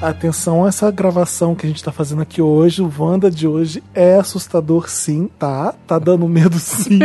Atenção, essa gravação que a gente tá fazendo aqui hoje, o Wanda de hoje, é assustador sim, tá? Tá dando medo sim.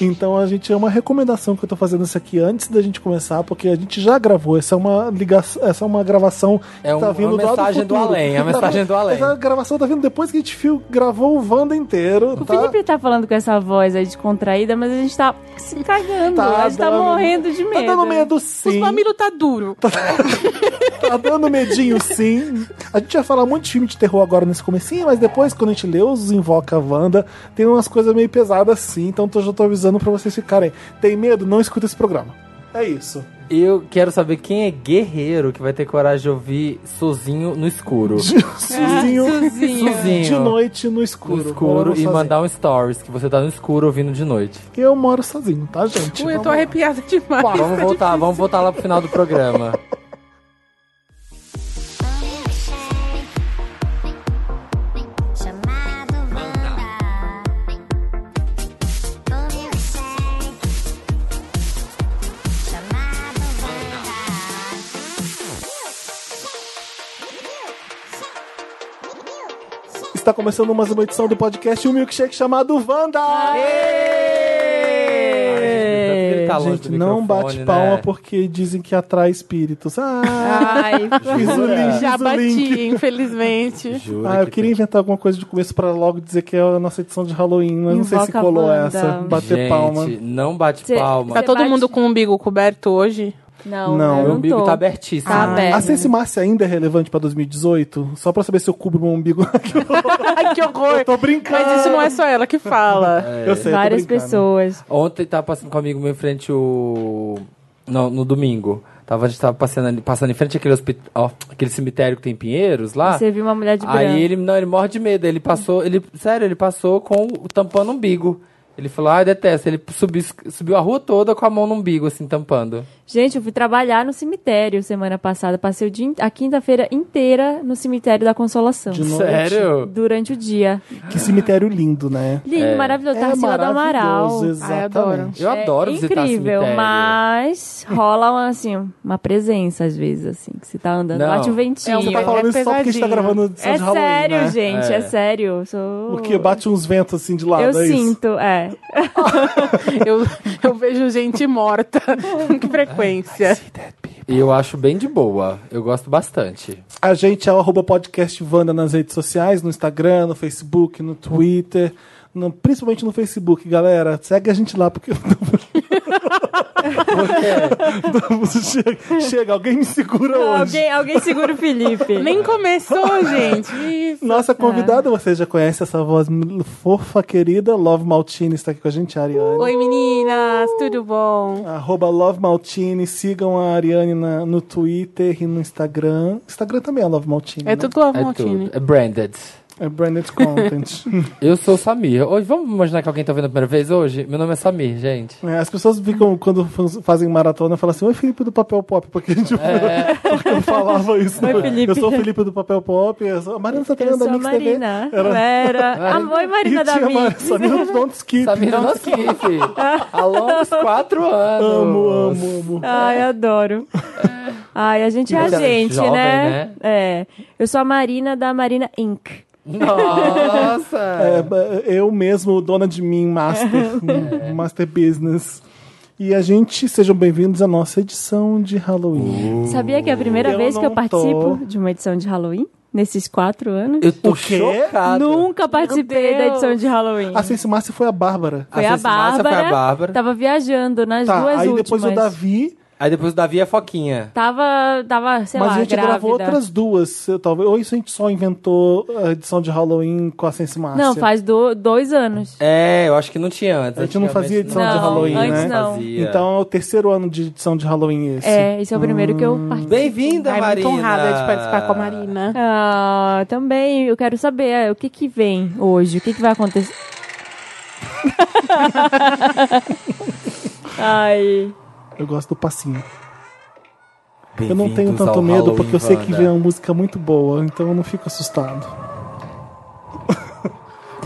Então a gente é uma recomendação que eu tô fazendo isso aqui antes da gente começar, porque a gente já gravou. Essa é uma ligação, essa é uma gravação É um- que tá vindo uma lá mensagem do futuro. além, é uma Tá mensagem vindo- do além. Essa gravação tá vindo depois que a gente fio- gravou o Wanda inteiro, O tá? Felipe tá falando com essa voz aí descontraída, mas a gente tá se cagando. Tá a gente tá dando- morrendo de medo. Tá dando medo Os sim. mamilos tá duro. Tá dando medinho, sim. A gente vai falar muito de filme de terror agora nesse comecinho, mas depois, quando a gente lê os Invoca a Wanda, tem umas coisas meio pesadas, sim. Então tô, já tô avisando pra vocês ficarem. Tem medo? Não escuta esse programa. É isso. Eu quero saber quem é guerreiro que vai ter coragem de ouvir sozinho no escuro. Sozinho, Sozinho. Sozinho. de noite no No escuro. escuro Morando e sozinho. mandar um stories que você tá no escuro ouvindo de noite. Eu moro sozinho, tá, gente? Ui, eu tô Vamos- arrepiada demais. Vamos voltar, vamos voltar lá pro final do programa. Chamado Vanda. Chamado Vanda. Está começando mais uma edição do podcast Um Milkshake chamado Wanda! Ele tá longe gente, do não bate microfone, palma né? porque dizem que atrai espíritos. Ah, Ai, fiz o link, já fiz é o link. bati, infelizmente. Juro Ah, eu que queria inventar alguma coisa de começo pra logo dizer que é a nossa edição de Halloween, mas não sei se Invoca a colou Wanda. essa. tem. Bater Gente, palma. não bate Cê- palma. Tá Você todo bate- mundo com o umbigo coberto hoje? Não, Não, eu Meu não umbigo tô. tá abertíssimo. Tá aberto. A Sense Márcia ainda é relevante pra 2018? Só pra saber se eu cubro meu umbigo. Ai, que horror. eu tô brincando. Mas isso não é só ela que fala. É. Eu sei, eu tô Várias brincando. pessoas. Ontem tava passando com um amigo meu em frente o. No, no domingo. Tava, a gente tava passando, ali- passando em frente àquele, hospi- ó, aquele cemitério que tem Pinheiros lá. Você viu uma mulher de branco. Ah, Aí ele, não, ele morre de medo. Ele passou, ele, sério, ele passou com o- tampando o umbigo. Ele falou, ai, detesto. Ele subiu, subiu a rua toda com a mão no umbigo, assim, tampando. Gente, eu fui trabalhar no cemitério semana passada. Passei o dia, in- a quinta-feira inteira no cemitério da Consolação. De noite. Sério? Durante o dia. Que cemitério lindo, né? Lindo, maravilhoso. Tarsila do Amaral. maravilhoso, Ai, adoro. exatamente. Eu É adoro visitar incrível, cemitério. mas rola uma, assim, uma presença às vezes, assim, que você tá andando, Não. bate um ventinho. É Você tá É falando isso só porque a gente tá pesadinho. gravando edição É de Halloween, sério, né? gente, é, É. sério. eu Sou... Porque bate uns ventos assim de lado, Eu é isso? sinto, é. Eu, eu vejo gente morta com que frequência. E eu acho bem de boa. Eu gosto bastante. A gente é o arroba podcast Wanda nas redes sociais, no Instagram, no Facebook, no Twitter, no- principalmente no Facebook, galera. Segue a gente lá, porque chega, chega, alguém me segura hoje. alguém, alguém segura o Felipe. Nem começou, gente. Isso. Nossa convidada, você já conhece essa voz m- fofa, querida. Love Maltini está aqui com a gente, a Ariane. Oi, meninas, tudo bom? Arroba Love Maltini, sigam a Ariane na- no Twitter e no Instagram. Instagram também é Love Maltini. É né? tudo Love É Maltini. tudo. É branded. É branded content. Eu sou o Samir. Hoje, vamos imaginar que alguém tá vendo a primeira vez hoje? Meu nome é Samir, gente. É, As pessoas ficam, quando faz- fazem maratona, falam assim: Oi, Felipe do Papel Pop, porque a gente porque eu falava isso. É. né? Oi, Felipe. Eu sou o Felipe do Papel Pop, eu sou a Marina Santana Eu da sou a Mix TV. Marina. Era. Ah, oi, Marina e da tinha Mar... Mix. Samira Don't Skip. Samir não esquife. Há longos quatro anos. Amo, amo, amo. Ai, adoro. Ai, a gente é a Mas ela é gente, jovem, né? né? É. Eu sou a Marina da Marina Inc. Nossa! É, ba- eu mesmo, dona de mim, master, É. um master business. E a gente, sejam bem-vindos à nossa edição de Halloween. Sabia que é a primeira Eu vez que não eu participo tô. de uma edição de Halloween? Nesses quatro anos? Eu tô O quê? chocado. Nunca participei da Deus. edição de Halloween. A Sense Márcia foi a Bárbara. Foi A a, Ceci Márcia Bárbara, foi a Bárbara. Tava viajando nas Tá, duas aí últimas. depois o Davi Aí depois o Davi é Foquinha. Tava, tava sei Mas lá, a gente grávida. gravou outras duas, eh, talvez. Ou isso a gente só inventou a edição de Halloween com a Sense Márcia. Não, faz do- dois anos. É, eu acho que não tinha antes. A gente não fazia Antigamente edição de Halloween, antes né? não. fazia. Então é o terceiro ano de edição de Halloween esse. É, esse é o primeiro que Hum. eu participei. Bem-vinda, Ai, é Marina. muito honrada de participar com a Marina. Ah, também eu quero saber é, o que que vem hoje, o que que vai acontecer. Ai, Eu gosto do passinho. Eu Bem-vindos não tenho tanto ao medo Halloween, porque eu sei que um- Wanda. vem uma música muito boa, então eu não fico assustado.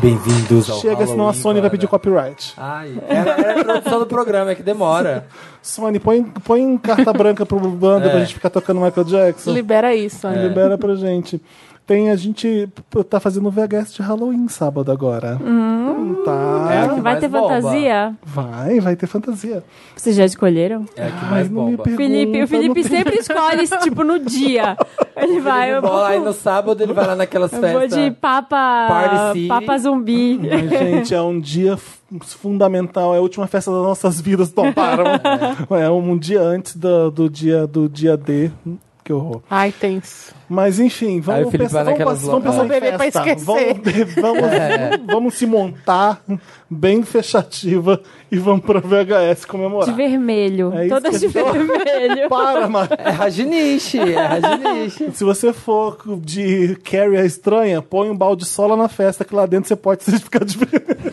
Bem-vindos ao Chega, senão a Halloween, Sony vai cara. pedir copyright. Ai, era, era a produção do programa, é que demora. Sony, põe, põe um carta branca pro É. banda pra gente ficar tocando Michael Jackson. Libera isso, Andy. Libera pra gente. Tem, a gente p- tá fazendo VHS de Halloween sábado agora. Hum. Tá. É a que Vai mais ter bomba. fantasia? Vai, vai ter fantasia. Vocês já escolheram? É a que mais não me bomba. pergunta, Felipe, o Felipe não sempre escolhe, tipo, no dia. Ele vai, Ele eu bola, aí vou, no sábado ele vai lá naquelas eu vou festas. de papa, Party City. papa zumbi. Mas, gente, é um dia f- fundamental, é a última festa das nossas vidas, toparam. É um dia antes do, do dia do dia D. Que horror. Ai, tenso. Mas enfim, Aí o vamos Felipe pensar, vai vamos, naquelas pass- vamos pensar loucas. em Vamos beber pra festa. esquecer. Vamos, be- vamos, É. vamos se montar bem fechativa e vamos pra VHS comemorar. De vermelho. É isso Todas que de eu tô- vermelho. Para, mas É Rajinish, é Rajinish. se você for de Carrie a estranha, põe um balde de sola na festa que lá dentro você pode ficar de vermelho.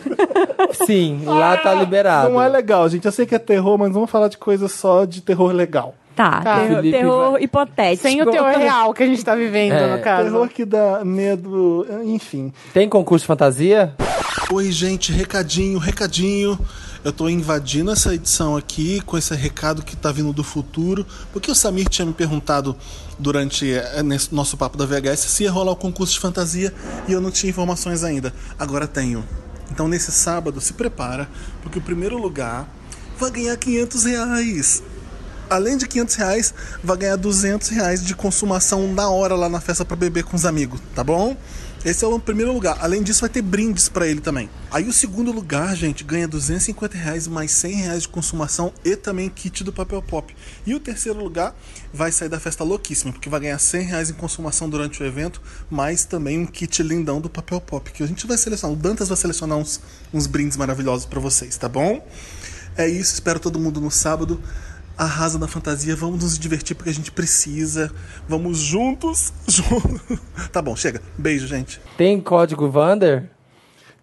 Sim, lá tá liberado. Não é legal, gente. Eu sei que é terror, mas vamos falar de coisa só de terror legal. Tá, Tá. terror, Felipe terror vai- hipotético. Sem o teor real que a gente tá vivendo, É. no caso. Terror que dá medo, enfim. Tem concurso de fantasia? Oi, gente, recadinho, recadinho. Eu tô invadindo essa edição aqui com esse recado que tá vindo do futuro, porque o Samir tinha me perguntado durante eh, nesse nosso papo da VHS se ia rolar o concurso de fantasia e eu não tinha informações ainda. Agora tenho. Então nesse sábado se prepara, porque o primeiro lugar vai ganhar 500 reais. Além de 500 reais, vai ganhar 200 reais de consumação na hora lá na festa pra beber com os amigos, tá bom? Esse é o primeiro lugar. Além disso, vai ter brindes pra ele também. Aí o segundo lugar, gente, ganha 250 reais mais 100 reais de consumação e também kit do papel pop. E o terceiro lugar vai sair da festa louquíssima, porque vai ganhar 100 reais em consumação durante o evento, mais também um kit lindão do papel pop, que a gente vai selecionar. O Dantas vai selecionar uns, uns brindes maravilhosos pra vocês, tá bom? É isso, espero todo mundo no sábado. Arrasa na fantasia, vamos nos divertir porque a gente precisa. Vamos juntos. juntos. Tá bom, chega. Beijo, gente. Tem código Vander?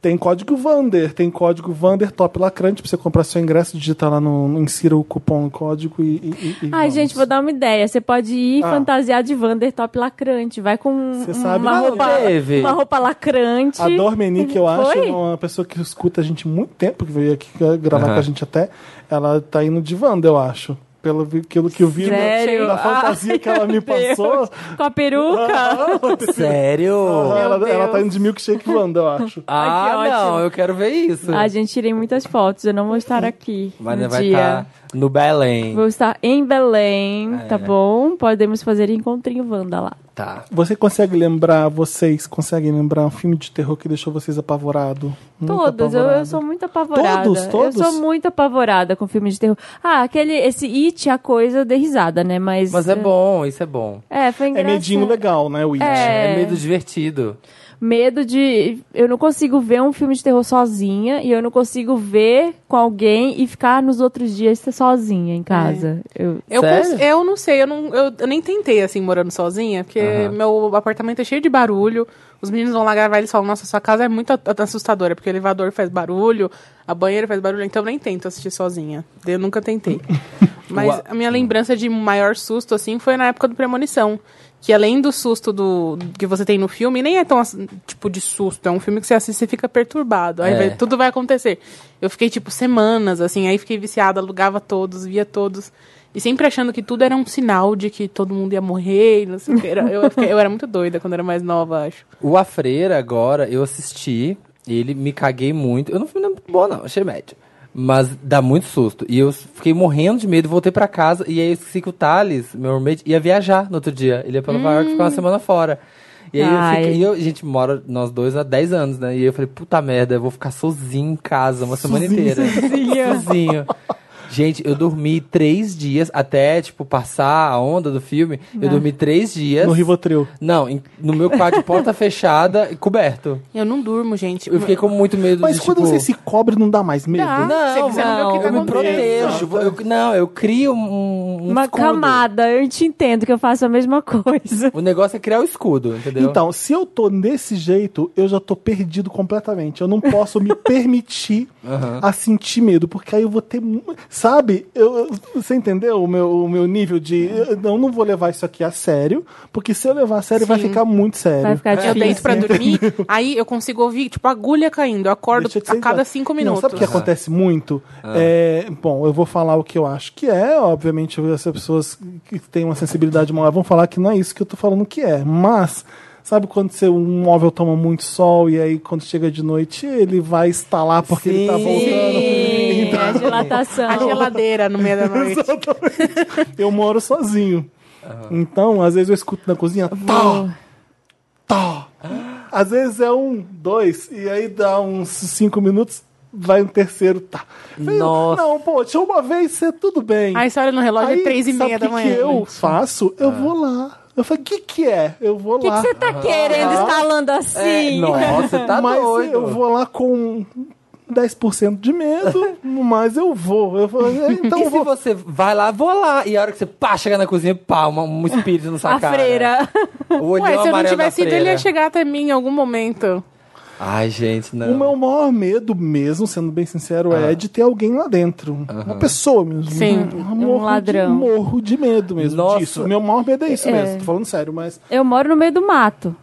Tem código Vander, tem código Vander Top Lacrante pra você comprar seu ingresso, digitar lá no, no- insira o cupom o código e. e, e- e Ai, vamos. gente, vou dar uma ideia. Você pode ir Ah. fantasiado de Vander top lacrante. Vai com Você um- sabe- uma, Ah, roupa, teve. uma roupa lacrante. A Dormenique, eu acho, um Foi? é uma pessoa que escuta a gente há muito tempo, que veio aqui gravar com a gente até. Ela tá indo de Wanda, eu acho. Pelo vi- aquilo que eu vi na- Sério? na fantasia Ai, que ela me meu Deus. passou. Com a peruca? Sério? Ela, ela tá Deus. indo de milkshake Wanda, eu acho. Ai, que Ah, ótimo. não, eu quero ver isso. Ai, gente, tirei muitas fotos. Eu não vou estar aqui. Mas no vai dia. tá estar no Belém. Vou estar em Belém, É. tá bom? Podemos fazer encontrinho Wanda lá. Tá. Você consegue lembrar, vocês conseguem lembrar um filme de terror que deixou vocês apavorado? Muito Todos, eu, apavorado? eu sou muito apavorada. Todos, todos? Eu sou muito apavorada com filmes de terror. Ah, aquele, esse It, a coisa, eu dei risada, né? Mas, Mas é bom, isso é bom. É, foi É engraçado. medinho legal, né, Witch? É. É, medo divertido. Medo de... Eu não consigo ver um filme de terror sozinha e eu não consigo ver com alguém e ficar nos outros dias sozinha em casa. É. Eu... Eu, Sério? cons- eu não sei, eu, não, eu, eu nem tentei, assim, morando sozinha, porque Aham. meu apartamento é cheio de barulho. Os meninos vão lá gravar e eles falam, nossa, sua casa é muito a- a- assustadora, porque o elevador faz barulho, a banheira faz barulho, então eu nem tento assistir sozinha. Eu nunca tentei. Mas Uau. a minha lembrança de maior susto, assim, foi na época do Premonição. Que além do susto do que você tem no filme, nem é tão, ass- tipo, de susto. É um filme que você assiste e fica perturbado. Aí É. vai- tudo vai acontecer. Eu fiquei, tipo, semanas, assim. Aí fiquei viciada, alugava todos, via todos. E sempre achando que tudo era um sinal de que todo mundo ia morrer e não sei o que. Era- eu, fiquei- eu era muito doida quando era mais nova, acho. O A Freira, agora, eu assisti, ele me caguei muito. Eu não fui muito bom, não, achei médio. Mas dá muito susto. E eu fiquei morrendo de medo, voltei pra casa, e aí eu esqueci que o Thales, meu roommate, ia viajar no outro dia. Ele ia pra Nova York ficar uma semana fora. E aí eu Ai. fiquei, e eu, a gente mora, nós dois, há 10 anos, né? E eu falei, puta merda, eu vou ficar sozinho em casa uma semana inteira. Sozinho. Gente, eu dormi três dias, até, tipo, passar a onda do filme. Eu dormi três dias. No Rivotril. Não, em- no meu quarto, de porta fechada e coberto. Eu não durmo, gente. Eu fiquei com muito medo Mas de, quando tipo... você se cobre, não dá mais medo? Dá. Ah, Você Não, quiser ver o não, que tá eu me acontecendo. protejo. Eu- não, eu crio um, um Uma escudo. camada, eu te entendo que eu faço a mesma coisa. O negócio é criar o escudo, entendeu? Então, se eu tô desse jeito, eu já tô perdido completamente. Eu não posso me permitir a sentir medo, porque aí eu vou ter. mu- Sabe? Eu, eu- você entendeu o meu, o meu nível de. Eu não não vou levar isso aqui a sério, porque se eu levar a sério, vai ficar muito sério. Vai ficar Eu difícil. deito pra dormir, aí eu consigo ouvir, tipo, agulha caindo. Eu acordo Deixa de a ser cada exato. cinco Não, minutos. sabe o que acontece muito? É, bom, eu vou falar o que eu acho que é. Obviamente, as pessoas que têm uma sensibilidade maior vão falar que não é isso que eu tô falando que é. Mas, sabe quando seu, um móvel toma muito sol e aí quando chega de noite ele vai estalar porque ele tá Sim. voltando? Sim, a dilatação. A geladeira no meio da noite. Eu moro sozinho. Então, às vezes eu escuto na cozinha. Tó! Tó! Às vezes é um, dois, e aí dá uns cinco minutos, vai um terceiro, tá. Falei, Nossa. Não, pô, tinha uma vez, você tudo bem. Aí você olha no relógio, é três e sabe meia o da que manhã. que eu faço? Ah. Eu vou lá. Eu falo, o que que é? Eu vou O que lá. você tá querendo estalando É, assim? nossa, tá mas doido. eu vou lá com 10% de medo, mas eu vou. Eu vou "É, então e eu se vou você vai lá, vou lá. E a hora que você pá, chega na cozinha, pá, uma- um espírito na sua A cara. freira. O olhão Ué, se eu não amarelo da tivesse ido, ele ia freira. chegar até mim em algum momento. Ai, gente, não. O meu maior medo mesmo, sendo bem sincero, Ah. é de ter alguém lá dentro. Uma pessoa mesmo. Sim. Eu morro um ladrão. De, morro de medo mesmo Nossa. disso. O meu maior medo é isso É. mesmo. Tô falando sério, mas... Eu moro no meio do mato.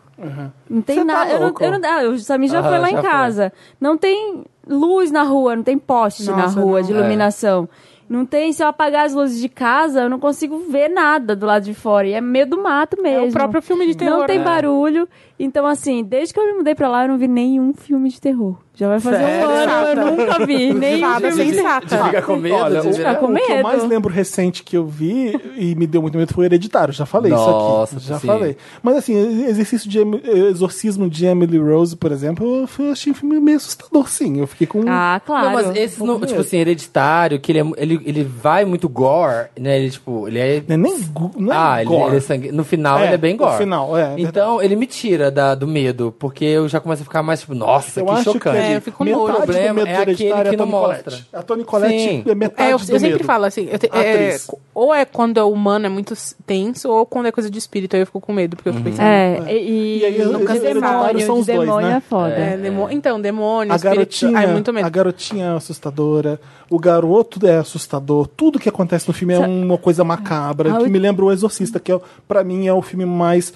Não tem Você tá nada. eu não, louco? eu não, ah, o Samir já Aham, foi lá já em foi. casa. Não tem luz na rua, não tem poste na Nossa, rua não. É. de iluminação. Não tem, se eu apagar as luzes de casa, eu não consigo ver nada do lado de fora. E é meio do mato mesmo. É o próprio filme de terror. Não tem né? barulho. Então, assim, desde que eu me mudei pra lá, eu não vi nenhum filme de terror. Já vai fazer Sério? um ano, eu nunca vi nenhum Fada assim, filme de terror. sensata. Fica com medo Olha, de o- virar- Fica com O que eu medo. mais lembro recente que eu vi e me deu muito medo foi Hereditário. Já falei Nossa, isso aqui. Já sim. falei. Mas assim, exercício de Em- exorcismo de Emily Rose, por exemplo, eu fui- achei um filme meio assustador, sim. Eu fiquei com. assim. Ah, claro. Não, mas esses não, tipo assim, hereditário, que ele, é mu- ele, ele vai muito gore, né? Ele, tipo, ele é. Não é nem gu- não é ah, ele- gore. ele é sangue. No final É, ele é bem no gore. final, é, Então ele me tira da- do medo, porque eu já começo a ficar mais tipo, nossa, Eu que acho chocante. que É, eu fico com metade medo. do O problema medo é do hereditário aquele que não a Toni Collette. mostra. A Toni Collette Sim. é metade É, eu, do eu sempre medo. falo assim, eu te- é, Atriz. ou é quando é humano, é muito tenso, ou quando é coisa de espírito, aí eu fico com medo, porque eu Uhum. fico pensando... É, e, E aí, e os nunca hereditários demônio, são de os dois, demônio né? é foda. é, demo- Então, demônio, A espírito, garotinha, ai, muito a medo. garotinha é assustadora, o garoto é assustador, tudo que acontece no filme é uma coisa macabra, Ah, que o- me lembra O Exorcista, que é, o- pra mim é o filme mais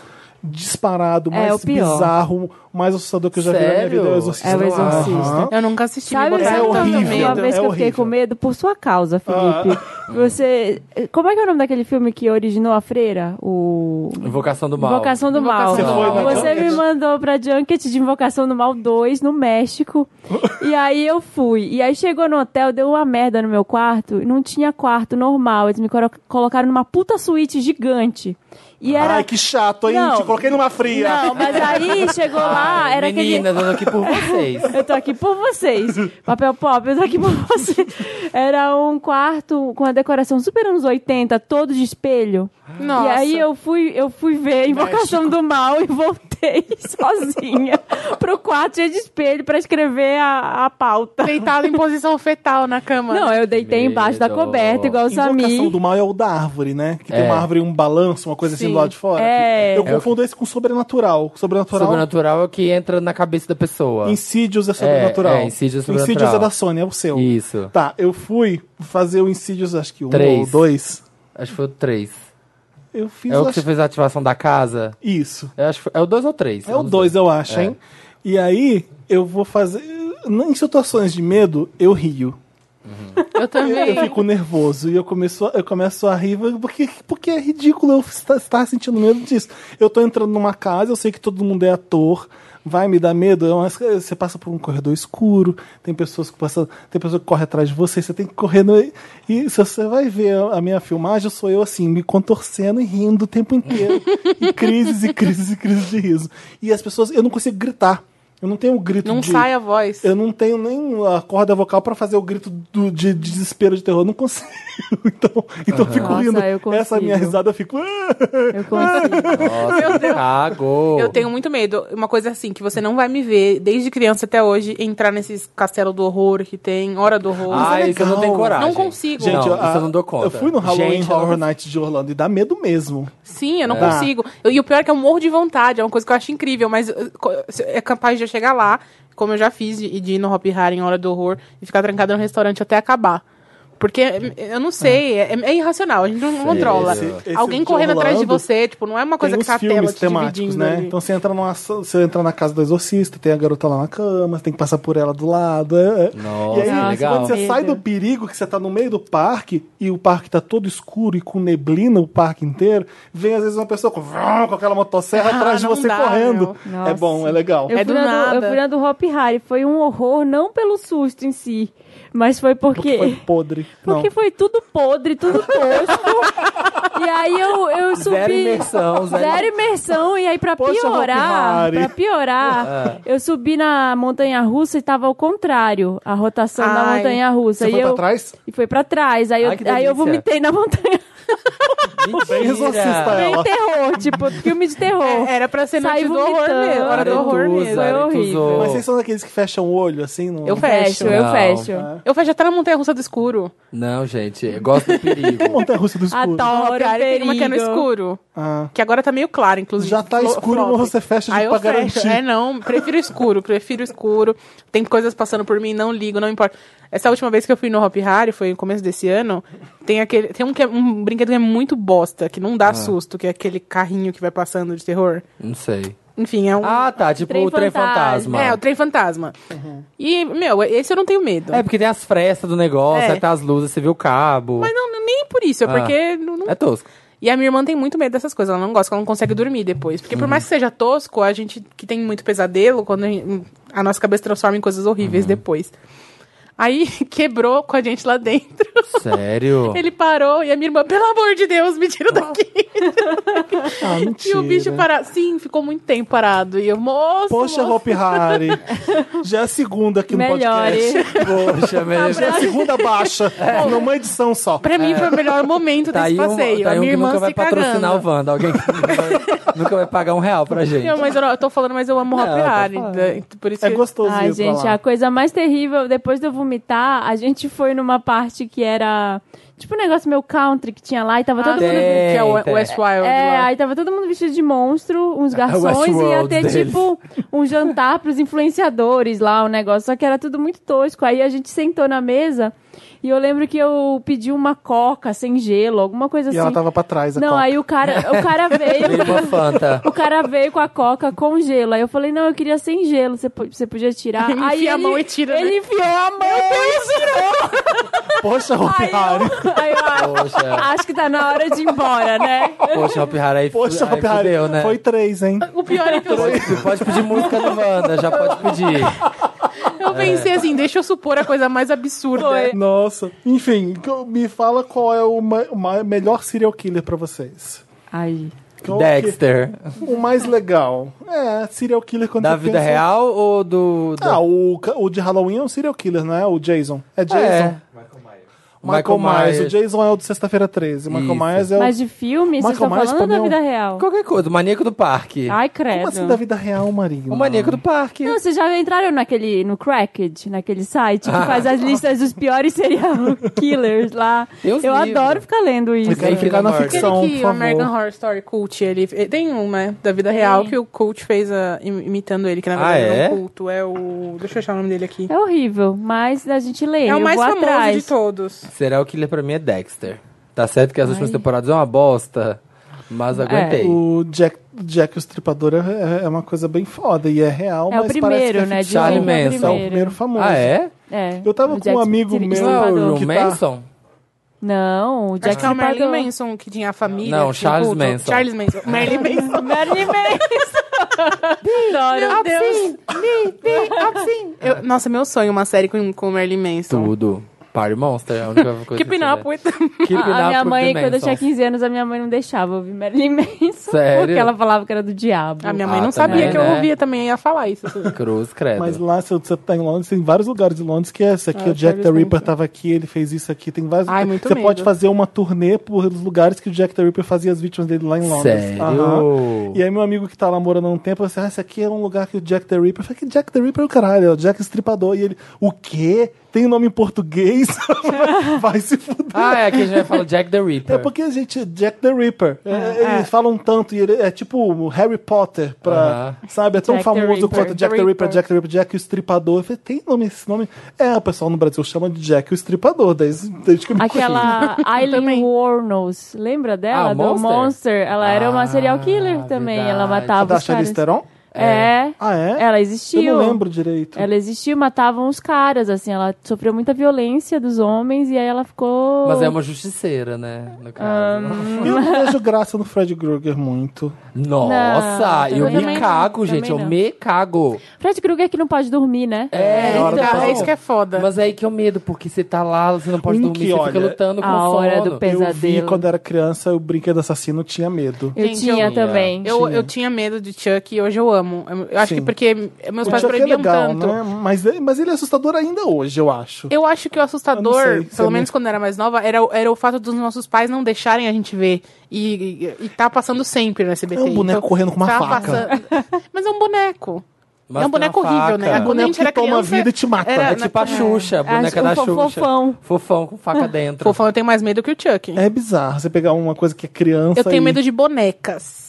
É, disparado, o mais pior. bizarro, mais assustador que eu já vi na minha Sério? vida, é O Exorcista. É o Exorcista. Aham. Eu nunca assisti, me Sabe, botaram sabe é tanto quando- horrível, uma medo. vez é que eu fiquei horrível. Ah. com medo? Por sua causa, Felipe. Você. Como é que é o nome daquele filme que originou a freira? O. Invocação do mal. Invocação do Mal. Invocação do Mal. Você foi na Você me Junket? mandou pra Junket de Invocação do Mal 2 no México. e aí eu fui. E aí chegou no hotel, deu uma merda no meu quarto. e Não tinha quarto normal. Eles me colo- colocaram numa puta suíte gigante. E era. Ai, que chato, hein? Não. Te coloquei numa fria. Não, mas aí chegou lá, era aquele. Menina, dando aqui por vocês. Eu tô aqui por vocês. Papel pop, eu tô aqui por vocês. Era um quarto com a decoração super anos 80, todo de espelho. Nossa. E aí eu fui, eu fui ver a Invocação do Mal e voltei sozinha pro quarto cheio de espelho pra escrever a, a pauta. Deitado em posição fetal na cama. Não, eu deitei embaixo da Medo. coberta, igual o Invocação Samir. do mal é o da árvore, né? Que tem É. uma árvore e um balanço, uma coisa assim Sim. do lado de fora. É. Eu confundo esse com sobrenatural. Sobrenatural, Sobrenatural é o que entra na cabeça da pessoa. Incídios é sobrenatural. é, Insidious é sobrenatural. Insidious é da Sony, é o seu. Isso. Tá, eu fui fazer o Insidious, acho que um Três. ou dois. Acho que foi o 3. Eu fiz, É o que acho- você fez a ativação da casa? isso. Eu acho que foi- é o 2 ou 3? É o dois, eu acho, hein? E aí, eu vou fazer... Em situações de medo, eu rio. Eu também. Eu fico nervoso e eu começo, a- eu começo a rir, porque, porque é ridículo eu estar, estar sentindo medo disso. Eu tô entrando numa casa, eu sei que todo mundo é ator, vai me dar medo. é umas- Você passa por um corredor escuro, tem pessoas que passam, tem pessoa que corre atrás de você, você tem que correr. No, e se você vai ver a minha filmagem, sou eu assim, me contorcendo e rindo o tempo inteiro. e crises e crises e crises de riso. E as pessoas, eu não consigo gritar. Eu não tenho o grito Não de... sai a voz. Eu não tenho nem a corda vocal pra fazer o grito do- de, de desespero de terror. Eu Não consigo. Então, então eu fico Nossa, rindo. eu consigo. Essa minha risada eu fico. "Ah!" Eu consigo. Nossa, cago. Eu tenho muito medo. Uma coisa assim, que você não vai me ver, desde criança até hoje, entrar nesses castelo do horror que tem, Hora do Horror. Ah, isso eu não tenho é legal. coragem. Não consigo. Gente, não, eu- isso eu não dou conta. Eu fui no Halloween Gente, eu não Horror Night de Orlando e dá medo mesmo. Sim, eu não É. consigo. Eu- e o pior é que eu morro de vontade, é uma coisa que eu acho incrível, mas eh, co- se- é capaz de eu chegar lá, como eu já fiz, de, de ir no Hop Hari em Hora do Horror, e ficar trancada no restaurante até acabar. Porque eu não sei, é, é irracional, a gente não controla. Esse- esse Alguém de correndo atrás de Orlando você, tipo, não é uma coisa tem que tá a os tela filmes te temáticos, dividindo. né? ali. Então você entra, numa, você entra na casa do exorcista, tem a garota lá na cama, você tem que passar por ela do lado. é, é. Nossa, e aí, que legal. quando você sai do perigo, que você tá no meio do parque, e o parque tá todo escuro e com neblina o parque inteiro, vem às vezes uma pessoa com, vrum, com aquela motosserra Ah, atrás de não você dá, correndo. meu. É bom, é legal. Eu, É fui do na nada. eu fui na do Hop Harry. Foi um horror, não pelo susto em si, mas foi Porque porque. foi podre. Não. Porque foi tudo podre, tudo tosco. e aí eu, eu subi. Zero imersão, zero- Zero imersão. E aí, pra Poxa, piorar, Hopi Hari. pra piorar, eu subi na montanha russa e tava ao contrário a rotação da Ai. montanha russa. Você e foi eu, pra trás? E foi pra trás. Aí, Ai, que eu, aí delícia. eu vomitei na montanha. Mentira. Bem exorcista Bem ela. terror, tipo, filme de terror. É, era pra ser Sai noite do horror vomitando. mesmo. Hora do horror Aretuza, mesmo. Foi Aretuza. horrível. Mas vocês são daqueles que fecham o olho, assim? No... Eu Eu fecho, fecho. eu Não. fecho. Eu fecho até na montanha russa do escuro. Não, gente, eu gosto do perigo. Montanha russa do Ah, escuro. tá. Adoro, Cara, tem uma que é no perigo. escuro. Ah. Que agora tá meio claro, inclusive. Já tá Flo- escuro, flop. mas você fecha de- Aí eu pra fecho. garantir. É, não, prefiro escuro, prefiro escuro. Tem coisas passando por mim, não ligo, não importa. Essa última vez que eu fui no Hop Harry, foi no começo desse ano, tem aquele. Tem um, que é, um brinquedo que é muito bosta, que não Ah. dá susto, que é aquele carrinho que vai passando de terror. Não sei. Enfim, é um. Ah, tá, tipo Trem o trem fantasma. fantasma. é, o trem fantasma. Uhum. E, meu, esse eu não tenho medo. É, porque tem as frestas do negócio, É. aí tá as luzes, você vê o cabo. Mas não, nem por isso, é Ah. porque não, não É tosco. E a minha irmã tem muito medo dessas coisas, ela não gosta, ela não consegue dormir depois. Porque por Uhum. mais que seja tosco, a gente que tem muito pesadelo, quando a, gente- a nossa cabeça transforma em coisas horríveis Uhum. depois. Aí quebrou com a gente lá dentro. Sério? Ele parou e a minha irmã, pelo amor de Deus, me tira daqui. Ah, E mentira. o bicho parado. Sim, ficou muito tempo parado. E eu, moço, Poxa, moço. Hopi Hari. Já é a segunda aqui no Melhore. É. podcast. Poxa, mesmo. Já é a segunda baixa. Numa edição só. Pra mim foi o melhor momento Tá aí desse um, passeio. tá aí a um minha que irmã nunca vai se patrocinar cagando. o Wanda. Alguém que nunca vai, nunca vai pagar um real pra gente. Não, mas eu, não- eu tô falando, mas eu amo o Não, tá Harry. falando. Por isso É que- gostoso Ai, ir pra gente, é lá. a coisa mais terrível, depois de eu vomitar, a gente foi numa parte que era tipo um negócio meu country que tinha lá e tava Ah, todo tem, mundo. que é o tem. Westwild. É, lá. aí tava todo mundo vestido de monstro, uns garçons, e ia Westworld ter deles. tipo um jantar pros influenciadores lá, o negócio. Só que era tudo muito tosco. Aí a gente sentou na mesa e eu lembro que eu pedi uma coca sem gelo, alguma coisa E assim. ela tava pra trás, a Não, Coca. aí o cara, o cara veio. Irmã Fanta. O cara veio com a coca com gelo. Aí eu falei, não, eu queria sem gelo. Você, po- você podia tirar. Enfia Aí a ele- mão e tira, né? Ele enfiou a mão e tirou. Poxa, Hopi Aí Hari. eu, aí eu ah, Poxa. acho que tá na hora de ir embora, né? Poxa, Hopi Hari aí, Poxa, aí Hopi Hari. fudeu, né? Foi três, hein? O pior é que eu Pode, pode pedir música do Wanda, já pode pedir. Eu É. pensei assim, deixa eu supor a coisa mais absurda. Nossa. Enfim, co- me fala qual é o, ma- o ma- melhor serial killer pra vocês. Aí. Qual que- é Dexter. O mais legal. É, serial killer quando Da você vida pensa- real ou do. do- Ah, o, ca- o de Halloween é um serial killer, não é? O Jason. É Jason. É. Michael, Myers. O Jason é o de Sexta-feira 13. Michael Isso. Myers é o... Mas de filme, vocês Michael estão Myers, falando pra da mim, é vida um- real? Qualquer coisa, o maníaco do parque. Ai, credo. Como assim da vida real, Marina? O maníaco do parque. Não, vocês já entraram naquele, no Cracked, naquele site Ah. que faz as listas dos piores serial killers lá. Deus eu livre. adoro ficar lendo isso. Eu quero American ficar na Horror. Aquele ficção, por que o American favor. Horror Story Cult, ele tem um, né, da vida real que o Cult fez a- im- imitando ele, que na Ah, verdade não é é? um culto, é o, deixa eu achar o nome dele aqui. É horrível, mas a gente lê. É o eu mais vou famoso atrás. de todos. Será o killer pra mim é Dexter. Tá certo que as últimas temporadas é uma bosta, mas aguentei. O Jack, Jack o Estripador é, é uma coisa bem foda e é real, É o mas parece que primeiro, é né? ficção. Charlie Dizem que é o Manson. É o primeiro famoso. Ah, é? É, Eu tava o com Jack um amigo Stri- meu- Não é o Stripador. que Ron tá- Manson? Não, o Jack Acho que é o Marilyn Stripador. Manson, que tinha a família. Não, que tinha Charles o culto. Manson. Charles Manson. Marilyn Manson. Marilyn Manson. Adoro. Meu Deus. Eu- nossa, meu sonho, uma série com, com o Marilyn Manson. Tudo. Party Monster é a única coisa que Keeping eu up sei. with... Keeping up A, a minha with mãe, the quando eu tinha Mansons. 15 anos, a minha mãe não deixava eu ouvir Marilyn Manson. Sério? Porque ela falava que era do diabo. A minha mãe Ah, não também, sabia que eu né? ouvia também, ia falar isso. Cruz, credo. Mas lá, se você tá em Londres, tem vários lugares de Londres que é esse aqui. Ah, o Jack the Charles Ripper Manson. tava aqui, ele fez isso aqui. Tem vários Ai, muito Você medo. pode fazer uma turnê por lugares que o Jack the Ripper fazia as vítimas dele lá em Londres. Sério? Aham. E aí, meu amigo que tá lá morando há um tempo, eu disse, ah, esse aqui é um lugar que o Jack the Ripper. Eu falei, que Jack the Ripper é o caralho, é o Jack Estripador. E ele, o quê? tem nome em português, vai se fuder. Ah, é aqui a gente vai falar Jack the Ripper. É porque a gente, Jack the Ripper, é, eles falam tanto e ele é tipo o Harry Potter, pra, sabe? É tão Jack the famoso Ripper, quanto Jack the, the Ripper, Ripper. Jack the Ripper, Jack o Estripador. Eu falei, tem nome esse nome? É, o pessoal no Brasil chama de Jack o Estripador, desde, desde que eu me Aquela Eileen também. Warnos, lembra dela? Ah, do Monster? Monster? Ela era uma Ah, serial killer também. Ela verdade. tá conheci. matava Da os caras. Charlize Theron? É. Ah, é? Ela Eu existiu. não lembro direito. Ela existiu, matavam os caras, assim. Ela sofreu muita violência dos homens e aí ela ficou. Mas é uma justiceira, né? No caso. Eu não vejo graça no Fred Krueger muito. Nossa, Não, eu também me não. cago, gente. Também Eu não. me cago. Fred Krueger que não pode dormir, né? É, É, hora do então, pau. é isso que é foda. Mas é aí que é o medo, porque você tá lá, você não pode Um dormir, que, você olha, fica lutando com a o hora sono. do pe- Eu vi Pesadelo. quando era criança, o brinquedo assassino tinha medo. Eu Gente, tinha eu- também. Eu, eu tinha medo de Chuck e hoje eu amo. Eu, eu acho Sim. que porque meus O pais Chuck é proibiam legal, tanto. né? Mas, ele- mas ele é assustador ainda hoje, eu acho. É um Eu acho que o assustador, Eu não sei, se é pelo menos mesmo. quando eu era mais nova, era, o- era o fato dos nossos pais não deixarem a gente ver. E, e, e tá passando sempre no SBT. É um boneco correndo com uma Então, tá faca. passando- Mas é um boneco. Mas é um tem boneco uma horrível, né? faca. Quando boneco a Ah, gente era que toma criança, é vida e te mata. Era, né? É na- tipo a Xuxa, a boneca Acho da um fo- Xuxa. fofão. Fofão com faca dentro. Fofão, eu tenho mais medo que o Chuck. É bizarro você pegar uma coisa que é criança. eu tenho e- medo de bonecas.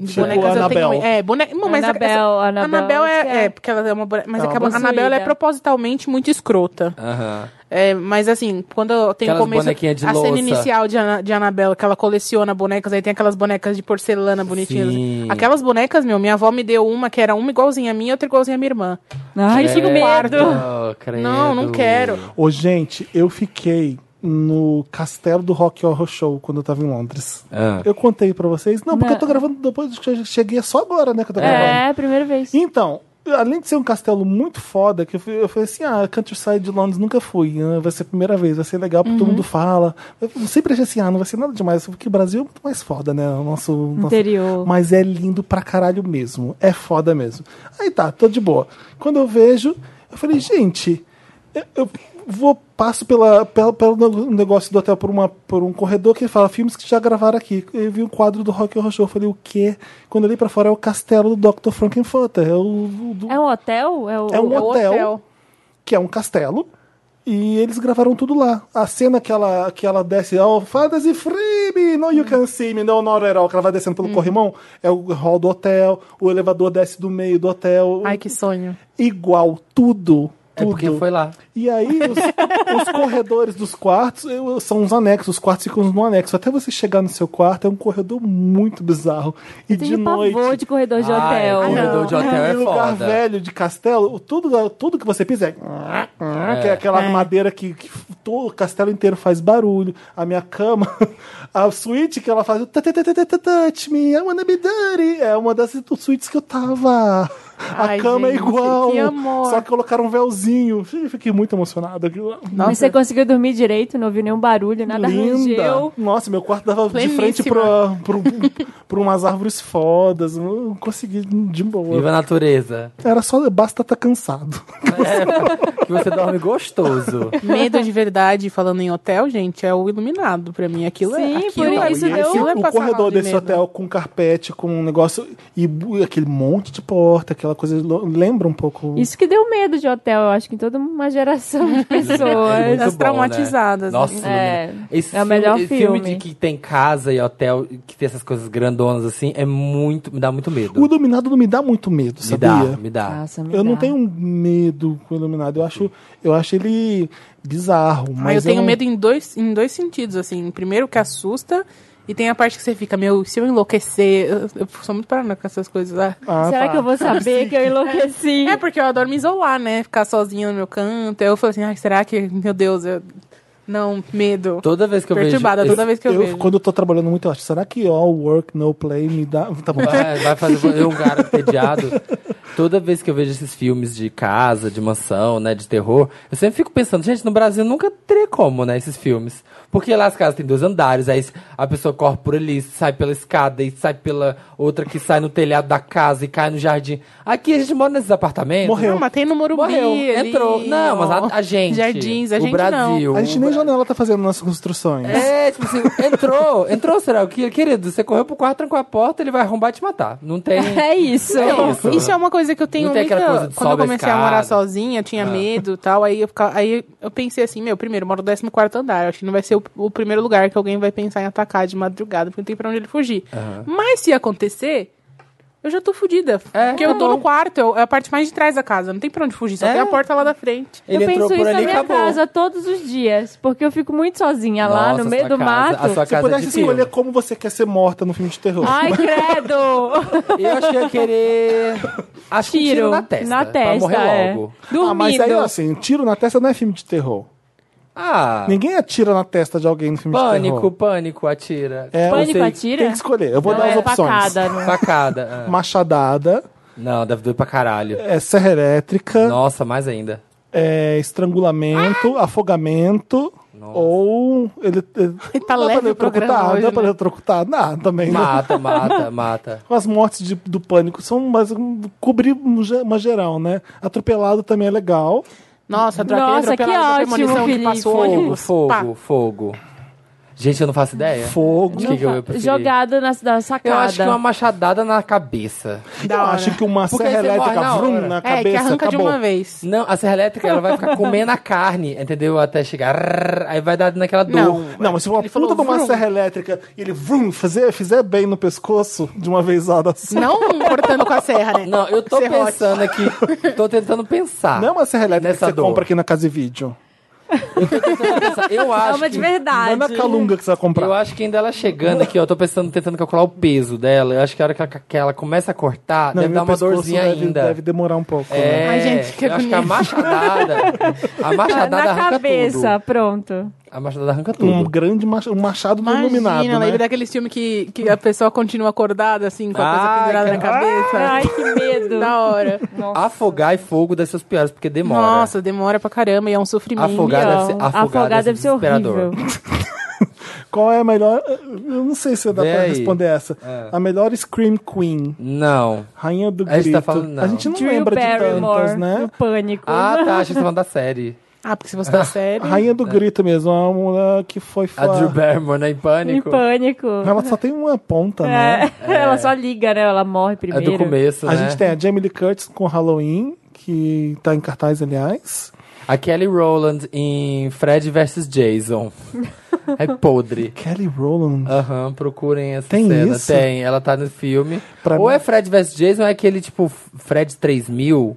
De Tipo bonecas eu Annabelle. tenho medo. É, boneca. Não, mas Annabelle, essa- Annabelle, Annabelle acho que é, é. é, porque ela é uma boneca. Mas É é uma que a possuída. Annabelle é propositalmente muito escrota. Aham. É, mas assim, quando eu tenho o Aquelas começo, bonequinhas de a cena louça. inicial de, Ana, de Anabela, que ela coleciona bonecas, aí tem aquelas bonecas de porcelana bonitinhas. Sim. Aquelas bonecas, meu, minha avó me deu uma que era uma igualzinha a minha, outra igualzinha a minha irmã. Ai, que medo. Credo, credo. Não, não quero. Ô, gente, eu fiquei no castelo do Rock Horror Show quando eu tava em Londres. Ah. Eu contei pra vocês. Não, porque Não. eu tô gravando depois que eu cheguei é só agora, né? Que eu tô gravando. É, primeira vez. Então, além de ser um castelo muito foda, que eu fui- eu falei assim, ah, Countryside de Londres nunca fui, né? vai ser a primeira vez, vai ser legal, porque todo Uhum. mundo fala. Eu sempre achei assim, ah, não vai ser nada demais, porque o Brasil é muito mais foda, né? O nosso... nosso- Interior. Mas é lindo pra caralho mesmo, é foda mesmo. Aí tá, tô de boa. Quando eu vejo, eu falei, gente, eu... eu Vou, passo pela, pela- pelo negócio do hotel por, uma, por um corredor que fala filmes que já gravaram aqui. Eu vi um quadro do Rock Horror Show. Eu falei, o quê? Quando eu olhei pra fora, é o castelo do Dr. Frankenfurter. É o, o do- É um hotel? É, o... É um É o hotel, que é um castelo. E eles gravaram tudo lá. A cena que ela, que ela desce, oh, fantasy free me, no you can see me, no not at all, que ela vai descendo pelo corrimão, é o hall do hotel, o elevador desce do meio do hotel. Ai, que sonho. Igual, tudo. É porque tudo. foi lá. E aí, os, os corredores dos quartos eu- são uns anexos, os quartos ficam no anexo. Até você chegar no seu quarto, é um corredor muito bizarro. E Eu de tenho noite. pavor de corredor de Ah, é, hotel. corredor de hotel Em é lugar foda. velho de castelo, tudo, tudo que você pisa é. Que é aquela madeira que, que to- o castelo inteiro faz barulho. A minha cama, a suíte que ela faz. "Tã, tã, tã, tã, tã, tã, Touch me, I wanna be dirty. É uma das suítes que eu tava. A Ai, cama é gente, igual. que amor. Só que colocaram um véuzinho. Eu Fiquei muito emocionado. Aquilo lá. Mas você conseguiu dormir direito, não ouviu nenhum barulho, nada rangeu. Nossa, meu quarto dava Pleníssima. de frente pra, pro- pra umas árvores fodas. Eu consegui de boa. Viva a natureza. Era só basta estar cansado. É, que você dorme gostoso. Medo de verdade, falando em hotel, gente, é o iluminado pra mim. Aquilo é. Sim, por aquilo é- isso E deu- esse- aquilo é o passar mal corredor de desse medo. hotel com carpete, com um negócio e bu- aquele monte de porta, aquela coisa lo- lembra um pouco. Isso que deu medo de hotel, eu acho que em toda uma geração de É muito pessoas. As bom, traumatizadas, Né? Nossa, né? Lumina. É. esse É o melhor filme, esse filme de filme. que tem casa e hotel, que tem essas coisas grandonas assim, é muito, me dá muito medo. O iluminado não me dá muito medo, me sabia? dá, me dá. Nossa, me Eu não dá. tenho medo com o iluminado. Eu acho, eu acho ele bizarro. Mas Mas Ah, é eu tenho um não- medo em dois, em dois sentidos, assim. Primeiro que assusta, e tem a parte que você fica, meu, se eu enlouquecer, eu, eu sou muito paranoica com essas coisas. ah. um Ah, Será tá. que eu vou saber que eu enlouqueci? É porque eu adoro me isolar, né? Ficar sozinha no meu canto. Aí eu falo assim, ai, será que, meu Deus, eu... não, medo. Toda vez que eu Perturbada vejo... toda vez que eu, vejo. Quando eu tô trabalhando muito, eu acho, será que all work, no play me dá. Tá bom. Vai, vai fazer eu um cara entediado. Toda vez que eu vejo esses filmes de casa, de mansão, né, de terror, eu sempre fico pensando, gente, no Brasil nunca teria como, né, esses filmes. Porque lá as casas têm dois andares, aí a pessoa corre por ali, sai pela escada, e sai pela outra que sai no telhado da casa e cai no jardim. Aqui a gente mora nesses apartamentos. Morreu. Não, matei no Morumbi. Morreu, ali, entrou. Não, mas a, a gente. Jardins, a o gente Brasil. A gente nem janela tá fazendo nas construções. É, tipo assim, entrou, entrou, será que, querido, você correu pro quarto, trancou a porta, ele vai arrombar e te matar. Não tem. É isso. não. isso. Isso é uma coisa que eu tenho Não tem muita- aquela coisa de Quando eu sobe a comecei a escada. morar sozinha, eu tinha medo e tal. Aí eu, ficava- aí eu pensei assim, meu, primeiro, eu moro no 14 andar. eu Acho que não vai ser o, o primeiro lugar que alguém vai pensar em atacar de madrugada, porque não tem pra onde ele fugir. Mas se acontecer, eu já tô fodida. É. porque eu tô no quarto, eu- é a parte mais de trás da casa. Não tem pra onde fugir, só É. tem a porta lá da frente. Ele eu entrou penso por isso na ali e minha acabou. casa todos os dias, porque eu fico muito sozinha lá Nossa, no meio sua do casa- mato. A sua Se casa é pudesse de filme. escolher como você quer ser morta no filme de terror. Ai, credo! Eu achei que ia querer. Acho que um tiro na testa. Na Pra testa, morrer é. logo. Dormindo. Ah, mas aí, assim, tiro na testa não é filme de terror. Ah. Ninguém atira na testa de alguém no filme de Pânico, terror. pânico, atira. É, Pânico sei- atira? Tem que escolher. Eu vou Não, dar as é opções. facada, não. Facada. ah. Machadada, Não, deve doer pra caralho. é, serra elétrica, Nossa, mais ainda. é, estrangulamento, afogamento. Nossa. Ou ele, ele Tá leve o programa hoje, dá pra né? eletrocutar? Não, tá, também não. Mata, mata, mata. As mortes de- do pânico são mas, um, cobrir um ge- uma geral, né? Atropelado também é legal. Nossa, droga, Nossa, aquele atropelado que ótimo, da premonição que Felipe. passou Fogo, Fogo, ônibus. Pá. fogo, fogo. Gente, eu não faço ideia. Fogo. De que, que eu ia preferir? Jogada na, na sacada. Eu acho que uma machadada na cabeça. Da eu hora. acho que uma Porque serra aí você morre elétrica na vrum, hora. na É, cabeça é, que arranca acabou. de uma vez. Não, a serra elétrica ela vai ficar comendo a carne, entendeu? Até chegar. rrr, Aí vai dar naquela dor. Não. Não, mas se for uma falou puta de uma vrum. serra elétrica e ele vrum, fazer, fizer bem no pescoço de uma vezada só. Não cortando com a serra, né? Não, eu tô Serrote. pensando aqui. Tô tentando pensar. é Não é uma serra elétrica Nessa que você dor. compra aqui na Casa e Vídeo. Eu É acho. uma de que- verdade. Não é na Calunga que você vai comprar. Eu acho que ainda ela chegando aqui, ó, eu tô pensando, tentando calcular o peso dela. Eu acho que a hora que ela, que ela começa a cortar, Não, deve meu dar uma pescoço dorzinha deve, ainda. Deve demorar um pouco. É, né? Ai, gente, que eu acho que a agonia. machadada. A Na- machadada na arranca cabeça, tudo. pronto. A machadada arranca tudo. Um grande mach- um machado não Imagina, iluminado, né? lembra daqueles filmes que, que a pessoa continua acordada, assim, com a coisa Ai, pendurada na Ah, cara. cabeça? Ai, que medo. Da hora. Nossa. Afogar e fogo deve ser os piores, porque demora. Nossa, demora pra caramba e é um sofrimento. Afogar deve ser, Pior. afogar Afogar deve ser desesperador. horrível. Qual é a melhor. Eu não sei se dá Vê pra aí. responder essa. A melhor Scream Queen. É. Não. Rainha do A Grito. gente tá falando- não. Hum. A gente não Drew lembra de Barrymore, tantas, né? no Pânico. Ah, tá, achei que você tá falando da série. Ah, porque se você tá sério. A Rainha do Grito mesmo. É uma mulher que foi A Drew falar- Barrymore, né, em Em pânico. Pânico. Ela só tem uma ponta, né? É, Ela só liga, né? Ela morre É primeiro. do começo, A né? gente tem a Jamie Lee Curtis com Halloween, que tá em cartaz, aliás. A Kelly Rowland em Fred vs Jason. é podre. Kelly Rowland. Aham, procurem essa Tem cena. isso? Tem, ela tá no filme. Pra Ou mim- é Fred vs Jason, ou é aquele tipo Fred 3000,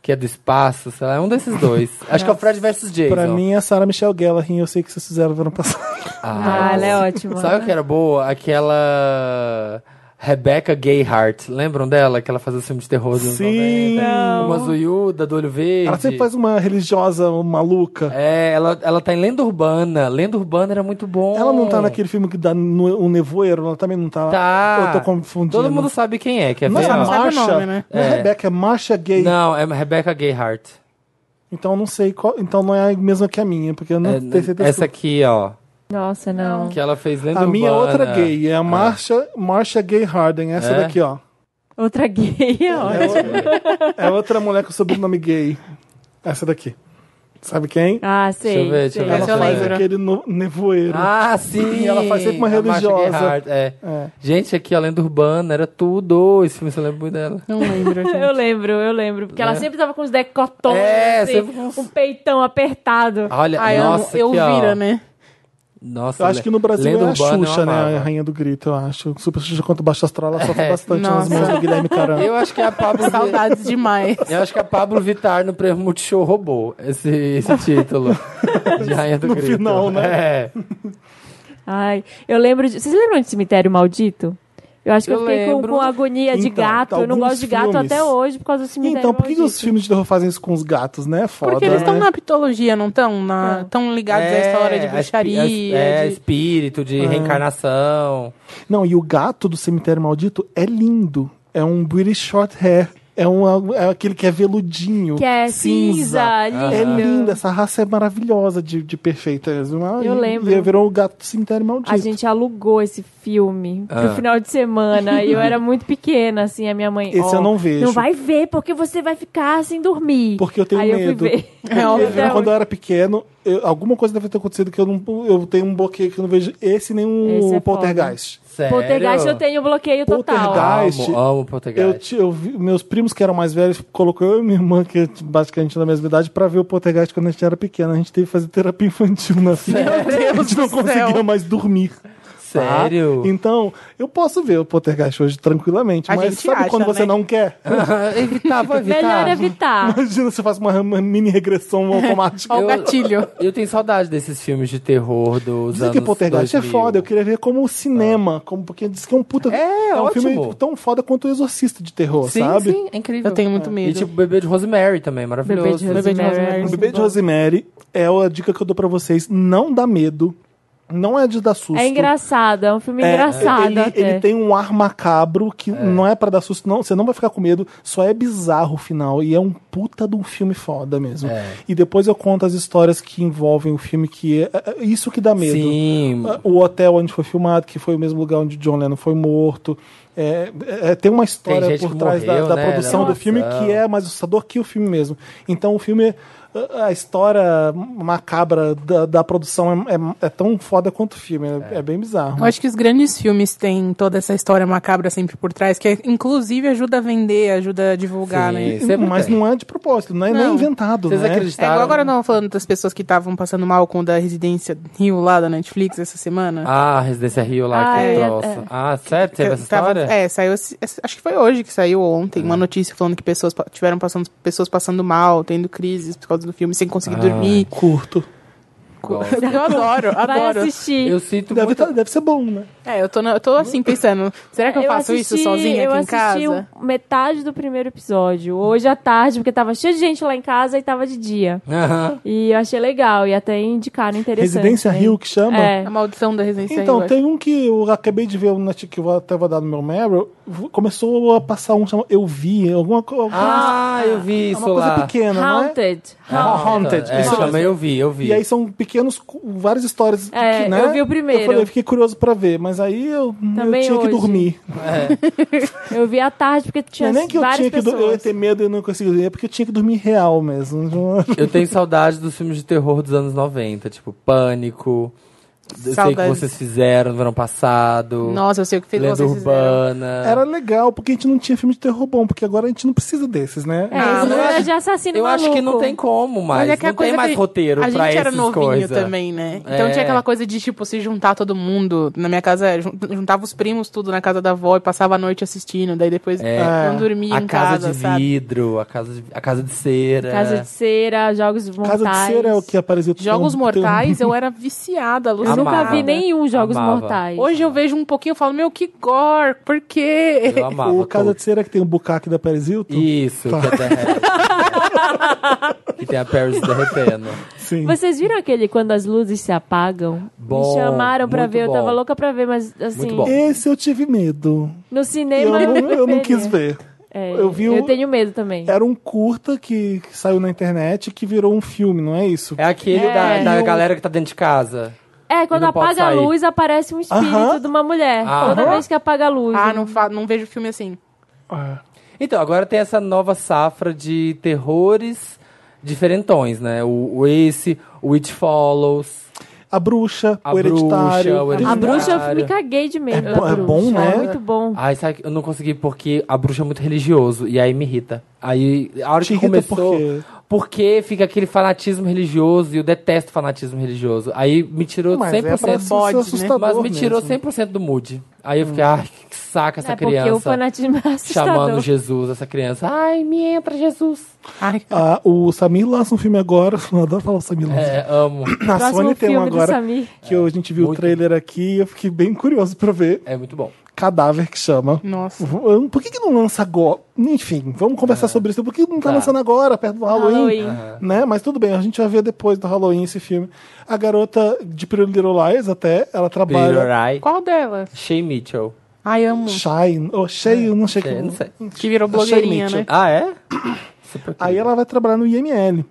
que é do espaço, sei lá, é um desses dois. Acho que é o Fred vs Jason. Pra mim é a Sarah Michelle Gellar, e eu sei que vocês fizeram no ano passado. Ah, ela é ótima. Sabe o que era boa? Aquela Rebecca Gayheart. Lembram dela? Que ela fazia filme de terror dos anos Sim. 90? Uma zoiuda do olho verde. Ela sempre faz uma religiosa maluca. É, ela, ela tá em Lenda Urbana. Lenda Urbana era muito bom. Ela não tá naquele filme que dá no, o nevoeiro, ela também não tá. Tá. Eu tô confundindo. Todo mundo sabe quem é, quer Não ver? é Não ó? sabe o Marcha. nome, né? Não é É. Rebeca, é Marcha Gay. Não, é Rebecca Gayheart. Então eu não sei qual. Então não é a mesma que a minha, porque eu não É, tenho certeza. essa aqui, ó. Nossa, não. Que ela fez Lenda a minha é Urbana. outra gay, é a Marcha, Marcha Gay Harden, essa É? daqui, ó. Outra gay, ó. É, o- é outra mulher com sobrenome gay. Essa daqui. Sabe quem? Ah, sei. Deixa eu ver, deixa eu sei. ver. Ela eu faz lembro. aquele no, nevoeiro. Ah, sim! E ela faz sempre uma a Marcia religiosa. Gerhardt, é. É. Gente, aqui, ó, Lenda Urbana, era tudo. Esse filme, você lembra muito dela. Não lembro, gente. Eu lembro, eu lembro. Porque ela Né? sempre tava com os decotões, É, assim, sempre com os- um peitão apertado. Olha, Ah, eu, nossa, eu aqui, ó. vira, né? Nossa, Eu acho que no Brasil Lenda é a Urbana, eu Xuxa, né? amava. A rainha do grito, eu acho. Super Xuxa quanto Baixa Astral, ela sofre É. bastante nas Nossa. mãos do Guilherme Caramba. Eu acho que é a Pablo Vittar. Saudades demais. Eu acho que a Pablo Vittar no prêmio Multishow roubou esse, esse título de Rainha do No Grito. final, né? É. Ai, eu lembro de. Vocês lembram de Cemitério Maldito? Eu acho que Eu eu, fiquei com, lembro. com agonia de Então, gato. Eu não alguns gosto de gato filmes. até hoje por causa do Cemitério Então, por que, que Maldito. os filmes de terror fazem isso com os gatos, né? Foda, Porque eles estão né? na pitologia, não estão? Ah. Estão ligados É, à história de a espi- bruxaria. É, de- espírito, Ah. de reencarnação. Não, e o gato do cemitério maldito é lindo. É um British Short Hair. É, um, é aquele que é veludinho. Que é cinza, lindo. É linda, essa raça é maravilhosa de, de perfeitas. Ah, Eu e- lembro. E virou o gato do cemitério maldito. A gente alugou esse filme Ah. pro final de semana e eu era muito pequena, assim, a minha mãe. Esse "Ó, eu não vejo. Não vai ver, porque você vai ficar sem dormir. Porque eu tenho Aí medo. eu fui ver. É Porque óbvio. quando eu era pequeno, eu- alguma coisa deve ter acontecido que eu não. Eu tenho um bloqueio que eu não vejo esse nem Esse é o foda. poltergeist. Sério? Poltergeist eu tenho bloqueio total. Poltergeist. Amo, amo Eu, Poltergeist. ti- eu vi- meus primos que eram mais velhos colocou eu e minha irmã, que é basicamente da mesma idade, pra ver o poltergeist quando a gente era pequena. A gente teve que fazer terapia infantil na filha. Deus a gente não do céu. conseguia mais dormir. tá? Sério? Então, eu posso ver o poltergeist hoje tranquilamente, A mas gente sabe acha, quando você né? Ah. não quer? evitar, vou Melhor é evitar. Imagina se eu faço uma, uma mini regressão automática. Ó, o Eu- gatilho. Eu tenho saudade desses filmes de terror dos Dizem anos que Poltergeist 2000. é foda, eu queria ver como o cinema, como, porque diz que é um puta. É, um ótimo. filme tão foda quanto o Exorcista de terror, Sim, sabe? sim, é incrível. Eu tenho muito E medo. tipo, Bebê de Rosemary também, maravilhoso. Bebê de É Bebê de Rosemary. Rosemary. O bebê de Rosemary é a dica que eu dou pra vocês. Não dá medo. Não é de dar susto. É engraçado, é um filme É, engraçado ele, até. ele tem um ar macabro que não é pra dar susto, não. Você não vai ficar com medo, só é bizarro o final. E é um puta de um filme foda mesmo. É. E depois eu conto as histórias que envolvem o filme, que é, é- é isso que dá medo. assim, Sim. Ah, O hotel onde foi filmado, que foi o mesmo lugar onde John Lennon foi morto. É, é, tem uma história gente por que trás morreu, da, da né, produção da do filme produção. que é mais assustador que o filme mesmo. Então o filme, a- a história macabra da, da produção é, é- é tão foda quanto o filme. É, é bem bizarro. Eu acho que os grandes filmes têm toda essa história macabra sempre por trás, que inclusive ajuda a vender, ajuda a divulgar, Sim, né? sempre Mas tem. não é de propósito, não é nem Não. inventado. Vocês né? É, acreditaram? igual agora eu tava falando das pessoas que estavam passando mal com o da Residência Rio lá da Netflix essa semana. Ah, Residência Rio lá, Ah, que é, troço. é. Ah, sério? Teve essa Que tava- história? É. É, saiu. esse- esse- Acho que foi hoje que saiu ontem uma notícia falando que pessoas pa- tiveram passando, pessoas passando mal, tendo crises por causa do filme, sem conseguir dormir. Curto. Gosto. Eu adoro, Vai adoro. assistir. Eu sinto Deve, muita... tá- deve ser bom, né? É, eu tô, na- eu tô assim pensando, será que eu, faço isso assisti- sozinha eu aqui em assisti casa? um- metade do primeiro episódio. Hoje à tarde, porque tava cheio de gente lá em casa e tava de dia. Aham. E eu achei legal, e até indicaram interessante. Residência né? Rio que chama. É. A maldição da Residência Rio. Então, acho. tem um que eu acabei de ver no Netflix, que eu vou- até vou dar no meu Meryl. v- Começou a passar um chamado Eu Vi, alguma coisa. Ah, eu vi é isso uma coisa lá. pequena, né? Haunted. Ah, Haunted, É, isso também mesmo. eu vi, eu vi. E aí são pequenos, cu- várias histórias. É, que, né? eu vi o primeiro. Eu falei, fiquei curioso pra ver, mas aí eu, eu Também tinha que hoje. dormir. Eu vi à tarde porque Não tinha é nem que eu várias tinha que do- eu ia pessoas. ter medo e não conseguia dormir, é porque eu tinha que dormir real mesmo. Eu tenho saudade dos filmes de terror dos anos 90, tipo Pânico. Eu sei o que Saudades. vocês fizeram no ano passado. Nossa, eu sei o que fez Lenda vocês fizeram. Urbana. Era um legal, porque a gente não tinha filme de terror bom, porque agora a gente não precisa desses, né? É, Ah, isso mas não eu era acho- de assassino Eu maluco. acho que não tem como mais. Olha que a não tem coisa mais que roteiro a gente pra era essas novinho coisas. também, né? Então É. tinha aquela coisa de, tipo, se juntar todo mundo. Na minha casa, jun- juntava os primos tudo na casa da avó e passava a noite assistindo. Daí depois É. não dormia A em casa, casa, de sabe? vidro, a casa de, a casa de cera. Casa de Cera, Jogos Mortais. É. Casa de Cera é o que apareceu. Jogos tem um- Mortais, eu era viciada, Eu alucinada. nunca Amava. vi nenhum Jogos Amava. Mortais. Hoje eu vejo um pouquinho e falo, meu, que gore, por quê? Eu Tem amava. um- o Casa tudo. de Cera que tem o bucaque da Paris Hilton? Isso, que até Que tem a Paris derretendo. Sim. Vocês viram aquele quando as luzes se apagam? Bom, Me chamaram pra muito ver, eu tava bom. louca pra ver, mas assim, Muito bom. Esse eu tive medo. no Eu cinema não, fui eu não ver, quis né? ver. É, Eu vi o- eu tenho medo também. Era um curta que, que saiu na internet que virou um filme, não é isso? É aquele da, É. da E o- galera que tá dentro de casa. É, E quando não pode apaga a sair. luz, aparece um espírito Aham. de uma mulher. Aham. Toda vez que apaga a luz. Ah, não, fa- não vejo filme assim. Ah. Então, agora tem essa nova safra de terrores diferentões, né? O, o Ace, o It Follows, A Bruxa, A o Hereditário. Bruxa, o tem- um A Hereditário. bruxa, eu me caguei de medo. É da bom- é bruxa. bom, né? É muito bom. Ai, sabe, que eu não consegui porque a bruxa é muito religioso e aí me irrita. Aí, a hora Te que irrita começou, por quê? porque fica aquele fanatismo religioso e eu detesto fanatismo religioso. Aí me tirou Mas 100%, é pra ser Pode, né? assustador mas me tirou mesmo. 100% do mood. Aí eu fiquei, ai, que saca essa é porque o criança fanatismo é chamando assustador. Jesus, essa criança. Ai, me entra Jesus. Ai, Ah, o Samir lança um filme agora. Eu adoro falar o Samir lança. É, amo. A Próximo Sony tem um filme do agora Samir. que a gente viu o muito. trailer aqui e eu fiquei bem curioso pra ver. É muito bom. Cadáver que chama. nossa. Por que, que não lança agora? Enfim, vamos conversar sobre isso. Por que não tá, É, Tá. lançando agora, perto do Halloween? Halloween. Uhum. Né? Mas tudo bem, a gente vai ver depois do Halloween esse filme. A garota de Pretty Little Lies, até, ela trabalha. Peter Wright. Qual delas? Shea Mitchell. Ai, amo. Shine, ou Shein, não sei É, não como. sei. Que virou blogueirinha, né? Ah, é? Super Aí ela vai trabalhar no IML.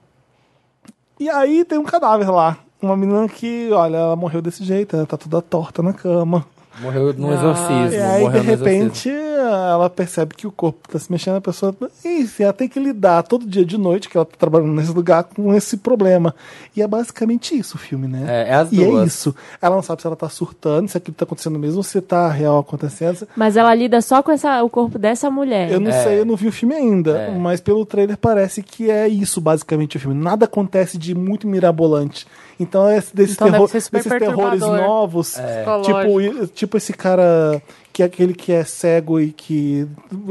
E aí tem um cadáver lá. Uma menina que, olha, ela morreu desse jeito, ela tá toda torta na cama. Morreu Ah, num exorcismo. E aí, de morreu no repente, ela percebe que o corpo tá se mexendo, a pessoa. Enfim, ela tem que lidar todo dia de noite, que ela tá trabalhando nesse lugar, com esse problema. E é basicamente isso o filme, né? É, é as e é duas. isso. Ela não sabe se ela tá surtando, se aquilo tá acontecendo mesmo, se tá real acontecendo. Mas ela lida só com essa, o corpo dessa mulher. Eu não É. sei, eu não vi o filme ainda, mas pelo trailer parece que é isso basicamente o filme. Nada acontece de muito mirabolante. Então, é esse- desses, Então deve terror- ser super desses terrores perturbador. É. novos, tipo, É. Psicológico. e- tipo esse cara que é aquele que é cego e que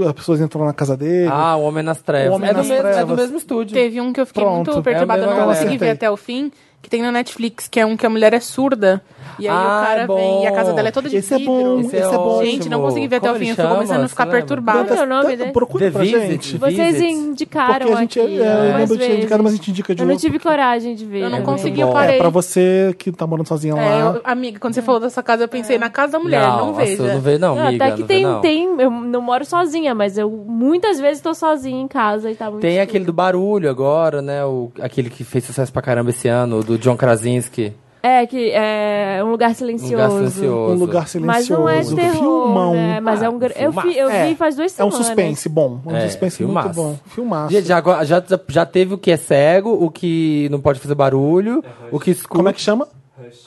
as pessoas entram na casa dele. Ah, o Homem nas Trevas. O Homem é, do nas mesmo, é do Trevas. mesmo estúdio. Teve um que eu fiquei Pronto. muito perturbada, É, eu não eu consegui acertei. ver até o fim, que tem na Netflix, que é um que a mulher é surda, e aí Ah, o cara é bom. vem e a casa dela é toda de Esse é vidro. bom, Esse esse é é, bom. ótimo. Gente, não consegui ver até Como o fim, ele eu tô começando chama? a ficar Você lembra? perturbada. Qual é o nome dele? Procura The pra Visit. gente. Vocês Visits. indicaram Porque a gente, aqui. é, eu algumas lembro de ter vezes. indicado, mas a gente indica de Eu não outro. tive coragem de ver. Eu não É consegui, muito eu bom. parei. É, pra você que tá morando sozinha lá. É, eu- amiga, quando você falou dessa casa, eu pensei na casa da mulher, não, nossa, veja. Ah, eu não vejo não, Não, amiga. até que não tem, vejo, um não. tem. Eu não moro sozinha, mas eu muitas vezes tô sozinha em casa e tá muito. Tem aquele do barulho agora, né? O, aquele que fez sucesso pra caramba esse ano, o do John Krasinski. É, que é um lugar Um silencioso. lugar silencioso. Um lugar silencioso. Mas não é terror. Filmão. Né? Mas é um. gr- Eu, fi- eu É. vi faz duas É um semanas. suspense bom. É um É, suspense filmaço. muito bom. Filmaço. Gente, já, agora- já, já teve o que é cego, o que não pode fazer barulho, o que escuta. Como é que chama?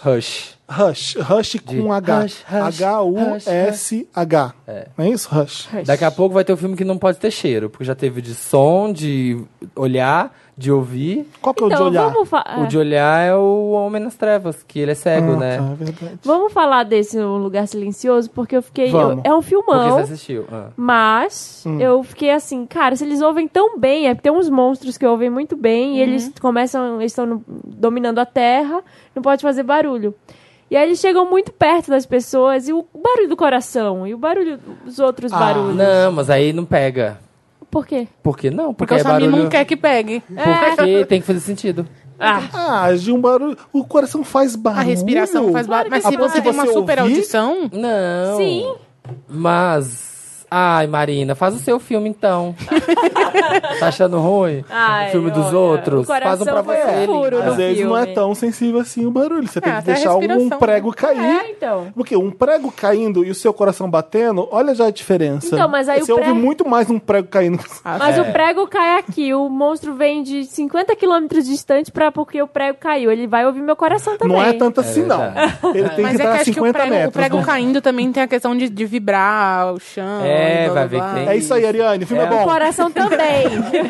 Hush. Rush. Rush com H. Rush, Rush, H-U-S-H. Não é isso? Rush. Daqui a pouco vai ter o filme que não pode ter cheiro, porque já teve de som, de olhar, de ouvir. Qual que é o de Então, olhar? vamos, fa- O de olhar é o Homem nas Trevas, que ele é cego, Ah, né? tá, é verdade. vamos falar desse Um Lugar Silencioso, porque eu fiquei. Vamos. eu- é um Porque filmão. você assistiu. Ah. Mas Hum. eu fiquei assim, cara, se eles ouvem tão bem, é porque tem uns monstros que ouvem muito bem e eles começam, eles estão no- dominando a terra, não pode fazer barulho. E aí eles chegam muito perto das pessoas e o barulho do coração e o barulho os outros Ah, barulhos. Não, mas aí não pega. Por quê? Por que não? Porque, Porque é o Samir barulho. não quer que pegue. É. É. Porque tem que fazer sentido. Ah, de um barulho. O coração faz é barulho. A respiração faz barulho. Mas que se faz. você tem uma Se você super ouvir- audição, Então, Não. Sim. Mas. Ai, Marina, faz o seu filme então. tá achando ruim? Ai, o filme dos olha, o outros? coração Faz um pra foi você. um furo linda. Às no vezes não é filme. tão sensível assim o barulho. Você tem Ah, que até a deixar um respiração. prego cair. É, então. Porque um prego caindo e o seu coração batendo, olha já a diferença. Então, mas aí o Você ouve prego- muito mais um prego caindo. ah, é. Mas o prego cai aqui, o monstro vem de 50 quilômetros distante para porque o prego caiu. Ele vai ouvir meu coração também. Não é tanto assim, não. Ele tem mas que é que estar a acho que o 50 prego, o metros. prego né? caindo também tem a questão de, de vibrar o chão. É, e blá, vai ver blá, que blá. É isso aí, Ariane. O filme é, É. bom. O coração também.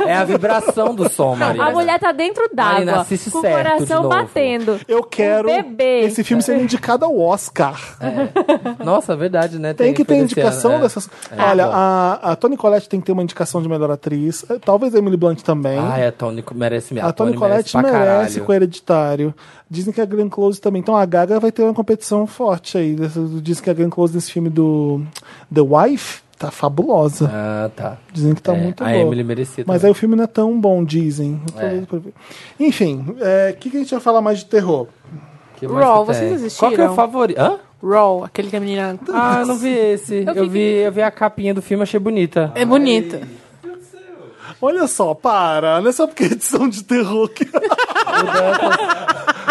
É a vibração do som, Marina. A mulher tá dentro Marina, d'água, assiste com o certo de coração novo. batendo. um Eu quero bebê. esse filme É. sendo indicado ao Oscar. Nossa, é verdade, né? Tem que ter foi desse indicação ano, é. dessas. Olha, a, a Tony Collette tem que ter uma indicação de melhor atriz. Eh, Talvez a Emily Blunt também. Ai, a Ah, Tony merece mesmo. a Tony Collette merece, é. pra merece caralho. com Hereditário. Dizem que a Glenn Close também. Então a Gaga vai ter uma competição forte aí. Dessa- Dizem que a Glenn Close nesse filme do The Wife tá fabulosa. Ah, tá. Dizem que tá É, muito a boa. Emily merecia Mas também. aí o filme não é tão bom, dizem. Eu tô É. doido pra ver. Enfim, o que, que a gente vai falar mais de terror? Que mais que Raw, tem? vocês Qual que é o assistiram? favorito? Hã? Raw, aquele que a menina... Ah, eu não vi esse. Eu, vi, eu vi a capinha do filme, achei bonita. É bonita. Olha só, para. Não é só porque é edição de terror que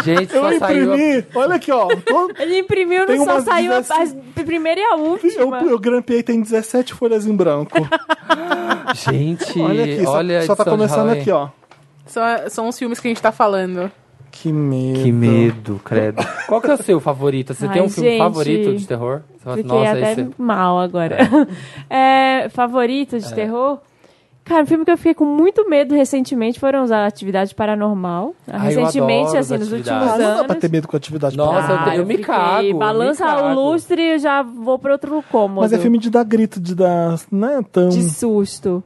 Gente, eu só saiu. a- imprimi. Olha aqui, ó. Tô- Ele imprimiu, Tem não só umas saiu a, 16 a primeira e a Eu, última. eu grampeei, tem 17 folhas em branco. Gente, Olha aqui, só- olha a só, edição tá de começando Halloween. aqui, ó. Só- são os filmes que a gente tá falando. Que medo. Que medo, credo. Qual que é o seu favorito? Você tem Ai, um filme gente. favorito de terror? Você fala, assim, Fiquei nossa, até esse. é mal agora. É, favorito de terror? Cara, um filme que eu fiquei com muito medo recentemente foram os Atividade Paranormal. eu recentemente, adoro assim, Os nos últimos Atividades. Ah, não dá pra anos. Ah, ter medo com atividade Nossa, paranormal. eu te- me fiquei- cago, Balança me cago. o lustre e eu já vou pra outro cômodo. Mas é filme de dar grito, de dar. Não é tão. de susto.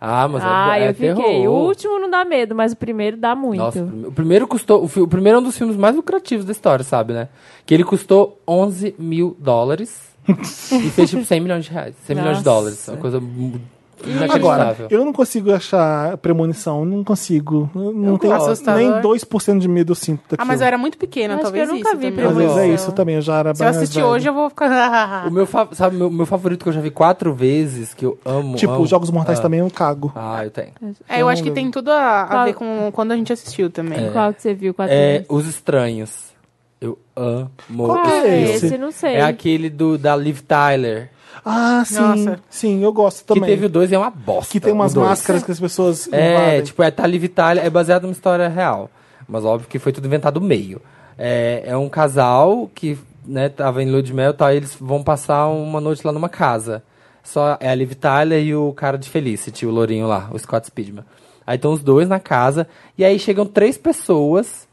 Ah, mas é Ah, bo- é, eu fiquei. terror. O último não dá medo, mas o primeiro dá muito. Nossa, o prime- o primeiro custou. O, fi- o primeiro é um dos filmes mais lucrativos da história, sabe, né? Que ele custou 11 mil dólares e fez tipo 100 milhões de reais. 100 milhões de Nossa. dólares. Uma coisa mu- Agora, Inacreditável. eu não consigo achar premonição, não consigo. Eu Não Eu tenho gosto. nem Assustador. 2% de medo eu sinto daquilo. Ah, mas eu era muito pequena, Acho que talvez eu nunca isso vi também. Às vezes é premonição. isso também, eu já era Se eu assistir hoje, eu vou ficar... O meu, fa- sabe, meu, meu favorito que eu já vi quatro vezes, que eu amo. Tipo, amo. Jogos Mortais Ah. também eu cago. Ah, eu tenho. É, eu acho que tem tudo a, a Qual- ver com quando a gente assistiu também. Qual que você viu? Quatro É, vezes? Os Estranhos. Eu amo. Qual Ah, que é filme. esse? Não sei. É aquele do, da Liv Tyler. Ah, sim. Nossa. Sim, eu gosto também. Que teve o dois e é uma bosta. Que tem umas o dois. máscaras que as pessoas É, invadem. tipo, é tá Liv Tyler, é baseado numa história real. Mas óbvio que foi tudo inventado no meio. É, é um casal que, né, tava em lua de mel e tal, e eles vão passar uma noite lá numa casa. Só é a Liv Tyler e o cara de Felicity, o lourinho lá, o Scott Speedman. Aí estão os dois na casa, e aí chegam três pessoas,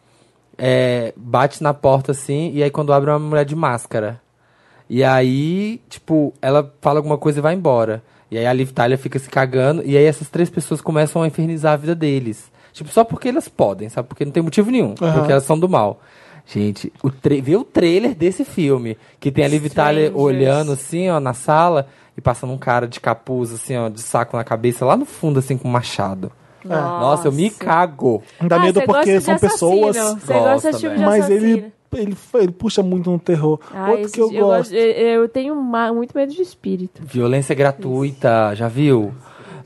é, bate na porta assim, e aí quando abre é uma mulher de máscara. E aí, tipo, ela fala alguma coisa e vai embora. E aí a Liv Tyler fica se cagando. E aí essas três pessoas começam a infernizar a vida deles. Tipo, só porque elas podem, sabe? Porque não tem motivo nenhum. Aham. Porque elas são do mal. Gente, o tra- vê o trailer desse filme. Que tem a Liv Tyler Strangers. olhando assim, ó, na sala. E passando um cara de capuz, assim, ó, de saco na cabeça. Lá no fundo, assim, com um machado. É Nossa, eu me cago. Dá Ah, medo você gosta porque de são pessoas. assassino. Você gosta de Gosto filme de também. Mas assassino. ele, ele, ele puxa muito no terror. assim, né? Ah, Outro esse- que eu, gosto. Eu, eu tenho ma- muito medo de espírito. Violência é gratuita, já viu?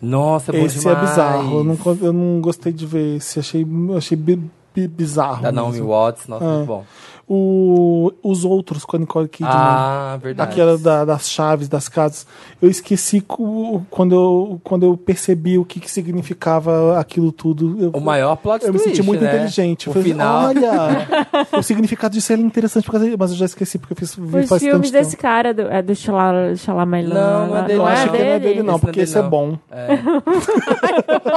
Nossa, é bom Esse é demais. bizarro. Eu não, con- eu não gostei de ver esse. Achei, achei bi, bi- bizarro. Da Naomi mesmo. Watts, nossa, Ah. muito bom. o, os outros com a Nicole Kidman. Ah, verdade. Daquela da- das chaves, das casas. Eu esqueci co- quando eu, quando eu percebi o que, que significava aquilo tudo. Eu- O maior plot Eu me twist, senti muito né? inteligente. Eu O falei, final. olha, o significado disso é interessante por causa disso, mas eu já esqueci porque eu fiz vi Os faz tanto filmes tempo. desse cara, do, é do Shala- Shyamalan. Não, não é dele, Eu não. acho que não é dele, não, Esse não é porque dele, esse é não. bom. É.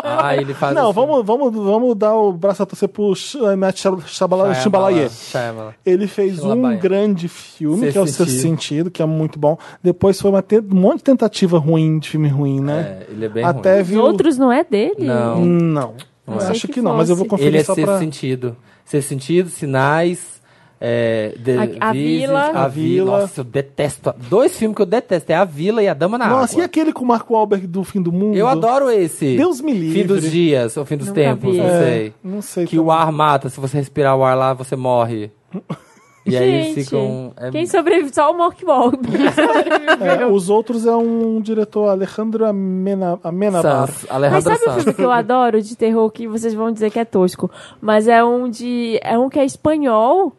ah, ele faz Não, assim. vamos, vamos, vamos dar o braço a torcer pro Sh- eh, Night Shyam- Shyamalan- Shyamalan, Shyamalan. Shyamalan. Ele fez um Shyamalan. grande filme, Sexto que é o Seu Sentido. Sentido, que é muito bom. Depois foi uma te- um monte de tentativa ruim, de filme ruim, né? É, ele é bem Até ruim. Os viu. outros não é dele? Não. Não. é. Acho Achei que, que não, mas eu vou fosse. conferir Ele é só sexto pra. sentido. Sexto sentido, sinais... É, The A- A Visit, Vila. A Vila. Nossa, eu detesto. Dois filmes que eu detesto. É A Vila e A Dama na Nossa, e Água. assim, aquele com o Marco Wahlberg do Fim do Mundo? Eu adoro esse. Deus me livre. Fim dos dias, ou fim dos Nunca tempos, vi. não É, sei. Não sei. Que o ar mata, se você respirar o ar lá, você morre. E aí Gente, eles ficam. é- quem sobrevive? Só o Mark Wahlberg. É, os outros é um diretor, Alejandro Amena, Amenabar. Sanz, Mas Alejandro sabe o Sanz. filme que eu adoro de terror que vocês vão dizer que é tosco? Mas é um de. É um que é espanhol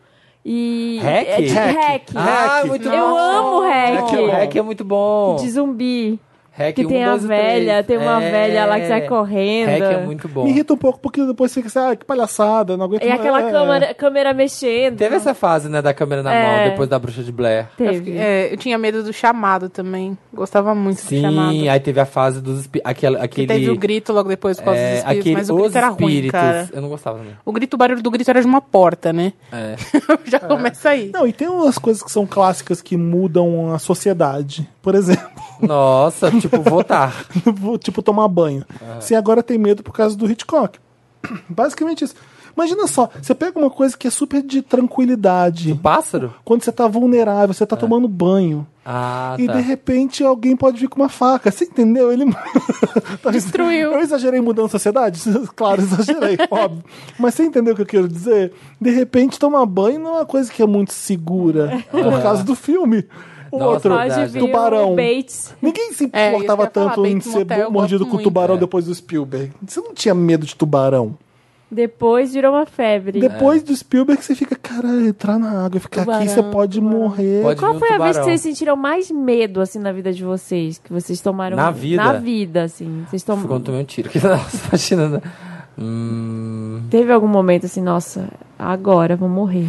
e. Hack? É de Hack. hack. Ah, muito Eu bom. amo hack. Hack, é bom. hack é muito bom. De zumbi. Hack Que um, tem a dois e três. velha, tem uma É. velha lá que sai correndo. Hack é muito bom. Me irrita um pouco, porque depois fica assim, ah, que palhaçada, não aguento E mais. aquela É, câmera, câmera mexendo. Teve essa fase, né, da câmera na É. mão, depois da bruxa de Blair. Eu, Teve. fiquei- é, eu tinha medo do chamado também. Gostava muito do chamado. Sim, aí teve a fase dos espi- aquele, Que aquele teve o grito logo depois por causa é, dos espíritos, aquele mas o Os grito era ruim, Espíritos. cara. Eu não gostava também. O grito, o barulho do grito era de uma porta, né? É. Já começa aí. Não, e tem umas coisas que são clássicas que mudam a sociedade. Por exemplo, Nossa, tipo, votar. vou, tipo, tomar banho. Você agora tem medo por causa do Hitchcock. Basicamente isso. Imagina só, você pega uma coisa que é super de tranquilidade. Pássaro? Quando você tá vulnerável, você tá tomando banho. Ah, E tá. de repente alguém pode vir com uma faca, você entendeu? Ele Tá, Destruiu. Eu exagerei mudando a sociedade? Claro, exagerei, óbvio. Mas você entendeu o que eu quero dizer? De repente tomar banho não é uma coisa que é muito É. segura Ah. por causa do filme. O Nossa, outro, verdade. Pode vir tubarão. o Bates. Ninguém se um É, importava isso que eu ia tanto falar, em Bates ser Motel, eu mordido gosto com muito. tubarão É. depois do Spielberg. Você não tinha medo de tubarão. Depois virou uma É. febre. Depois do Spielberg, você fica, cara, entrar na água e ficar aqui, Tubarão, você pode morrer. Pode Qual vir um foi a vez que tubarão. vocês sentiram mais medo, assim, na vida de vocês? Que vocês tomaram... Na vida? Na vida, assim. Vocês tom... Quando tomei um tiro. Nossa, imagina. né? Hum... Teve algum momento assim, nossa, agora eu vou morrer.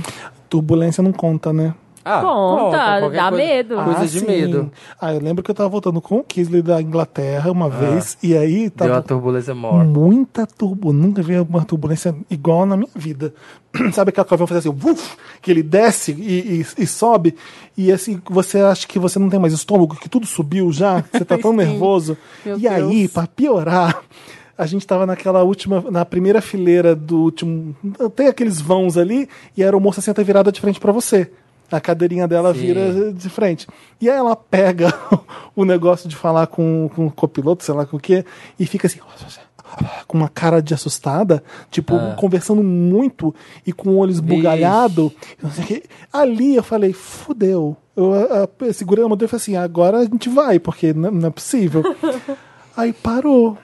Turbulência não conta, né? Ah, Conta, qualquer dá coisa- medo. Coisa Ah, de sim. medo. Ah. Ah, eu lembro que eu tava voltando com o Kisley da Inglaterra uma vez, e aí Tá Deu um uma tava turbulência maior. Hum. muita turbulência. Nunca vi uma turbulência igual na minha vida. Sabe aquele avião faz assim, uf, que ele desce e, e- e sobe, e assim, você acha que você não tem mais estômago, que tudo subiu já, que você tá tão Sim. nervoso. Meu e aí, Deus. pra piorar. A gente tava naquela última, na primeira fileira do último. Tem aqueles vãos ali, e a aeromoça senta virada de frente pra você. A cadeirinha dela Sim. vira de frente. E aí ela pega o negócio de falar com, com o copiloto, sei lá com o quê, e fica assim, com uma cara de assustada, tipo, Ah. conversando muito e com o olho esbugalhado. e não sei o quê. Ali eu falei, fudeu. Eu a, a, segurei a mão dele e falei assim, agora a gente vai, porque não, não é possível. aí parou.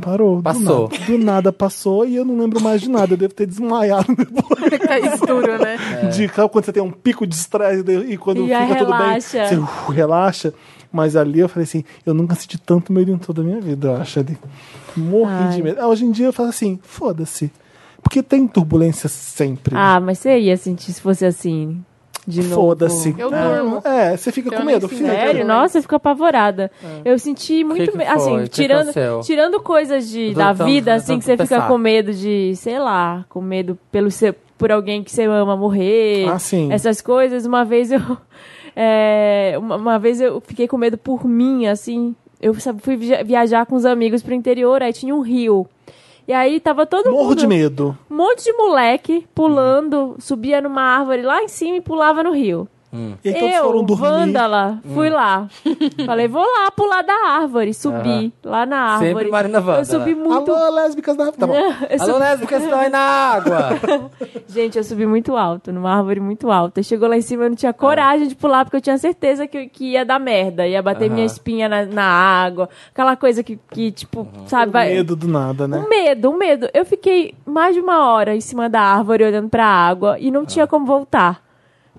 Parou. do Passou. nada. Do nada passou e eu não lembro mais de nada. Eu devo ter desmaiado depois. É Fica escuro, né? De sabe quando você tem um pico de estresse e e quando E fica aí tudo bem, relaxa. você uh, relaxa. Mas ali eu falei assim, eu nunca senti tanto medo em toda a minha vida, eu acho ali. Morri Ai. de medo. Ah, Hoje em dia eu falo assim, foda-se. Porque tem turbulência sempre. Ah, mas você ia sentir se fosse assim. De novo. foda-se. Eu é, durmo. é, você fica Eu com nem medo, sei. fica. Sério? Nossa, eu fico apavorada. Eu senti muito que medo. foi? Assim, Que que tirando, aconteceu? tirando coisas de, Eu tô da tentando- vida, tô assim, que você tentando fica pensar. com medo de, sei lá, com medo pelo seu, por alguém que você ama morrer. Ah, sim. Essas coisas. Uma vez eu. é, uma, uma vez eu fiquei com medo por mim, assim. Eu sa- fui via- viajar com os amigos pro interior, aí tinha um rio. E aí tava todo Morro mundo de medo. um monte de moleque Uhum. pulando, subia numa árvore lá em cima e pulava no rio. E aí todos eu, foram dormir. vândala, Hum. fui lá. Falei, vou lá pular da árvore. Subi lá na árvore. Sempre Marina Vândala. Eu subi muito. Alô, lésbicas da... Tá bom. Eu subi- Alô, lésbica, você tá aí na água! Gente, eu subi muito alto, numa árvore muito alta. Chegou lá em cima, eu não tinha Ah. coragem de pular, porque eu tinha certeza que, que ia dar merda. Ia bater Aham. minha espinha na, na água. Aquela coisa que, que tipo, sabe? vai- Medo do nada, né? Um medo, um medo. Eu fiquei mais de uma hora em cima da árvore olhando pra água e não Ah. tinha como voltar.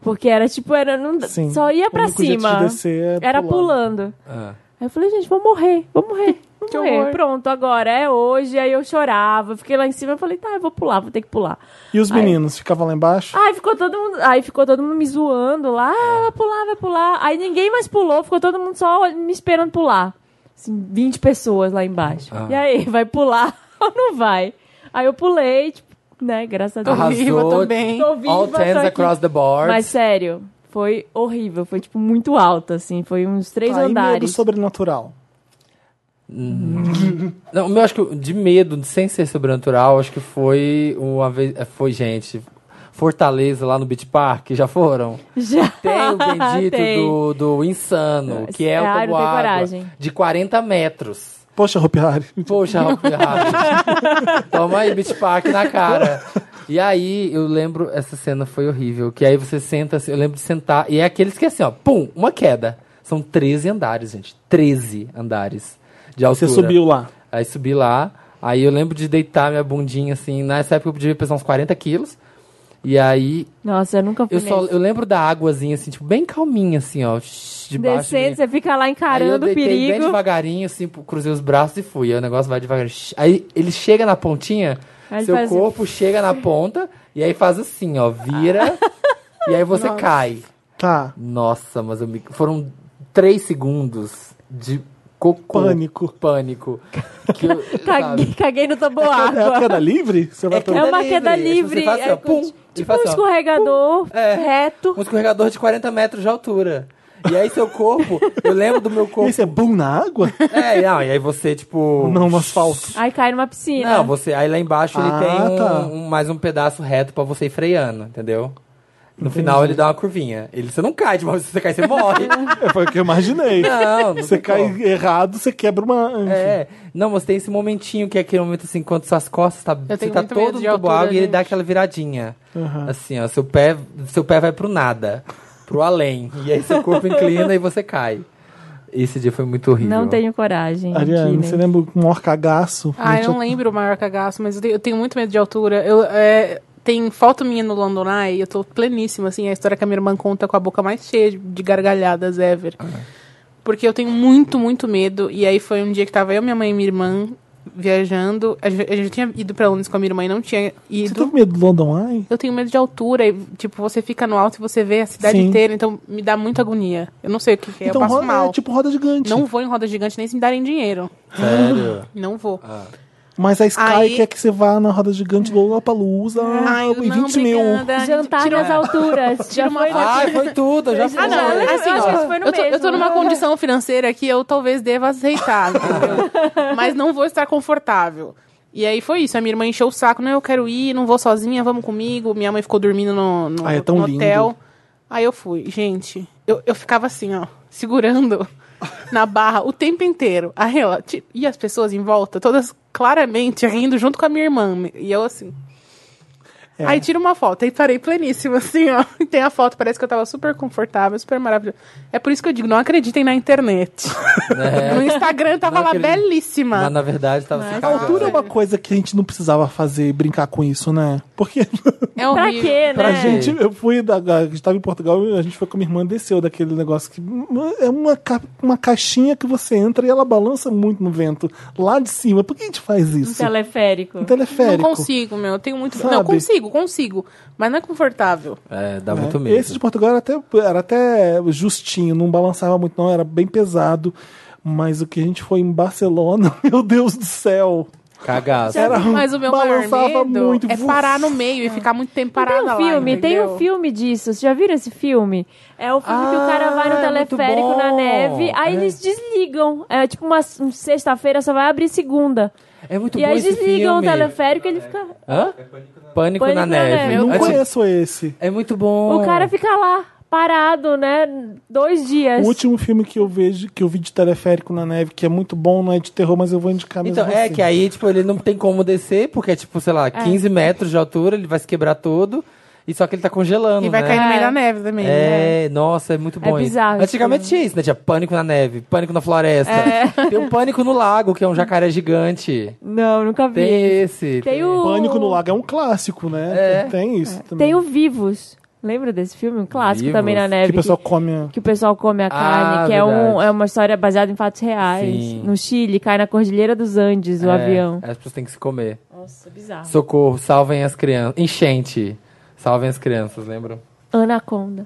Porque era tipo, era não, Sim. só ia pra O único jeito cima. de descer é era pular. pulando. Ah. Aí eu falei, gente, vou morrer, vou morrer. Vou Que morrer. horror. Pronto, agora é hoje. Aí eu chorava, eu fiquei lá em cima e falei, tá, eu vou pular, vou ter que pular. E os meninos ficavam lá embaixo? Aí ficou todo mundo, aí ficou todo mundo me zoando lá, ah, vai pular, vai pular. Aí ninguém mais pulou, ficou todo mundo só me esperando pular. Assim, 20 pessoas lá embaixo. Ah. E aí, vai pular ou não vai? Aí eu pulei, tipo, né, graças a Deus. Arrasou. Viva também. Tô viva, All tô tens aqui. across the board. Mas sério, foi horrível, foi tipo muito alto assim, foi uns três Aí medo andares. sobrenatural. Não, eu acho que de medo, sem ser sobrenatural, acho que foi uma vez. eh, Foi, gente. Fortaleza lá no Beach Park, já foram? Já Tem o bendito tem. do, do Insano, que é o Ah, eu não Tobo tenho Água, coragem. de 40 metros. Poxa, Hopi Hari. Poxa, Ralph Harris. Toma aí, Beach Park na cara. E aí, eu lembro, essa cena foi horrível. Que aí você senta, assim, eu lembro de sentar. E é aqueles que assim, ó, pum, uma queda. São 13 andares, gente. 13 andares de Você altura. subiu lá. Aí subi lá. Aí eu lembro de deitar minha bundinha assim. Nessa época eu podia pesar uns 40 quilos. E aí, Nossa, eu nunca fui eu só nesse. eu lembro da águazinha, assim, tipo, bem calminha, assim, ó. shh, Debaixo de mim. Descendo, você fica lá Aí eu encarando o deitei bem perigo. devagarinho, assim, pu- cruzei os braços e fui. Aí o negócio vai devagar. Shhh. Aí ele chega na pontinha, Aí ele seu faz assim. corpo chega na ponta, e aí faz assim, ó, vira, e aí você cai. Tá. Nossa, mas eu me... foram três segundos de cocô. Pânico. Pânico. Que eu, sabe? Caguei, caguei no tobo É a água. queda livre? Você vai pra- É uma queda Você livre. faz assim, é ó, pum, tipo e faz um assim, ó. escorregador É. reto. Um escorregador de 40 metros de altura. E aí seu corpo, eu lembro do meu E corpo. esse é bum na água? É, não, e aí você, tipo. Não, no asfalto. Aí cai numa piscina. Não, você é aí lá embaixo Ah, ele tem um, tá. um- mais um pedaço reto pra você ir freando, entendeu? No final ele dá uma curvinha. Ele, você não cai de uma vez, se você cai, você morre. É, foi o que eu imaginei. não, não Você tem cai como. errado, você quebra uma. enfim. É, não, você tem esse momentinho que é aquele momento assim, quando suas costas tá, você tenho tá muito medo todo de no tubo altura, água e ele gente. dá aquela viradinha. Assim, ó, seu pé, seu pé vai pro nada, pro além. E aí seu corpo inclina e você cai. Esse dia foi muito horrível. Não tenho coragem. Ariane, Kina. você lembra o maior cagaço? Ah, eu Gente, não lembro o maior cagaço, mas eu tenho, eu tenho muito medo de altura. Eu, é, tem foto minha no London Eye, eu tô pleníssima, assim, é a história que a minha irmã conta com a boca mais cheia de, de gargalhadas ever. Ah. Porque eu tenho muito, muito medo. E aí foi um dia que tava eu, minha mãe e minha irmã viajando. A gente, a gente tinha ido pra Londres com a minha irmã e não tinha Você tá- ido. teve medo do London Eye? Eu tenho medo de altura, e, tipo, você fica no alto e você vê a cidade Sim. inteira, então me dá muita agonia. Eu não sei o que, que é, então eu passo roda, mal. é tipo roda gigante. Não vou em roda gigante nem se me darem dinheiro. Sério. Não Ah. vou. Mas a Sky Aí- É. quer que você vá na roda gigante do Lollapalooza Ai, em 20 mil. obrigada. Jantar Tá Tira- nas alturas. Já foi na- Ai, foi tudo, eu já fui. né? Ah, não. Eu assim, acho ó, que isso foi no eu, tô, eu mesmo. tô numa condição financeira que eu talvez deva aceitar, entendeu? mas não vou estar confortável. E aí foi isso, a minha irmã encheu o saco, não, eu quero ir, não vou sozinha, vamos comigo. Minha mãe ficou dormindo no, no, Ah, é tão no lindo. hotel. Aí eu fui. Gente, eu, eu ficava assim, ó, segurando na barra o tempo inteiro. Aí ela, ti- e as pessoas em volta, todas claramente rindo junto com a minha irmã. E eu assim. Aí tira uma foto, aí parei pleníssima, assim, ó. E tem a foto, parece que eu tava super confortável, super maravilhosa. É por isso que eu digo, não acreditem na internet. No né? Instagram eu tava Não lá acredito. belíssima. Mas na verdade tava se A cagando. altura é uma coisa que a gente não precisava fazer e brincar com isso, né? Porque É Pra horrível. quê, né? pra gente, eu fui da. A gente tava em Portugal e a gente foi com a minha irmã, desceu daquele negócio que. É uma, ca- uma caixinha que você entra e ela balança muito no vento. Lá de cima. Por que a gente faz Um isso? teleférico. Um teleférico. Então é Não consigo, meu. Eu tenho muito. Sabe? Não, consigo, consigo. Mas não é confortável. É, dá né? muito medo. Esse de Portugal era até, era até justinho, não balançava muito, não, era bem pesado. Mas o que a gente foi em Barcelona, meu Deus do céu! Cagaço. Era- Mas o meu maior balançava medo muito. é Vuf. parar no meio e ficar muito tempo Tem parado um filme, tem um filme disso. Vocês já viram esse filme? É o filme que o cara vai no Ah, é muito teleférico na bom. neve, aí É. eles desligam. É tipo uma um sexta-feira, só vai abrir segunda. É muito e bom aí esse desligam filme. o teleférico e ele fica. Hã? É Pânico, Pânico na na neve. Neve. Eu não É, tipo, conheço esse. é muito bom. O cara fica lá, parado, né? Dois dias. O último filme que eu vejo, que eu vi de teleférico na neve, que é muito bom, não é de terror, mas eu vou indicar mesmo. Então, é assim. que aí, tipo, ele não tem como descer, porque é, tipo, sei lá, 15 metros de altura, ele vai se quebrar todo, e só que ele tá congelando, E vai né? cair no meio É. da neve também. né? É, nossa, é muito É bom. isso. bizarro esse Antigamente tinha isso, né? Tinha pânico na neve, pânico na floresta. Tem um pânico no lago, que é um jacaré gigante. Não, nunca vi. Tem esse. Tem o. Pânico no Lago é um clássico, né? É. Tem isso também. Tem o Vivos. Lembra desse filme? Um clássico Vivos? também na que neve. o pessoal come. a- que o pessoal come a Ah, carne, que é, um, verdade. é uma história baseada em fatos reais. Sim. No Chile, cai na Cordilheira dos Andes o É, avião. As pessoas têm que se comer. Nossa, bizarro. Socorro, salvem as crianças. Enchente. Salvem as crianças, lembram? Anaconda.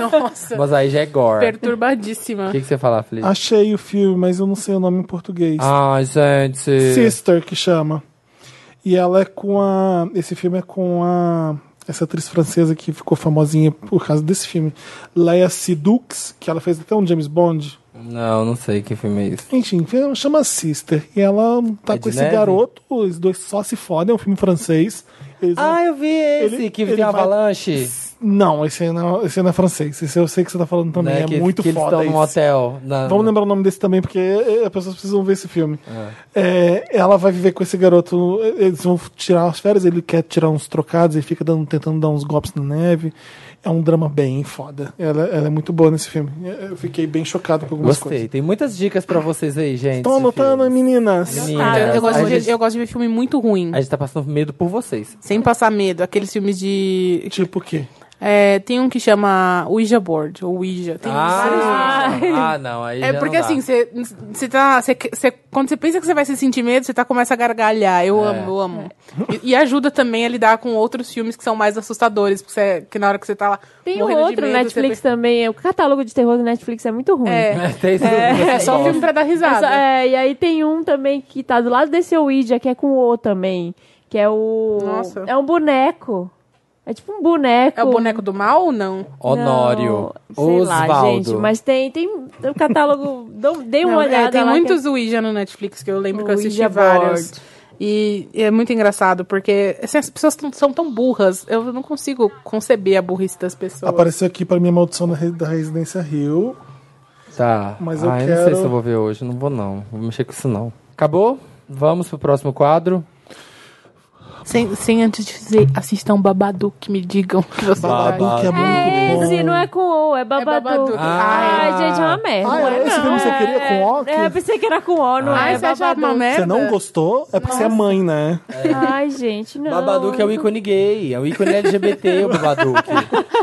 Nossa, Mas aí já é gore. O perturbadíssima. que, que você fala, Felipe? Achei o filme, mas eu não sei o nome em português. Ai, gente. Sister, que chama. E ela é com a. Esse filme é com a. Essa atriz francesa que ficou famosinha por causa desse filme. Leia Sidux, que ela fez até um James Bond. Não, não sei que filme é isso. Enfim, chama Sister. E ela tá É de com esse neve? garoto, os dois só se fodem, é um filme francês. Eles vão- Ah, eu vi esse, Ele- que ele tem vai- avalanche. Não, esse aí não, esse aí não é francês. Esse eu sei que você tá falando também. né, é que, muito que foda. Eles estão num esse. hotel. na- Vamos lembrar o nome desse também, porque eh, as pessoas precisam ver esse filme. É, ela vai viver com esse garoto. eh, Eles vão tirar as férias, ele quer tirar uns trocados e fica dando- tentando dar uns golpes na neve. É um drama bem foda. Ela, ela é muito boa nesse filme. Eu fiquei bem chocado com algumas Gostei. coisas. Tem muitas dicas pra vocês aí, gente. Estão anotando, filmes. meninas? Meninas. Ah, eu, eu gosto é, a, de, gente, eu gosto de ver filme muito ruim. a gente tá passando medo por vocês. Sem passar medo. Aqueles filmes de. Tipo o quê? é, tem um que chama Ouija Board, ou Ouija. Tem vários. Ah, ah, não. Aí já É não porque dá. assim, você você tá. você- você- quando você pensa que você vai se sentir medo, você tá começa a gargalhar. Eu É. amo, eu amo. E, e ajuda também a lidar com outros filmes que são mais assustadores, porque você- que na hora que você tá lá. Tem um morrendo de outro no medo, Netflix Você... também. O catálogo de terror do Netflix é muito ruim. É. Tem isso É, é só um filme pra dar Essa- risada. é, e aí tem um também que tá do lado desse Ouija, que é com o também. Que é o. Nossa. É um boneco. É tipo um boneco. É o boneco do mal ou não? Honório. Não, sei lá, gente, Osvaldo. olhada. Não, é, tem lá que muitos Ouija no Netflix que eu lembro que eu assisti Ouija board. vários. E e é muito engraçado, porque assim, as pessoas tão- são tão burras. Eu não consigo conceber a burrice das Então, pessoas. Apareceu aqui pra mim a maldição da, Re- da Residência Rio. Tá. Mas ah, eu não sei quero- se eu vou ver hoje. Não vou, não. Vou mexer com isso, não. Acabou? Vamos pro próximo quadro. Sem, sem antes de dizer, assistam Babadu, que me digam que vocês acharam. Babadook é muito É bom. esse, não é com O, é Babadook. Babadook. Ai, Ah. gente, é uma merda. Ah, era esse filme que você queria com o Ock? É, pensei que era com O, não Ai, é? você achava uma Babadook. merda? Você não gostou? É porque você é mãe, né? Ai, gente, não. Babadook é o ícone gay. É o ícone LGBT, o Babadook.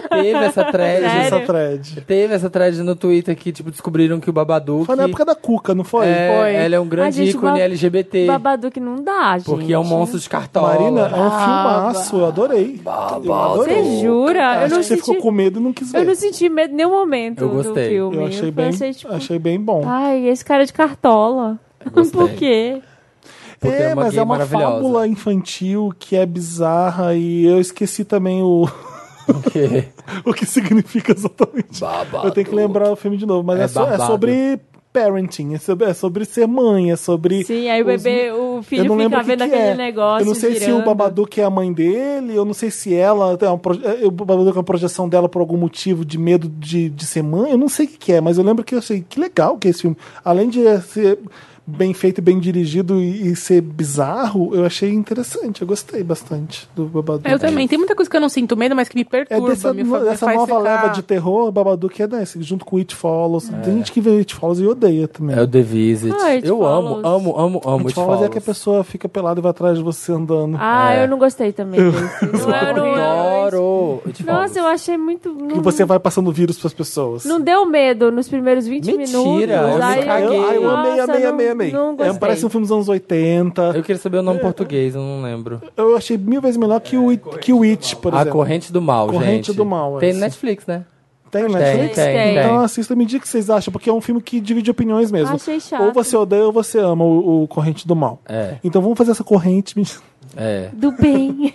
Teve essa thread. Essa Sério? thread. Teve essa thread no Twitter que, tipo, descobriram que o Babadook... Foi na época da Cuca, não foi? É, Foi. Ela é um grande Ai, Ah, gente, ícone Bab- LGBT. Babadook não dá, gente. Porque é um monstro de cartola. Marina, é um Baba. filmaço, eu adorei. Eu adorei. Você jura? Eu Acho não, que você ficou senti, com medo e não quis ver. eu não senti medo em nenhum momento Eu gostei. do filme. Eu achei Eu bem, pensei, tipo, achei bem bom. ai, esse cara é de cartola. Gostei. Por quê? Porque é, é uma mas gay é uma maravilhosa. fábula infantil que é bizarra e eu esqueci também o, Porque- o que significa exatamente. Babadook. Eu tenho que lembrar o filme de novo, mas É é, so- é babado. sobre parenting, é sobre, é sobre ser mãe, é sobre Sim, aí o os- bebê, o o filho fica vendo que que aquele é. negócio. Eu não sei se girando. o Babadook é a mãe dele, eu não sei se ela. é uma proje- é, O Babadook é uma projeção dela por algum motivo de medo de, de ser mãe, eu não sei o que, que é, mas eu lembro que eu achei que legal que esse filme. Além de ser bem feito e bem dirigido e, e ser bizarro, eu achei interessante. Eu gostei bastante do Babadook. Eu também. Tem muita coisa que eu não sinto medo, mas que me É perturba. dessa, me fa- me dessa faz ficar- nova leva de terror, Babadook é dessa, junto com It Follows. Tem gente que vê It Follows e odeia também. É o The Visit. Ah, It eu amo, Follows. amo, amo, amo. It It Follows é que a Follows. pessoa fica pelada e vai atrás de você andando. Ah, eu não gostei também desse. Não, eu não- eu- É. Adoro. It Follows. Nossa, eu achei muito. E Não, você vai passando vírus pras pessoas. não deu medo nos primeiros 20 Mentira, minutos. eu me Aí caguei. Eu, ah, eu amei, Nossa, amei, não- amei, amei. Não É, gostei. parece um filme dos anos 80. Eu queria saber o É. nome português, eu não lembro. Eu achei mil vezes melhor que o, It- que o It, por a exemplo. Corrente do Mal, gente. Corrente do Mal, é Tem isso. Netflix, né? Tem Netflix? Tem, tem, Então tem. assista, me diga o que vocês acham, porque é um filme que divide opiniões mesmo. Achei chato. Ou você odeia ou você ama o, o Corrente do Mal. É, Então vamos fazer essa corrente. me- é. Do bem.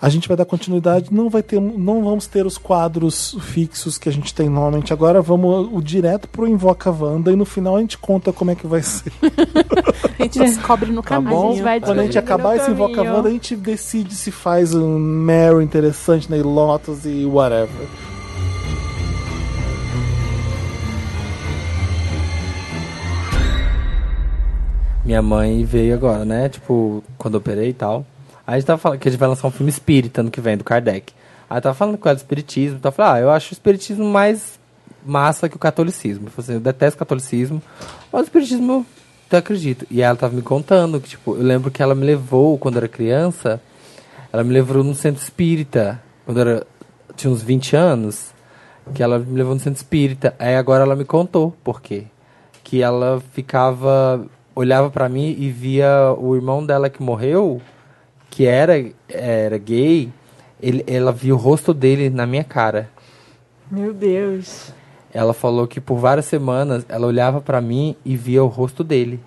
A gente vai dar continuidade, não vai ter, não vamos ter os quadros fixos que a gente tem normalmente. Agora vamos o direto pro Invoca Wanda e no final a gente conta como é que vai ser. A gente descobre no Tá caminho. bom? gente vai Quando a gente descobrindo acabar o esse Invoca caminho. Wanda, a gente decide se faz um Meryl interessante, né? E Lotus e whatever. Minha mãe veio agora, né? Tipo, quando eu operei e tal. Aí a gente tava falando que a gente vai lançar um filme espírita ano que vem, do Kardec. Aí eu tava falando com ela do espiritismo. Tava falando, ah, eu acho o espiritismo mais massa que o catolicismo. Eu, falei assim, eu detesto o catolicismo, mas o espiritismo eu acredito. E ela tava me contando que, tipo, eu lembro que ela me levou quando eu era criança. Ela me levou num centro espírita. Quando eu era, tinha uns 20 anos. Que ela me levou no centro espírita. Aí agora ela me contou por quê. Que ela ficava. Olhava pra mim e via o irmão dela que morreu, que era, era gay. Ele, ela via o rosto dele na minha cara. Meu Deus. Ela falou que por várias semanas ela olhava pra mim e via o rosto dele,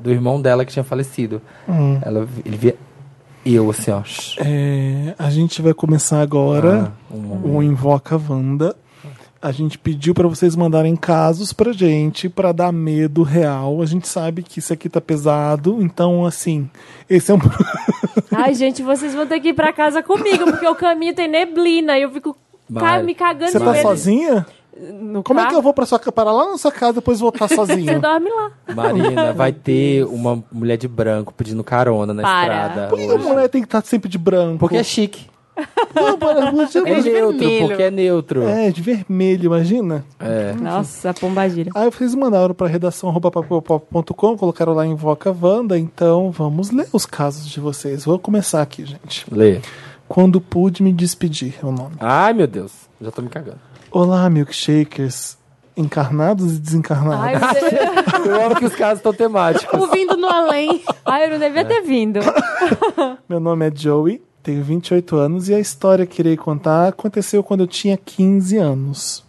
do irmão dela que tinha falecido. Ela, vi- ele via eu assim, ó. É, a gente vai começar agora Ah, um o Invoca Wanda. A gente pediu pra vocês mandarem casos pra gente, pra dar medo real. A gente sabe que isso aqui tá pesado, então assim, esse é um Ai, gente, vocês vão ter que ir pra casa comigo, porque o caminho tem neblina e eu fico ca- Mari, me cagando Você de tá medo. sozinha? No Como é que quarto. eu vou pra sua ca- parar lá na sua casa e depois Tá. voltar Você tá sozinho? dorme lá. Marina, vai ter uma mulher de branco pedindo carona na Para. estrada. Por que a hoje. mulher tem que estar sempre de branco? Porque é chique. Não, para- É neutro, vermelho. porque é neutro. é, de vermelho, imagina. É. Nossa, pombagira. Aí vocês mandaram para redação@papelpop.com, colocaram lá Invoca Wanda, então vamos ler os casos de vocês. Vou começar aqui, gente. Lê. Quando pude me despedir, é o nome. Ai, meu Deus. Já tô me cagando. Olá, milkshakers, encarnados e desencarnados. Ai, você- Eu amo que os casos estão temáticos. Ouvindo no além. Ai, eu não devia ter vindo. Meu nome é Joey, tenho 28 anos e a história que irei contar aconteceu quando eu tinha 15 anos.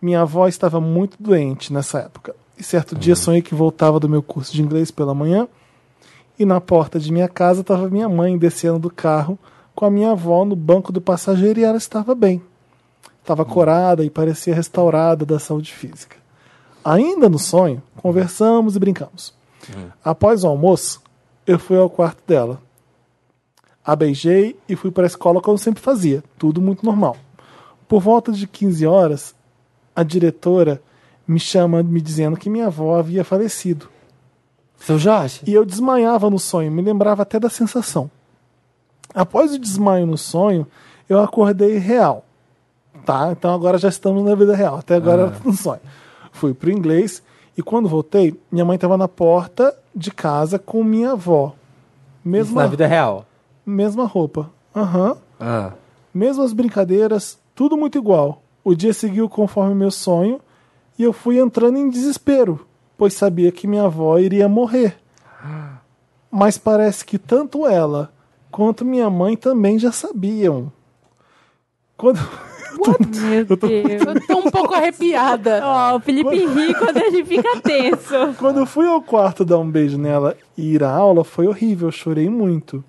Minha avó estava muito doente nessa época. E certo dia sonhei que voltava do meu curso de inglês pela manhã e na porta de minha casa estava minha mãe descendo do carro com a minha avó no banco do passageiro e ela estava bem. Estava corada e parecia restaurada da saúde física. Ainda no sonho, conversamos e brincamos. Após o almoço, eu fui ao quarto dela a beijei e fui para a escola como sempre fazia, tudo muito normal. Por volta de 15 horas, a diretora me chama me dizendo que minha avó havia falecido. Seu Jorge. E eu desmaiava no sonho, me lembrava até da sensação. Após o desmaio no sonho, eu acordei real. Tá? Então agora já estamos na vida real, até Ah. agora era no sonho. Fui pro inglês e quando voltei, minha mãe estava na porta de casa com minha avó. Isso na Mesma, vida é real. mesma roupa. Aham. Ah. Mesmas brincadeiras, tudo muito igual. O dia seguiu conforme meu sonho e eu fui entrando em desespero, pois sabia que minha avó iria morrer. Mas parece que tanto ela quanto minha mãe também já sabiam. Quando, Meu Deus. Eu tô um pouco arrepiada. Ó, o Felipe ri quando ele fica tenso. quando eu fui ao quarto dar um beijo nela e ir à aula, foi horrível, eu chorei muito.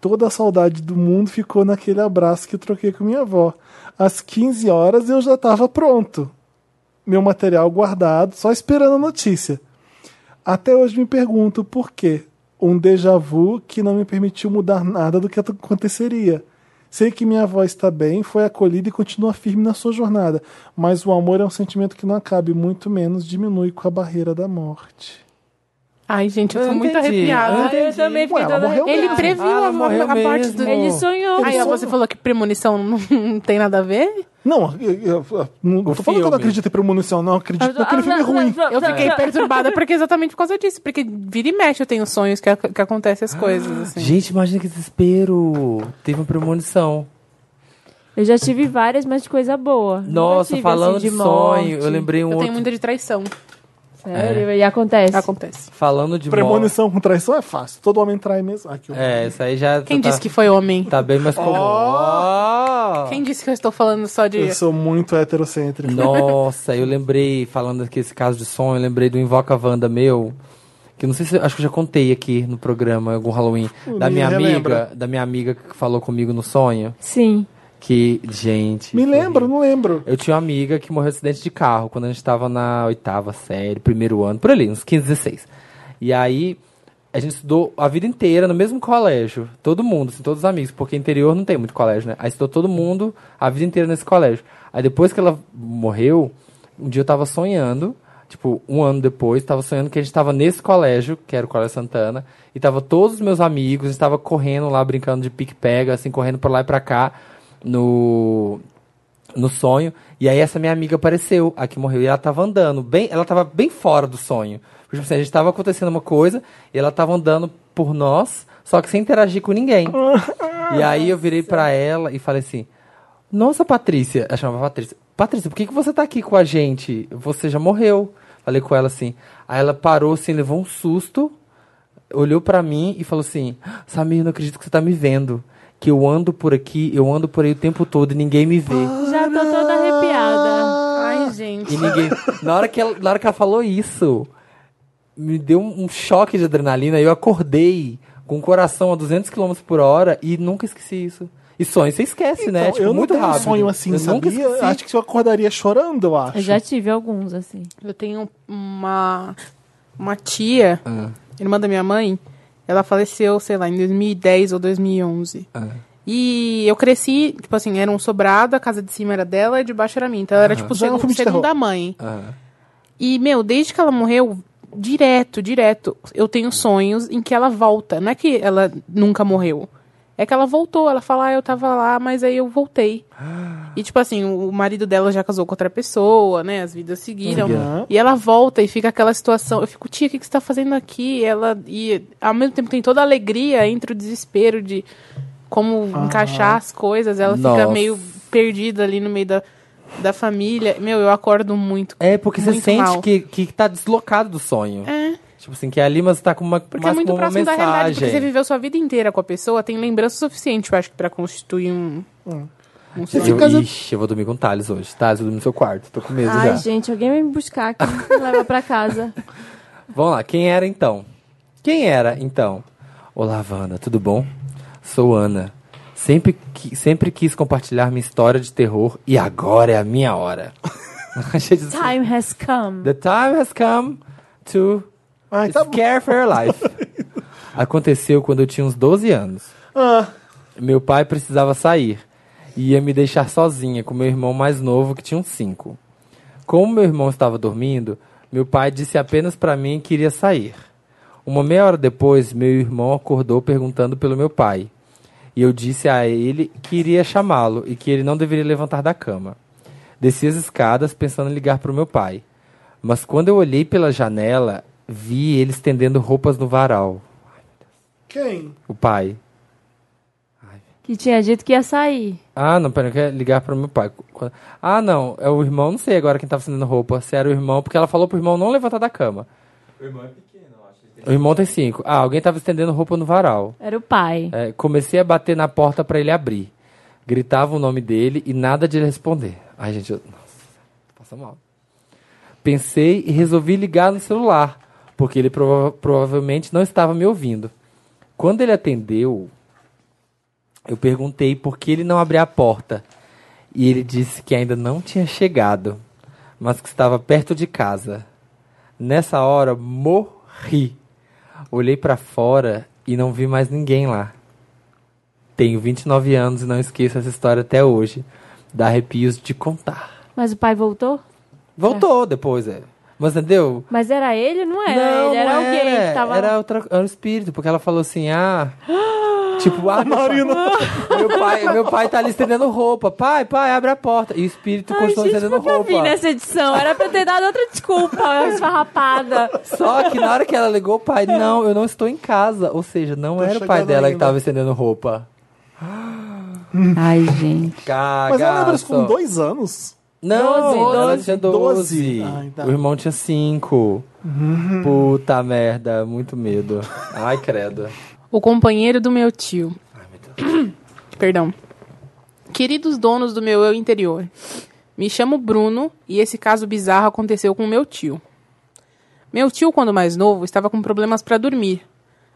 Toda a saudade do mundo ficou naquele abraço que eu troquei com minha avó. Às 15 horas eu já estava pronto. Meu material guardado, só esperando a notícia. Até hoje me pergunto por quê. um déjà vu que não me permitiu mudar nada do que aconteceria. Sei que minha avó está bem, foi acolhida e continua firme na sua jornada, mas o amor é um sentimento que não acaba e muito menos diminui com a barreira da morte. Ai, gente, eu tô muito entendi. arrepiada. Eu entendi. também Ué, fiquei ela toda... morreu Ele mesmo. previu Ah, ela a, morreu a parte do. mesmo. Ele sonhou. Aí ó, você falou que premonição não, não tem nada a ver? Não, eu, eu- eu- não tô falando que eu filme. não acredito em premonição, não. Eu Ah, acredito naquele filme ruim. Eu fiquei perturbada porque é exatamente por causa disso. Porque vira e mexe eu tenho sonhos que, ac- que acontecem as coisas, assim. Ah, Gente, imagina que desespero. Teve uma premonição. Eu já tive várias, mas de coisa boa. Nunca é Nossa, tive, falando assim, de, morte. sonho, eu É. lembrei um eu outro. tenho muita de traição. Sério, e acontece. Acontece. Falando de morte. Premonição com traição é fácil. Todo homem trai mesmo. Ai, que horror. É, isso aí já Quem tá, disse que foi homem? tá bem mais comum. Oh! Quem disse que eu estou falando só de. Eu sou muito heterocêntrico. Nossa, eu lembrei, falando aqui esse caso de sonho, eu lembrei do Invoca Vanda meu, que eu não sei se acho que eu já contei aqui no programa, em algum Halloween, da Hum, me minha relembra. amiga, da minha amiga que falou comigo no sonho, Sim. que, gente, Me foi lembro, horrível. não lembro. Eu tinha uma amiga que morreu em acidente de carro quando a gente tava na oitava série, primeiro ano, por ali, uns 15, 16. E aí, a gente estudou a vida inteira no mesmo colégio. Todo mundo, assim, todos os amigos, porque interior não tem muito colégio, né? Aí estudou todo mundo a vida inteira nesse colégio. Aí depois que ela morreu, um dia eu tava sonhando, tipo, um ano depois, tava sonhando que a gente tava nesse colégio, que era o Colégio Santana, e tava todos os meus amigos, a gente tava correndo lá, brincando de pique-pega, assim, correndo pra lá e pra cá, no no sonho. E aí essa minha amiga apareceu, a que morreu, e ela tava andando, bem, ela tava bem fora do sonho. Porque, Tipo assim, a gente tava acontecendo uma coisa, e ela tava andando por nós, só que sem interagir com ninguém. e aí eu virei pra ela e falei assim: Nossa, Patrícia, ela chamava Patrícia. Patrícia, por que, que você tá aqui com a gente? Você já morreu. Falei com ela assim. Aí ela parou assim, levou um susto, olhou pra mim e falou assim: Samir, não acredito que você tá me vendo. Que eu ando por aqui, eu ando por aí o tempo todo e ninguém me vê. Já tô toda arrepiada. É Ai, gente. E ninguém. Na hora que ela, na hora que ela falou isso, me deu um, um choque de adrenalina. Eu acordei com o coração a 200 km por hora e nunca esqueci isso. E sonho você esquece, né? Então, Tipo, eu não muito tenho rápido. sonho assim, eu nunca sabia? esqueci. Acho que eu acordaria chorando, eu acho. Eu já tive alguns, assim. Eu tenho uma, uma tia, Ah, irmã da minha mãe, ela faleceu, sei lá, em 2010 ou 2011. Ah. E eu cresci, tipo assim, era um sobrado, a casa de cima era dela e de baixo era minha. Então era, tipo, Já é um segu- filme de segunda terror. mãe. Ah. E, meu, desde que ela morreu, direto, direto, eu tenho sonhos em que ela volta. Não é que ela nunca morreu. É que ela voltou, ela fala, ah, eu tava lá, mas aí eu voltei. E, tipo assim, o o marido dela já casou com outra pessoa, né? As vidas seguiram. Uhum. E ela volta e fica aquela situação. Eu fico, tia, o que, que você tá fazendo aqui? E ela. E ao mesmo tempo tem toda a alegria entre o desespero de como encaixar as coisas. Ela Nossa. fica meio perdida ali no meio da, da família. Meu, eu acordo muito. É, porque você Muito sente mal. que, que tá deslocado do sonho. É. Tipo assim, que ali, mas tá com uma, Porque mais é muito com uma próximo mensagem. da realidade, porque você viveu sua vida inteira com a pessoa, tem lembrança suficiente, eu acho, que pra constituir um. um Você Eu- sonho. casa- Ixi, eu vou dormir com o Thales hoje. Thales, eu dormi no seu quarto. Tô com medo Ai, já. gente, alguém vai me buscar aqui me leva pra casa. Vamos lá, quem era então? Quem era então? Olá, Wanda, tudo bom? Sou Ana. Sempre, qui- sempre quis compartilhar minha história de terror e agora é a minha hora. Achei de- Time has come. assim, The time has come to Ai, tá bom. scare for your life. Aconteceu quando eu tinha uns 12 anos. Ah, Meu pai precisava sair e ia me deixar sozinha com meu irmão mais novo, que tinha uns cinco. Como meu irmão estava dormindo, meu pai disse apenas para mim que iria sair. Uma meia hora depois, meu irmão acordou perguntando pelo meu pai. E eu disse a ele que iria chamá-lo e que ele não deveria levantar da cama. Desci as escadas pensando em ligar para o meu pai. Mas quando eu olhei pela janela, vi ele estendendo roupas no varal. quem? O pai. Que tinha dito que ia sair. Ah, não, pera, eu quero ligar pro meu pai. Qu- Ah, não, é o irmão, não sei agora quem tava estendendo roupa, se era o irmão, porque ela falou pro irmão não levantar da cama. O irmão é pequeno, acho. O irmão tem cinco. Ah, alguém tava estendendo roupa no varal. Era o pai. É, comecei a bater na porta pra ele abrir. Gritava o nome dele e nada de ele responder. Ai, gente, eu... Nossa, passa mal. Pensei e resolvi ligar no celular, porque ele prova- provavelmente não estava me ouvindo. Quando ele atendeu, eu perguntei por que ele não abria a porta. E ele disse que ainda não tinha chegado, mas que estava perto de casa. Nessa hora, morri. Olhei pra fora e não vi mais ninguém lá. Tenho 29 anos e não esqueço essa história até hoje. Dá arrepios de contar. Mas o pai voltou? Voltou depois, é. Mas entendeu? Mas era É, ele? Não era ele, era não é. alguém que tava era, lá. outra, era o espírito, porque ela falou assim, ah... tipo, ah, meu Marina. pai- meu pai, meu pai tá ali estendendo roupa. Pai, pai, abre a porta. E o espírito Ai, continua gente, estendendo por que eu vim roupa. nessa edição? Era pra eu ter dado outra desculpa, esfarrapada. Só que na hora que ela ligou, o pai, não, eu não estou em casa. Ou seja, não Tô era o pai Tá chegando dela que ainda. tava estendendo roupa. Ai, gente. Cagaço. Mas ela lembra isso com dois anos? Não, Doze, ela doze. Ah, então. tinha 12. Doze. Uhum. Ai, tá. O irmão tinha 5. Puta merda, muito medo. Ai, credo. O companheiro do meu tio. Perdão. Queridos donos do meu eu interior. Me chamo Bruno e esse caso bizarro aconteceu com meu tio. Meu tio, quando mais novo, estava com problemas para dormir.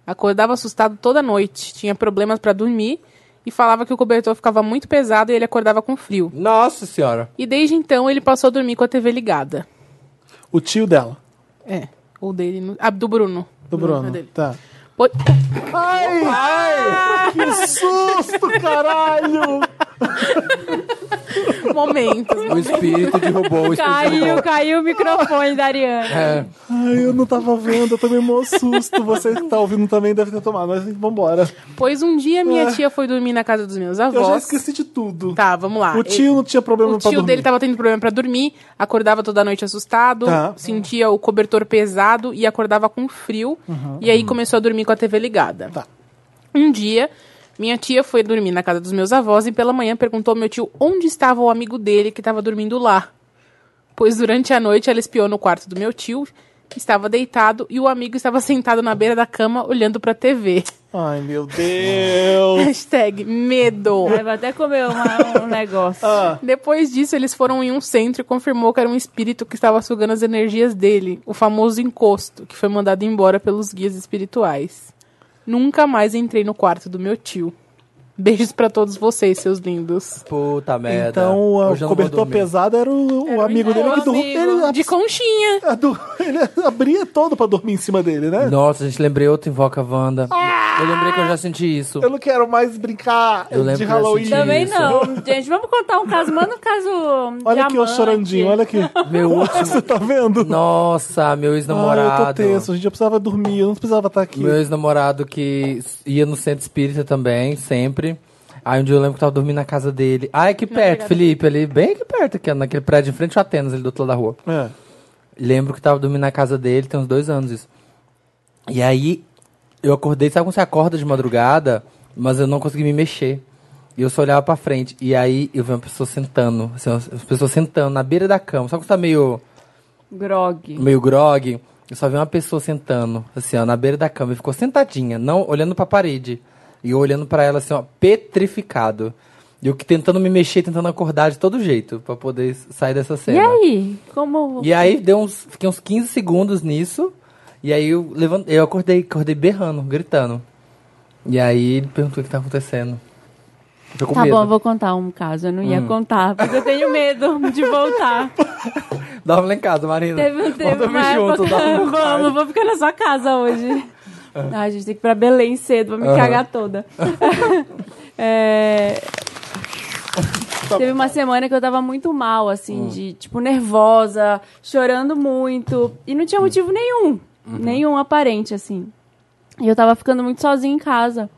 Acordava assustado toda noite, tinha problemas para dormir e falava que o cobertor ficava muito pesado e ele acordava com frio. Nossa senhora. E desde então ele passou a dormir com a TV ligada. O tio dela, É, ou dele, não- ah, do Bruno. do é Bruno. dele. Tá. Po- Que susto, caralho! Momentos. O espírito derrubou o espírito. derrubou. Caiu, caiu o microfone da Ariane. É. Ai, eu não tava vendo, eu tomei um susto. Você que tá ouvindo também deve ter tomado, mas vambora. Pois um dia minha tia foi dormir na casa dos meus É. Eu já avós. esqueci de tudo. Tá, vamos lá. O tio não tinha Ele- problema o pra tio dormir. dele tá- tava tendo problema pra dormir, acordava toda noite assustado, Tá. sentia o cobertor pesado e acordava com frio. E aí começou a dormir com a TV ligada. Uhum. Tá. Um dia, minha tia foi dormir na casa dos meus avós e pela manhã perguntou ao meu tio onde estava o amigo dele que estava dormindo lá. Pois durante a noite ela espiou no quarto do meu tio, que estava deitado e o amigo estava sentado na beira da cama olhando pra TV. Ai, meu Deus! Hashtag medo. Ai, vou até comer uma- um negócio. Ah, Depois disso, eles foram em um centro e confirmou que era um espírito que estava sugando as energias dele, o famoso encosto, que foi mandado embora pelos guias espirituais. Nunca mais entrei no quarto do meu tio. Beijos pra todos vocês, seus lindos. Puta merda. então Hoje o É, eu não vou cobertor dormir. pesado era o, o amigo dele Meu que dormia. Ele, amigo, de conchinha. a- a do- ele abria todo pra dormir em cima dele, né? Nossa, gente, lembrei outro Invoca Wanda. Ah! Eu lembrei que eu já senti isso. Eu não quero mais brincar Eu lembro de que eu Halloween. assisti. Também Isso. não. Gente, vamos contar um caso. Manda um caso. Olha aqui, ô diamante. chorandinho, olha aqui. Meu último. Você tá vendo? Nossa, meu Ah, eu ex-namorado. tô tenso, gente. Eu precisava dormir, eu não precisava estar aqui. Meu ex-namorado que ia no centro espírita também, sempre. Aí um dia eu lembro que eu tava dormindo na casa dele. Ah, aqui perto, Felipe, ali, bem aqui perto, aqui, naquele prédio em frente ao Atenas, ali do outro lado da rua. É. Lembro que tava dormindo na casa dele, tem uns dois anos isso. E aí, eu acordei, sabe quando você acorda de madrugada, mas eu não consegui me mexer. E eu só olhava pra frente. E aí, eu vi uma pessoa sentando, assim, uma pessoa sentando na beira da cama. Sabe quando você tá meio Grog. meio grog, eu só vi uma pessoa sentando, assim, ó, na beira da cama. E ficou sentadinha, não olhando pra parede. E eu olhando pra ela, assim, ó, petrificado. E eu que tentando me mexer, tentando acordar de todo jeito, pra poder s- sair dessa E cena. aí? Como. E aí, deu uns, fiquei uns 15 segundos nisso. E aí, eu, levantei, eu acordei, acordei berrando, gritando. E aí, ele perguntou o que tá acontecendo. Eu tô com Tá medo. Hum. bom, eu vou contar um caso. Eu não ia contar, porque eu tenho medo de voltar. Dorme lá em casa, Marina. Teve um tempo Volta uma junto, um- época, dorme lá em casa. vamos, vou ficar na sua casa hoje. Ai, gente, tem que ir pra Belém cedo, vou me É. Aham. cagar toda. É, Tá Teve uma semana que eu tava muito mal, Hum. assim, de, tipo, nervosa, chorando muito. E não tinha Hum. motivo nenhum, Uhum. nenhum aparente, assim. E eu tava ficando muito sozinha em casa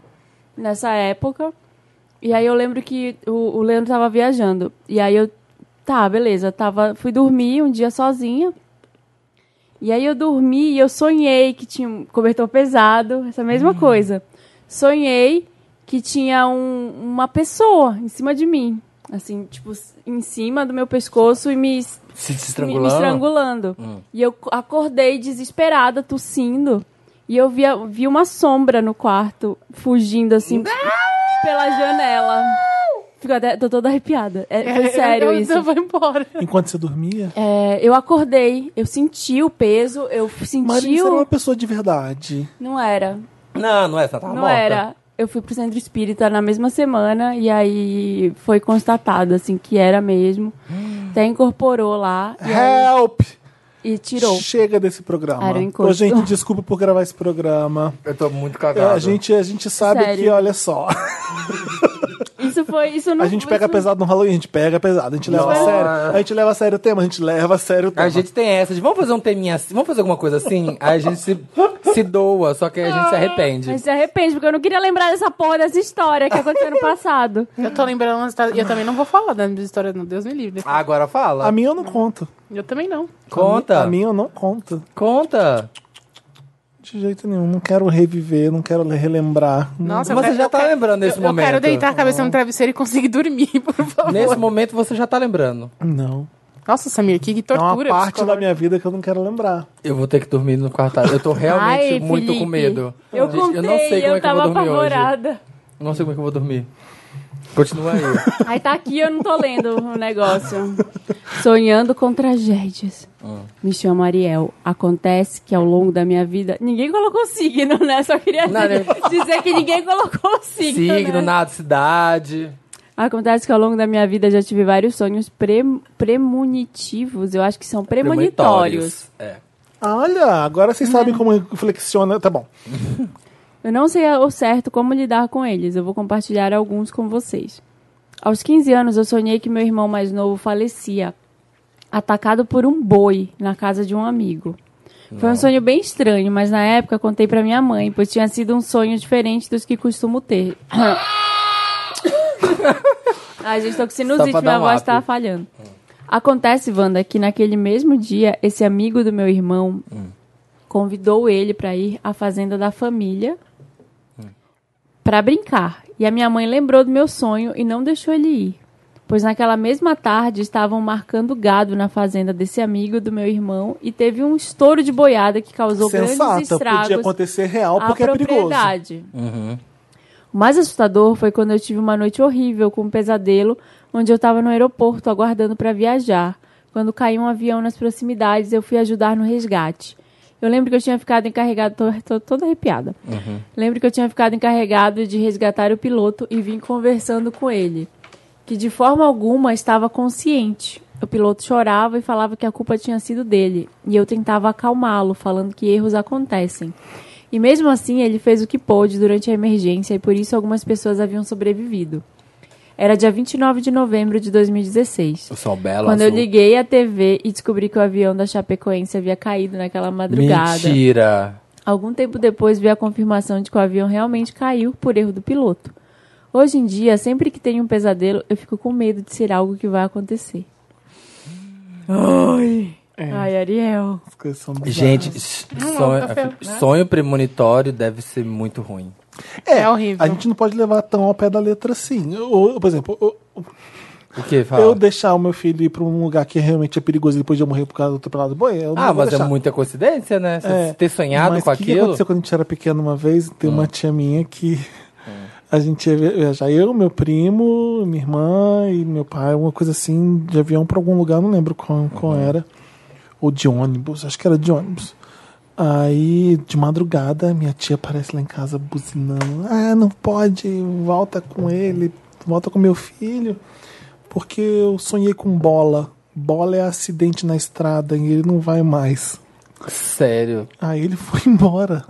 nessa época. E aí eu lembro que o, o Leandro tava viajando. E aí eu. Tá, beleza. Tava, fui dormir um dia sozinha. E aí eu dormi e eu sonhei que tinha um cobertor pesado, essa mesma coisa. Sonhei que tinha um- uma pessoa em cima de mim. Assim, tipo, s- em cima do meu pescoço e me es- Se te me, me estrangulando. estrangulando. E eu co- acordei desesperada, tossindo. E eu via, vi uma sombra no quarto, fugindo assim pela janela. Fico até, tô toda arrepiada. É, foi sério Eu- eu isso. vou embora. Enquanto você dormia. É, eu acordei, eu senti o peso, eu senti Marina, você o. era uma pessoa de verdade. Não era. Não, não é, essa tá Não morta. era. Eu fui pro centro espírita na mesma semana e aí Hum. foi É. constatado, assim, que era mesmo. Até incorporou lá. e aí- Help! E tirou. Chega desse programa. Era o Ô, encosto. gente, desculpa por gravar esse programa. Eu tô muito É, cagado. a, gente, a gente sabe Sério. que, olha só, Isso foi. Isso não a gente pega isso- pesado no Halloween, a gente pega pesado, a gente leva a Nossa. sério. A gente leva a sério o tema, a gente leva a sério o tema. A gente tem essa de vamos fazer um teminha assim, vamos fazer alguma coisa assim, aí a gente se, se doa, só que a gente se arrepende. Ah, Mas se arrepende, porque eu não queria lembrar dessa porra dessa história que aconteceu no passado. Eu tô lembrando umas histórias- e eu também não vou falar das minhas histórias, não. Deus me livre. Agora fala. A minha eu não conto. Eu também não. Conta. A minha eu não conto. Conta. De jeito nenhum. Não quero reviver, não quero relembrar. Nossa, eu Você quero- já eu tá quero- lembrando desse eu, momento. Eu quero deitar a cabeça no travesseiro e conseguir dormir, por favor. Nesse momento você já tá lembrando. Não. Nossa, Samir, que, que É uma tortura. parte da psicológica. minha vida que eu não quero lembrar. Eu vou ter que dormir no quarto. Eu tô realmente Ai, muito Felipe. com medo. Eu Gente, contei, eu não sei como é que eu tava vou dormir hoje. apavorada. Eu Não sei como é que eu vou dormir. Continua aí. Aí tá aqui, eu não tô lendo o negócio. Sonhando com tragédias. Me chamo Ariel. Acontece que ao longo da minha vida. Ninguém colocou signo, né? Só queria Não, dizer, dizer que ninguém colocou signo. Signo, né? nada, cidade. Acontece que ao longo da minha vida já tive vários sonhos pre- premonitivos. Eu acho que são premonitórios. premonitórios. É. Olha, agora vocês Né? sabem como flexiona. Tá bom. Eu não sei ao certo como lidar com eles. Eu vou compartilhar alguns com vocês. Aos 15 anos, eu sonhei que meu irmão mais novo falecia, atacado por um boi na casa de um amigo. Foi um sonho bem estranho, mas na época contei pra minha mãe, pois tinha sido um sonho diferente dos que costumo ter. Ai, gente, tô com Só pra sinusite, dar minha um voz up. tá falhando. Acontece, Wanda, que naquele mesmo dia, esse amigo do meu irmão convidou ele pra ir à fazenda da família pra brincar. E a minha mãe lembrou do meu sonho e não deixou ele ir. Pois naquela mesma tarde estavam marcando gado na fazenda desse amigo do meu irmão e teve um estouro de boiada que causou grandes Sensata. estragos Podia acontecer real à porque é perigoso. propriedade. O mais assustador foi quando eu tive uma noite horrível com um pesadelo, onde eu estava no aeroporto aguardando para viajar. Quando caiu um avião nas proximidades, eu fui ajudar no resgate. Eu lembro que eu tinha ficado encarregado, tô, tô toda arrepiada. Lembro que eu tinha ficado encarregado de resgatar o piloto e vim conversando com ele, que de forma alguma estava consciente. O piloto chorava e falava que a culpa tinha sido dele, e eu tentava acalmá-lo, falando que erros acontecem. E mesmo assim, ele fez o que pôde durante a emergência e por isso algumas pessoas haviam sobrevivido. Era dia 29 de novembro de 2016. O sol belo, Quando eu azul. liguei a TV e descobri que o avião da Chapecoense havia caído naquela madrugada. Mentira. Algum tempo depois veio a confirmação de que o avião realmente caiu por erro do piloto. Hoje em dia, sempre que tenho um pesadelo, eu fico com medo de ser algo que vai acontecer. Ai, É. ai Ariel. As coisas são Gente, s- Hum, sonho, tá né? sonho premonitório deve ser muito ruim. É, É horrível. A gente não pode levar tão ao pé da letra assim. Ou, por exemplo, eu, O que, fala? eu deixar o meu filho ir pra um lugar que realmente é perigoso e depois de eu morrer por causa do atropelado do boi, eu não Ah, vou mas é deixar. muita coincidência, né? Você É, ter sonhado mas com o que que aquilo. Ah. aconteceu quando a gente era pequeno uma vez? Tem uma tia minha que a gente ia viajar, eu, meu primo, minha irmã e meu pai, uma coisa assim, de avião pra algum lugar, não lembro qual, qual Uhum. era. Ou de ônibus, acho que era de ônibus. Aí, de madrugada, minha tia aparece lá em casa buzinando. Ah, não pode, volta Uhum. com ele, volta com meu filho. Porque eu sonhei com bola. Bola é acidente na estrada e ele não vai mais. Sério. Aí ele foi embora.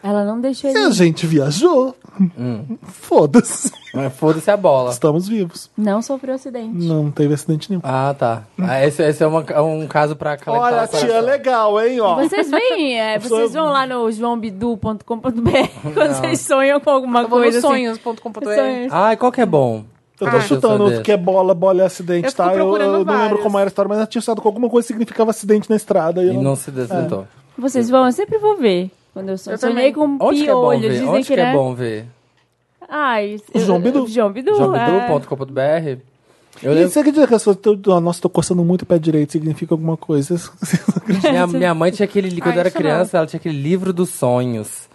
Ela não deixou E ele. a gente viajou. Hum. Foda-se. Mas Foda-se a bola. Estamos vivos. Não sofreu acidente. Não teve acidente nenhum. Ah, tá. Ah, esse, esse é uma- é um caso pra calentar Olha, o coração. tia, legal, hein? Ó. Vocês veem, é, vocês vão lá no joãobidu.com.br quando vocês sonham com alguma Eu vou no coisa. assim. sonhos.com.br. Sonhos. Ai, qual que é bom? Eu tô Ah. chutando Deixa eu saber. que é bola, bola é acidente, Eu fico tá? Eu, procurando eu não lembro vários. como era a história, mas eu tinha estado com alguma coisa que significava acidente na estrada. E E eu não se desdentou. É. Vocês vão, eu sempre vou ver. Quando eu sonho. Eu sonhei também. com um Onde que é bom piolho, ver? dizem Onde que, é né? bom ver? Ai, O João Bidu. João Bidu, é. Jogdu.com.br Eu E lembro, você acredita é que as pessoas. tão- ah, Nossa, tô coçando muito o pé direito, significa alguma coisa. minha, minha mãe tinha aquele. li- Quando Ah, eu era isso não. criança, ela tinha aquele livro dos sonhos.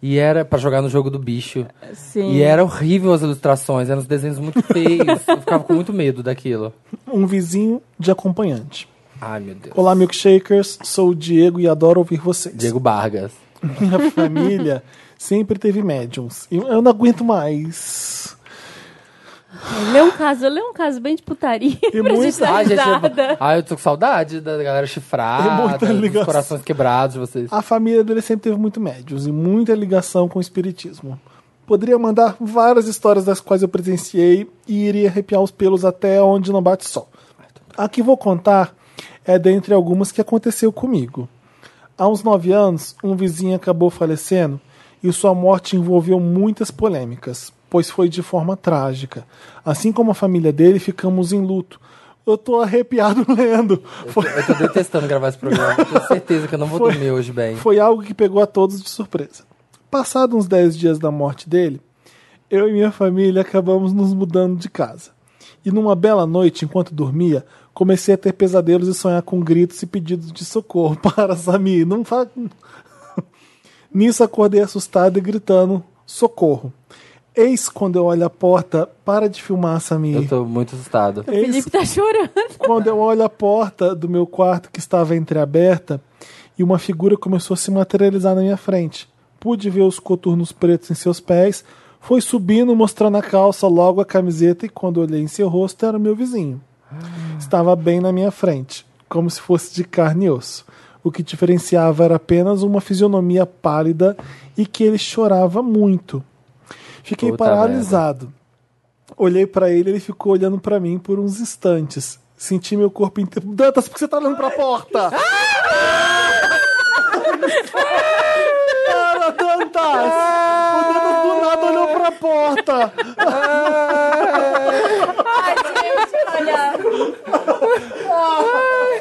E era pra jogar no jogo do bicho. Sim. E é era horrível as ilustrações, eram uns desenhos muito feios. eu ficava com muito medo daquilo. Um vizinho de acompanhante. Ai, meu Deus. Olá, milkshakers. Sou o Diego e adoro ouvir vocês. Diego Vargas. Minha família sempre teve médiums. E Eu não aguento mais. Lê um caso, lê um caso bem de putaria E pra muita- gente dar Ai, gente, eu... Tá risada. Ai, eu tô com saudade da galera Tem chifrada, muita dos ligação. corações quebrados de vocês. A família dele sempre teve muito médios e muita ligação com o espiritismo. Poderia mandar várias histórias das quais eu presenciei e iria arrepiar os pelos até onde não bate sol. A que vou contar é dentre algumas que aconteceu comigo. Há uns nove anos, um vizinho acabou falecendo e sua morte envolveu muitas polêmicas, pois foi de forma trágica. Assim como a família dele, ficamos em luto. Eu tô arrepiado lendo. Foi... Eu tô detestando gravar esse programa. eu Tenho certeza que eu não vou Foi- dormir hoje bem. Foi algo que pegou a todos de surpresa. Passado uns 10 dias da morte dele, eu e minha família acabamos nos mudando de casa. E numa bela noite, enquanto dormia, comecei a ter pesadelos e sonhar com gritos e pedidos de socorro para Samir. Não fa... Nisso acordei assustado e gritando: socorro. Eis quando eu olho a porta, para de filmar, Samir. Eu tô muito assustado. É O Felipe tá chorando. Quando eu olho a porta do meu quarto que estava entreaberta e uma figura começou a se materializar na minha frente. Pude ver os coturnos pretos em seus pés, foi subindo, mostrando a calça, logo a camiseta e quando olhei em seu rosto era o meu vizinho. Estava bem na minha frente, como se fosse de carne e osso. O que diferenciava era apenas uma fisionomia pálida e que ele chorava muito. Fiquei Puta paralisado. Olhei pra ele, ele ficou olhando pra mim por uns instantes. Senti meu corpo inteiro. Dantas, por que você tá olhando pra porta? Para, Dantas! O Dantas do nada olhou pra porta! Ai, gente, olha.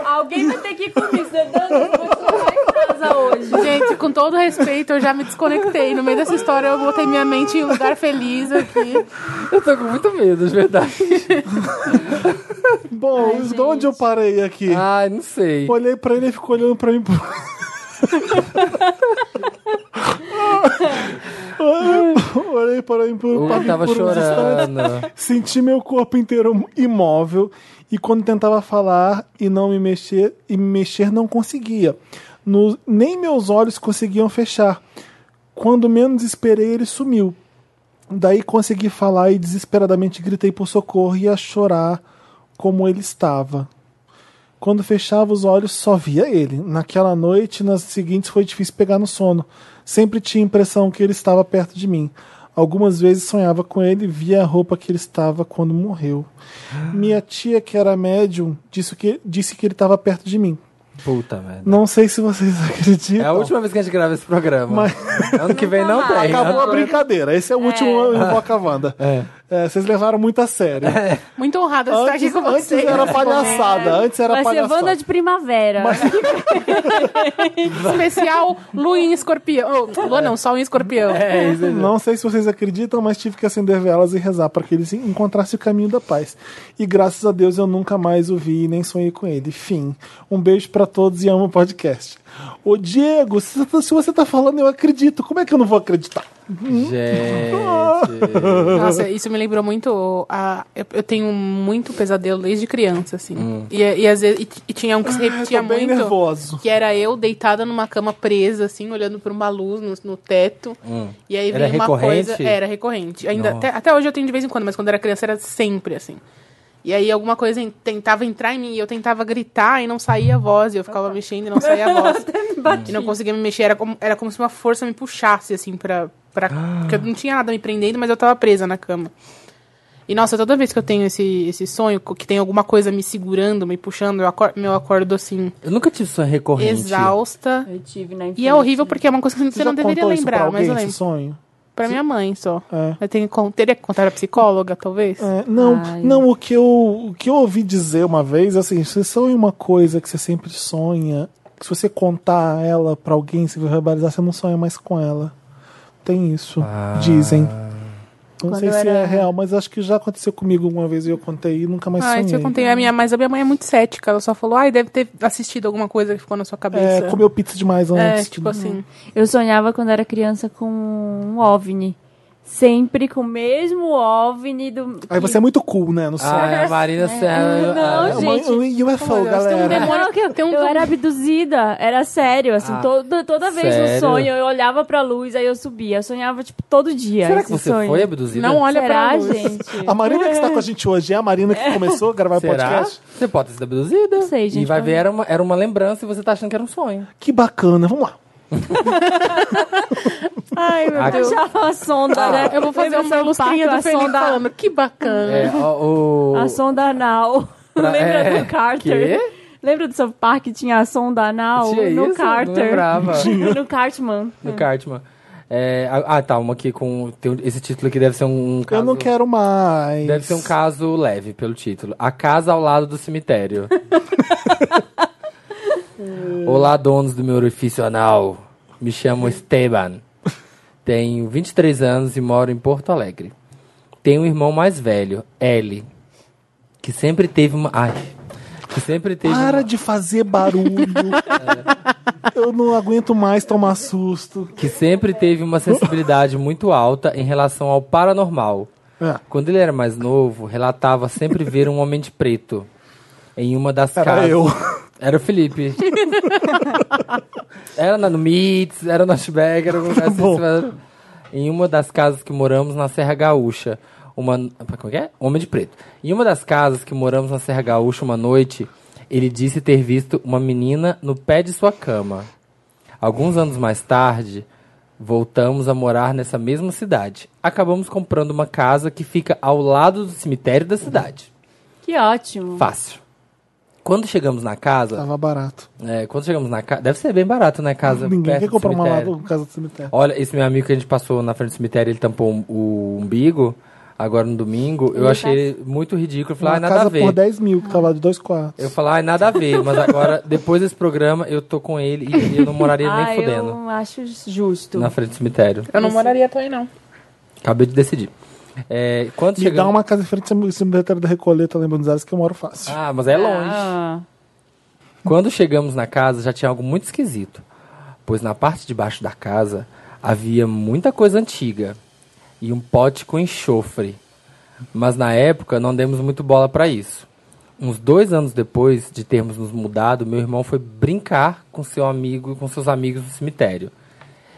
alguém vai ter que ir comigo, senão eu vou em casa hoje. Gente, com todo respeito, eu já me desconectei. No meio dessa história, eu botei minha mente em um lugar feliz aqui. Eu tô com muito medo, de verdade. Bom, de onde eu parei aqui? Ai, não sei. Olhei pra ele e ficou olhando pra mim. por- Olhei para mim por, Eu pra mim tava por uns chorando. Senti meu corpo inteiro imóvel e quando tentava falar e não me mexer e me mexer não conseguia. No- nem meus olhos conseguiam fechar. Quando menos esperei, ele sumiu. Daí consegui falar e desesperadamente gritei por socorro e a chorar como ele estava. Quando fechava os olhos, só via ele. Naquela noite e nas seguintes foi difícil pegar no sono. Sempre tinha a impressão que ele estava perto de mim. Algumas vezes sonhava com ele e via a roupa que ele estava quando morreu. Minha tia, que era médium, disse que, disse que ele estava perto de mim. Puta merda. Não sei se vocês acreditam. É a última vez que a gente grava esse programa. Mas- Ano que vem não Nunca mais. tem. Acabou né? a brincadeira. Esse é o último Invoca a Wanda. É. É, vocês levaram muito a sério. Muito honrada de estar Tá aqui Antes, com antes vocês. era palhaçada. Antes era Vai ser palhaçada. Wanda de Primavera. Especial Lua em Escorpião. Oh, Lua não, Sol em Escorpião. É isso. aí. Não sei se vocês acreditam, mas tive que acender velas e rezar para que ele se- encontrasse o caminho da paz. E graças a Deus eu nunca mais o vi e nem sonhei com ele. Fim. Um beijo para todos e amo o podcast. Ô Diego, se, se você tá falando, eu acredito. Como é que eu não vou acreditar? Gente. Nossa, isso me lembrou muito. A, eu, eu tenho muito pesadelo desde criança, assim. E, e às vezes, e, e tinha um que se repetia eu tô Hum. Ah, tá bem muito. nervoso. Que era eu deitada numa cama presa, assim, olhando pra uma luz no, no teto. E aí Hum. Era veio uma recorrente? coisa. Era recorrente. Ainda, Nossa. até, até hoje eu tenho de vez em quando, mas quando era criança era sempre assim. E aí alguma coisa en- tentava entrar em mim e eu tentava gritar e não saía a voz. E eu ficava mexendo e não saía a voz. E não conseguia me mexer. Era como, era como se uma força me puxasse, assim, pra. pra Ah. Porque eu não tinha nada me prendendo, mas eu tava presa na cama. E nossa, toda vez que eu tenho esse, esse sonho, co- que tem alguma coisa me segurando, me puxando, eu acordo, eu acordo assim, Eu nunca tive sonho recorrente. exausta. Eu tive na E é horrível porque é uma coisa que você, já não deveria contou isso pra lembrar, alguém, mas eu esse lembro. sonho? Pra minha mãe só. É. Eu tenho que con- teria que contar a psicóloga, talvez? É, não, Ai. não o, que eu, o que eu ouvi dizer uma vez, assim, se sonha uma coisa que você sempre sonha, que se você contar ela pra alguém, se verbalizar, você não sonha mais com ela. Tem isso, dizem. Não Quando sei eu se era- é real, mas acho que já aconteceu comigo uma vez e eu contei e nunca mais Ah, isso sonhei. eu contei a minha, mas a minha mãe é muito cética. Ela só falou, ai, deve ter assistido alguma coisa que ficou na sua É, cabeça. comeu pizza demais É, antes. tipo assim. Eu sonhava quando era criança com um OVNI. sempre com o mesmo OVNI do. Aí você é muito cool, né? No céu. Ai, a Marina Serra. Não, ah, é uma gente. um UFO, tem um galera. demônio- Não, que eu, tem um- eu era abduzida, era sério, assim, Ah, toda, toda vez sério? no sonho eu olhava pra luz, aí eu subia, eu sonhava, tipo, todo dia. Será esse que você sonho. foi abduzida? Não olha Será, pra luz. gente? A Marina que está com a gente hoje é a Marina que começou a gravar Será? podcast. Você pode ter sido abduzida. Não sei, gente, E vai mas- ver, era uma, era uma lembrança e você tá achando que era um sonho. Que bacana, vamos lá. Ai, meu Ah, Deus. Já a sonda, né? Tá, Ah, Eu vou fazer um Lembra uma South Park, lustrinha a do Felipe sonda- falando. Que bacana. É, o, o- A sonda anal. Pra- Lembra é, do Carter? quê? Lembra do South Park? que Tinha a sonda anal Tinha no isso? Carter. Não lembrava. no Cartman. do Cartman. É, ah, tá, uma aqui com. tem um- esse título aqui deve ser um, caso. Eu não quero mais. Deve ser um caso leve pelo título. A casa ao lado do cemitério. Olá, donos do meu orifício anal. Me chamo Esteban. Tenho 23 anos e moro em Porto Alegre. Tenho um irmão mais velho, L, que sempre teve uma. Ai. Que sempre teve. Para uma- de fazer barulho. Eu não aguento mais tomar susto. que sempre teve uma sensibilidade muito alta em relação ao paranormal. Ah, Quando ele era mais novo, relatava sempre ver um homem de preto em uma das era casas. eu. Era o Felipe. era na, no Meets, era no Notback, era no lugar assim, bom. você vai- Em uma das casas que moramos na Serra Gaúcha. Uma, como é que é? Homem de preto. Em uma das casas que moramos na Serra Gaúcha uma noite, ele disse ter visto uma menina no pé de sua cama. Alguns anos mais tarde, voltamos a morar nessa mesma cidade. Acabamos comprando uma casa que fica ao lado do cemitério da cidade. Que ótimo. Fácil. Quando chegamos na casa, Tava barato. é, quando chegamos na casa. Deve ser bem barato, né? Casa. Ah. Ninguém perto quer do comprar uma lá cemitério. do casa do cemitério. Olha, esse meu amigo que a gente passou na frente do cemitério, ele tampou um- o umbigo. Agora no domingo, eu achei ele muito ridículo. Eu falei, uma ai, nada casa a ver. por 10 mil, que tava de dois quartos. Eu falei, ai, nada a ver. Mas agora, depois desse programa, eu tô com ele e eu não moraria ah, nem fudendo eu acho justo. na frente do cemitério. Eu não moraria também, não. Acabei de decidir. É, quando Me dá chegamos. uma casa em frente ao cemitério da Recoleta lá em Buenos Aires que eu moro fácil. Ah, mas é longe. Ah. Quando chegamos na casa, já tinha algo muito esquisito, pois na parte de baixo da casa havia muita coisa antiga e um pote com enxofre. Mas na época não demos muito bola para isso. Uns dois anos depois de termos nos mudado, meu irmão foi brincar com seu amigo, com seus amigos no cemitério.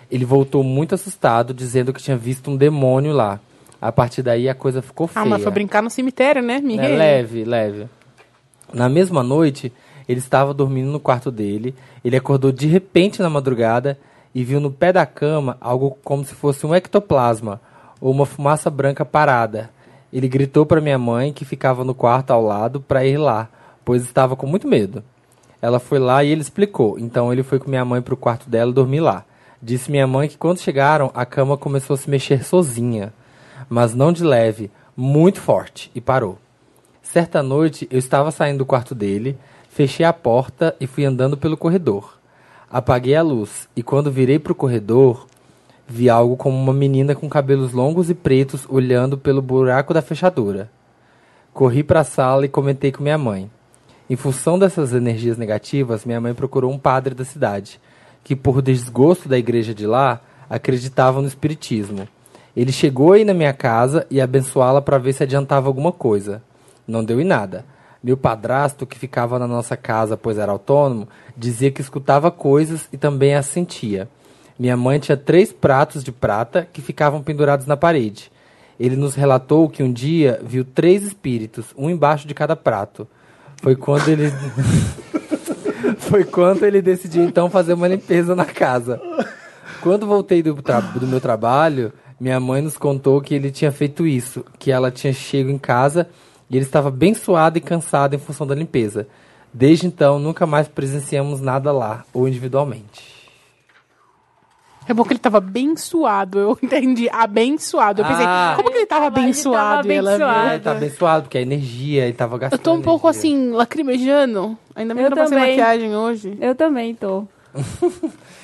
Ele voltou muito assustado, dizendo que tinha visto um demônio lá. A partir daí a coisa ficou feia. Ah, mas foi brincar no cemitério, né? Me É, rei. leve, leve. Na mesma noite, ele estava dormindo no quarto dele. Ele acordou de repente na madrugada e viu no pé da cama algo como se fosse um ectoplasma ou uma fumaça branca parada. Ele gritou para minha mãe, que ficava no quarto ao lado, para ir lá, pois estava com muito medo. Ela foi lá e ele explicou. Então ele foi com minha mãe para o quarto dela dormir lá. Disse minha mãe que quando chegaram, a cama começou a se mexer sozinha, mas não de leve, muito forte, e parou. Certa noite, eu estava saindo do quarto dele, fechei a porta e fui andando pelo corredor. Apaguei a luz e quando virei para o corredor, vi algo como uma menina com cabelos longos e pretos olhando pelo buraco da fechadura. Corri para a sala e comentei com minha mãe. Em função dessas energias negativas, minha mãe procurou um padre da cidade, que por desgosto da igreja de lá, acreditava no espiritismo. Ele chegou aí na minha casa e abençoá-la para ver se adiantava alguma coisa. Não deu em nada. Meu padrasto, que ficava na nossa casa, pois era autônomo, dizia que escutava coisas e também as sentia. Minha mãe tinha três pratos de prata que ficavam pendurados na parede. Ele nos relatou que um dia viu três espíritos, um embaixo de cada prato. Foi quando ele. Foi quando ele decidiu então fazer uma limpeza na casa. Quando voltei do, tra- do meu trabalho, minha mãe nos contou que ele tinha feito isso, que ela tinha chego em casa e ele estava bem suado e cansado em função da limpeza. Desde então, nunca mais presenciamos nada lá ou individualmente. É bom que ele tava abençoado, eu entendi. Abençoado. Eu pensei, Ah. como que ele tava tava abençoado? e ela abençoado. veio? É, tá abençoado, porque a energia, ele tava Eu gastando. tô um pouco energia. assim, lacrimejando. Ainda bem Eu que eu não passei também. maquiagem hoje. Eu também tô.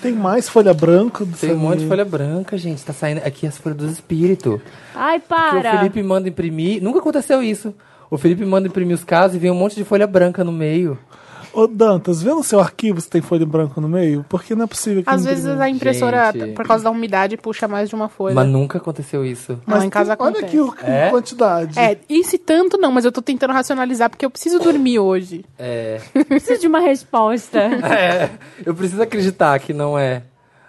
Tem mais folha branca do Tem um monte de cemitério. folha branca, gente. Tá saindo aqui as folhas dos espíritos. Ai, Porque para. o Felipe manda imprimir. Nunca aconteceu isso. O Felipe manda imprimir os casos e vem um monte de folha branca no meio. Ô, Dantas, vê no seu arquivo se tem folha em branco no meio, porque não é possível que Às não vezes tenha. a impressora, Gente. por causa da umidade, puxa mais de uma folha. Mas nunca aconteceu isso. Não, em tem- casa Olha aqui acontece. o que É? quantidade. É, e se tanto não, mas eu tô tentando racionalizar porque eu preciso dormir hoje. É. Preciso de uma resposta. É, eu preciso acreditar que não é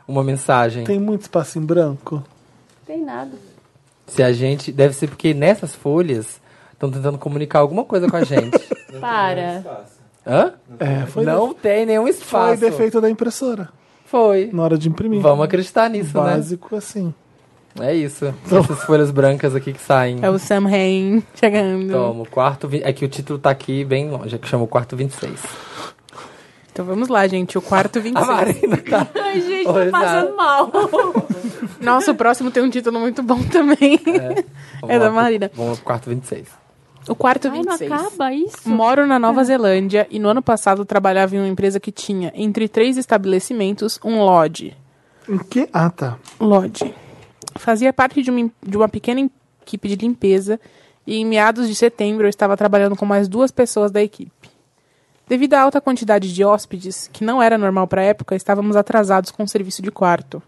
uma mensagem. Tem muito espaço em branco. Tem nada. Se a gente. Deve ser porque nessas folhas estão tentando comunicar alguma coisa com a gente. Para. Hã? É, foi, não tem nenhum foi espaço. defeito da impressora Foi. na hora de imprimir. Vamos acreditar né? nisso, Básico Então- assim. né? É isso. Essas folhas brancas aqui que saem. É o Sam Hain chegando. Toma, o quarto. vi- É que o título tá aqui bem longe, é que chama o quarto 26. Então vamos lá, gente. O quarto A 26. Marina tá. Ai, gente, Oi, tô passando mal. Nossa, o próximo tem um título muito bom também. Vamos É da lá pro- Marina. Vamos pro quarto 26. O quarto Ai, não 26. acaba É. isso? Moro na Nova Zelândia e no ano passado trabalhava em uma empresa que tinha, entre três estabelecimentos, um lodge. Em que? Ah, tá. Lodge. Fazia parte de uma, em- de uma pequena equipe de limpeza e em meados de setembro eu estava trabalhando com mais duas pessoas da equipe. Devido à alta quantidade de hóspedes, que não era normal para a época, estávamos atrasados com o serviço de quarto.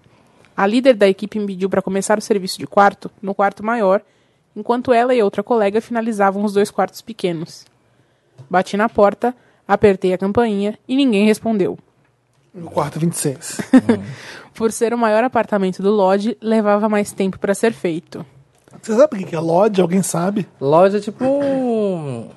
A líder da equipe me pediu para começar o serviço de quarto no quarto maior, enquanto ela e outra colega finalizavam os dois quartos pequenos. Bati na porta, apertei a campainha e ninguém respondeu. No quarto 26. Por ser o maior apartamento do lodge, levava mais tempo para ser feito. Você sabe o que que é lodge? Alguém sabe? Loja é tipo um.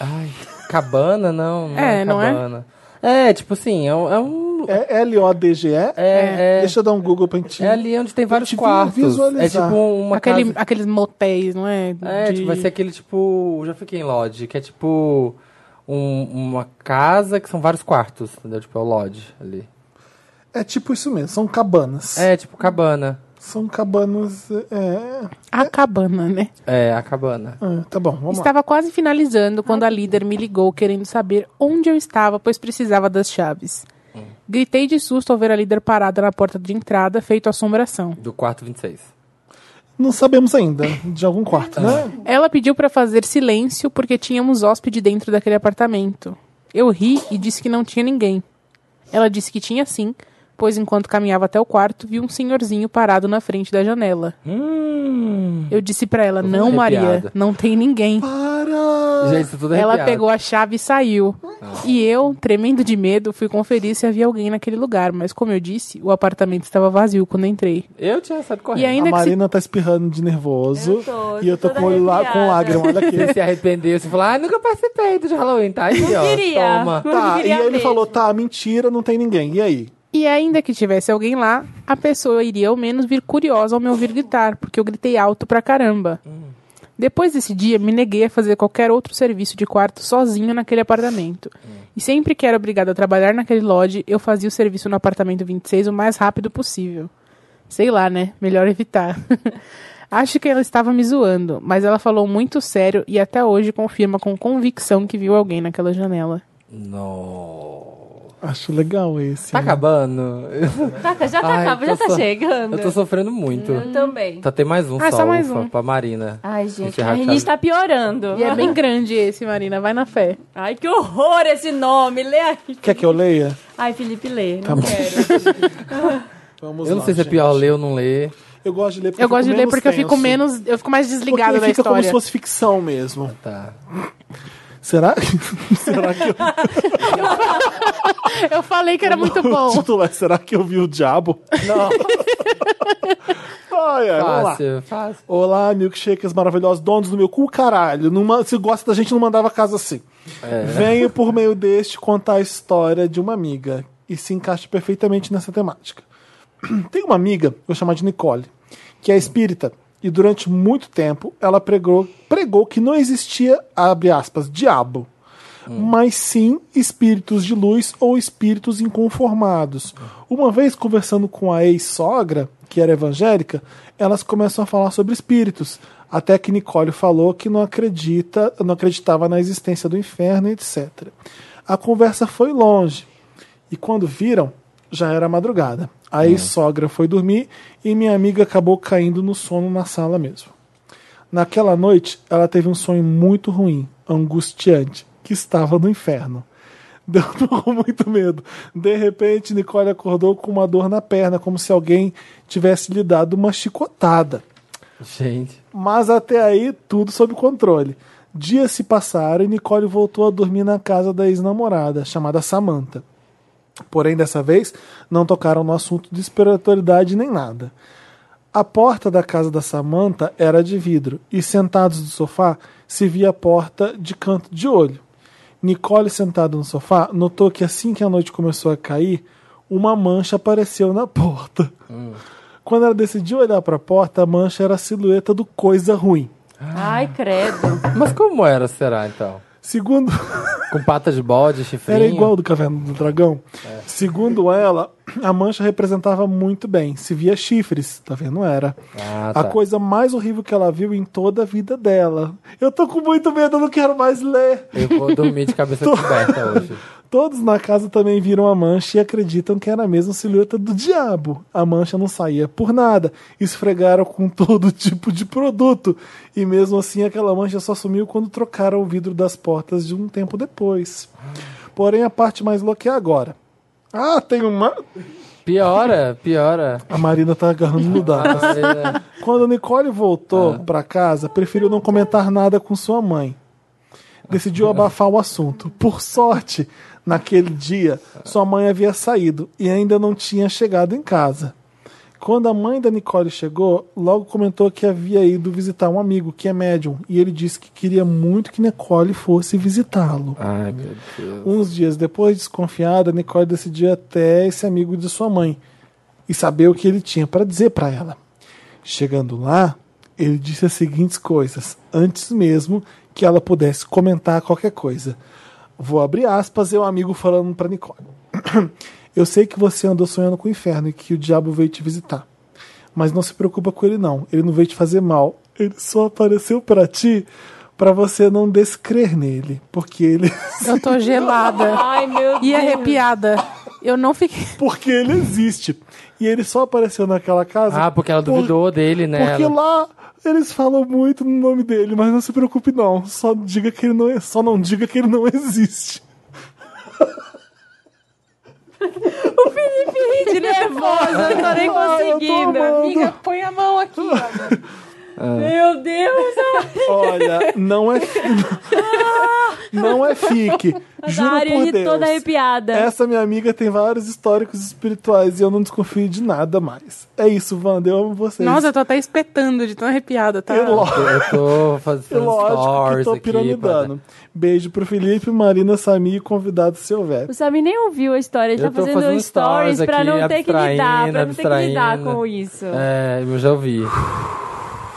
Ai, cabana, não. não é, É, não é? cabana. é? tipo assim, é um. É, um- É L-O-D-G-E? é, é, Deixa eu dar um Google pra gente. é ali onde tem vários te vi- quartos. É visualizar. tipo uma Aquele- casa. Aqueles motéis, não é? É, De- tipo, vai ser aquele tipo. Já fiquei em lodge, que é tipo. um- uma casa que são vários quartos, entendeu? Tipo, é o lodge ali. É tipo isso mesmo, são cabanas. É, tipo cabana. São cabanas. É, A cabana, né? É, a cabana. é, tá bom, vamos Estava quase finalizando Ah. quando a líder me ligou querendo saber onde eu estava, pois precisava das chaves. Hum. Gritei de susto ao ver a líder parada na porta de entrada, feito assombração. Do quarto 26. lá. Não sabemos ainda de algum quarto, né? Ela pediu para fazer silêncio porque tínhamos hóspede dentro daquele apartamento. Eu ri e disse que não tinha ninguém. Ela disse que tinha sim, pois enquanto caminhava até o quarto, vi um senhorzinho parado na frente da janela. Hum. Eu disse para ela: Tô "Não, arrepiada." Maria, não tem ninguém". Para! Gente, isso tudo é Ela arrepiado. pegou a chave e saiu. E eu, tremendo de medo, fui conferir se havia alguém naquele lugar, mas como eu disse, o apartamento estava vazio quando entrei. Eu tinha saído correndo. E ainda a que se... Marina tá espirrando de nervoso. Eu tô, e eu tô toda com, o olho lá, com arrepiada. lágrima, olha aqui. Você se arrependeu, você falou, ah, nunca participei do de Halloween, tá aí, ó, queria. toma. Eu Tá, e queria aí ele mesmo. falou: tá, mentira, não tem ninguém. E aí? e ainda que tivesse alguém lá, a pessoa iria ao menos vir curiosa ao me ouvir gritar, porque eu gritei alto pra caramba. Depois desse dia, me neguei a fazer qualquer outro serviço de quarto sozinho naquele apartamento. E sempre que era obrigada a trabalhar naquele lodge, eu fazia o serviço no apartamento 26 o mais rápido possível. Sei lá, né? Melhor evitar. Acho que ela estava me zoando, mas ela falou muito sério e até hoje confirma com convicção que viu alguém naquela janela. Não. Acho legal esse. Tá né? acabando? Taca, já tá Ai, acaba, tô já tá so- chegando. Eu tô sofrendo muito. Eu também. Tá, tem mais um Ah, só, só mais ufa, um. pra Marina. Ai, gente, Encerrar a a gente chave. tá piorando. E é bem grande esse, Marina, vai na fé. Ai, que horror esse nome. Lê aí. Quer que eu leia? Ai, Felipe, lê. Tá não bom. quero. Vamos Eu não lá, sei se é gente. pior ler ou não ler. Eu gosto de ler porque Eu gosto de ler porque eu fico tenso. menos, eu fico mais desligada porque da fica como história. se fosse ficção mesmo. Tá. Será? será que eu... Eu falei que era muito o bom. título é Será que eu vi o diabo? Não, Ai, ai, vamos lá. fácil, fácil. Olá, milkshakers maravilhosos, donos do meu cu, caralho. Não ma- se gosta da gente, não mandava casa assim. É. Venho por meio deste contar a história de uma amiga e se encaixa perfeitamente nessa temática. Tem uma amiga, eu vou chamar de Nicole, que é espírita e durante muito tempo ela pregou, pregou que não existia, abre aspas, diabo, mas sim espíritos de luz ou espíritos inconformados. Uma vez conversando com a ex-sogra, que era evangélica, elas começam a falar sobre espíritos, até que Nicole falou que não acredita, não acreditava na existência do inferno, etc. A conversa foi longe. E quando viram, já era madrugada. A ex-sogra foi dormir e minha amiga acabou caindo no sono na sala mesmo. Naquela noite, ela teve um sonho muito ruim, angustiante, que estava no inferno. Deu com muito medo. De repente, Nicole acordou com uma dor na perna, como se alguém tivesse lhe dado uma chicotada. Gente. Mas até aí, tudo sob controle. Dias se passaram e Nicole voltou a dormir na casa da ex-namorada, chamada Samantha. Porém, dessa vez, não tocaram no assunto de espiritualidade nem nada. A porta da casa da Samantha era de vidro e, sentados no sofá, se via a porta de canto de olho. Nicole, sentada no sofá, notou que assim que a noite começou a cair, uma mancha apareceu na porta. Quando ela decidiu olhar para a porta, a mancha era a silhueta do coisa ruim. Ai, credo. Mas como era, será, então? Segundo. Com pata de bode, chifrinho? Era igual do Caverna do Dragão. É. Segundo ela, a mancha representava muito bem. Se via chifres, tá vendo? Era. Ah, tá. A coisa mais horrível que ela viu em toda a vida dela. Eu tô com muito medo, eu não quero mais ler. Eu vou dormir de cabeça coberta hoje. Todos na casa também viram a mancha e acreditam que era a mesma silhueta do diabo. A mancha não saía por nada. Esfregaram com todo tipo de produto. E mesmo assim, aquela mancha só sumiu quando trocaram o vidro das portas de um tempo depois. Porém, a parte mais louca é agora. Ah, tem uma. Piora, piora. A Marina tá agarrando no dado. Ah, Quando Nicole voltou pra casa, preferiu não comentar nada com sua mãe. Decidiu abafar o assunto. Por sorte, naquele dia, sua mãe havia saído e ainda não tinha chegado em casa. Quando a mãe da Nicole chegou, logo comentou que havia ido visitar um amigo que é médium e ele disse que queria muito que Nicole fosse visitá-lo. Ai, meu Deus. Uns dias depois, desconfiada, Nicole decidiu ir até esse amigo de sua mãe e saber o que ele tinha para dizer para ela. Chegando lá, ele disse as seguintes coisas, antes mesmo que ela pudesse comentar qualquer coisa. Vou abrir aspas e o amigo falando para Nicole. Eu sei que você andou sonhando com o inferno e que o diabo veio te visitar. Mas não se preocupa com ele não, ele não veio te fazer mal. Ele só apareceu para ti para você não descrer nele, porque ele Eu tô gelada Ai, meu e Deus. arrepiada. Eu não fiquei. porque ele existe. E ele só apareceu naquela casa. Ah, porque ela por- duvidou dele, né? Porque Ela- lá eles falam muito no nome dele, mas não se preocupe não. Só diga que ele não, é- só não diga que ele não existe. Ih, de nervosa, eu não tô nem Ai, eu tô conseguindo. amando. Amiga, põe a mão aqui. Meu Deus, Olha, não é não é fique. a Juro área por de Deus. É, toda arrepiada. Essa minha amiga tem vários históricos espirituais e eu não desconfio de nada mais. É isso, Wanda, eu amo vocês. Nossa, eu tô até espetando de tão arrepiada, tá? Eu lo- Eu tô É fazendo lógico que stories tô aqui. piramidando. Beijo pro Felipe, Marina, Sami e convidado se houver. O Samir nem ouviu a história, ele Eu tá tô fazendo, fazendo stories stories pra aqui, não ter que lidar, pra não ter que abstraindo, lidar abstraindo. com isso. pra- É, eu já ouvi.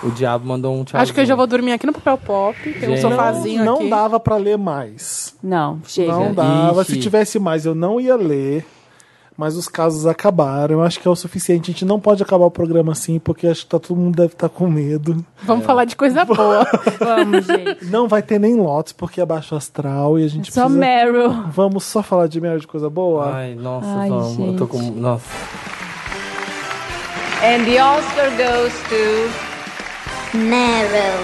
O diabo mandou um tchau. Acho que eu já vou dormir aqui no papel pop. Tem um Gente. sofazinho não aqui. dava pra ler mais. Não, chega. Não dava. Ixi. Se tivesse mais, eu não ia ler. Mas os casos acabaram. Eu acho que é o suficiente. A gente não pode acabar o programa assim, porque acho que tá, todo mundo deve estar com medo. Vamos falar de coisa boa. Vamos, gente. Não vai ter nem lotes, porque é baixo astral e a gente É Só precisa. Meryl. Vamos só falar de merda de coisa boa? Ai, nossa, Ai, vamos. Eu tô com. gente. Nossa. And the Oscar goes to. Meryl.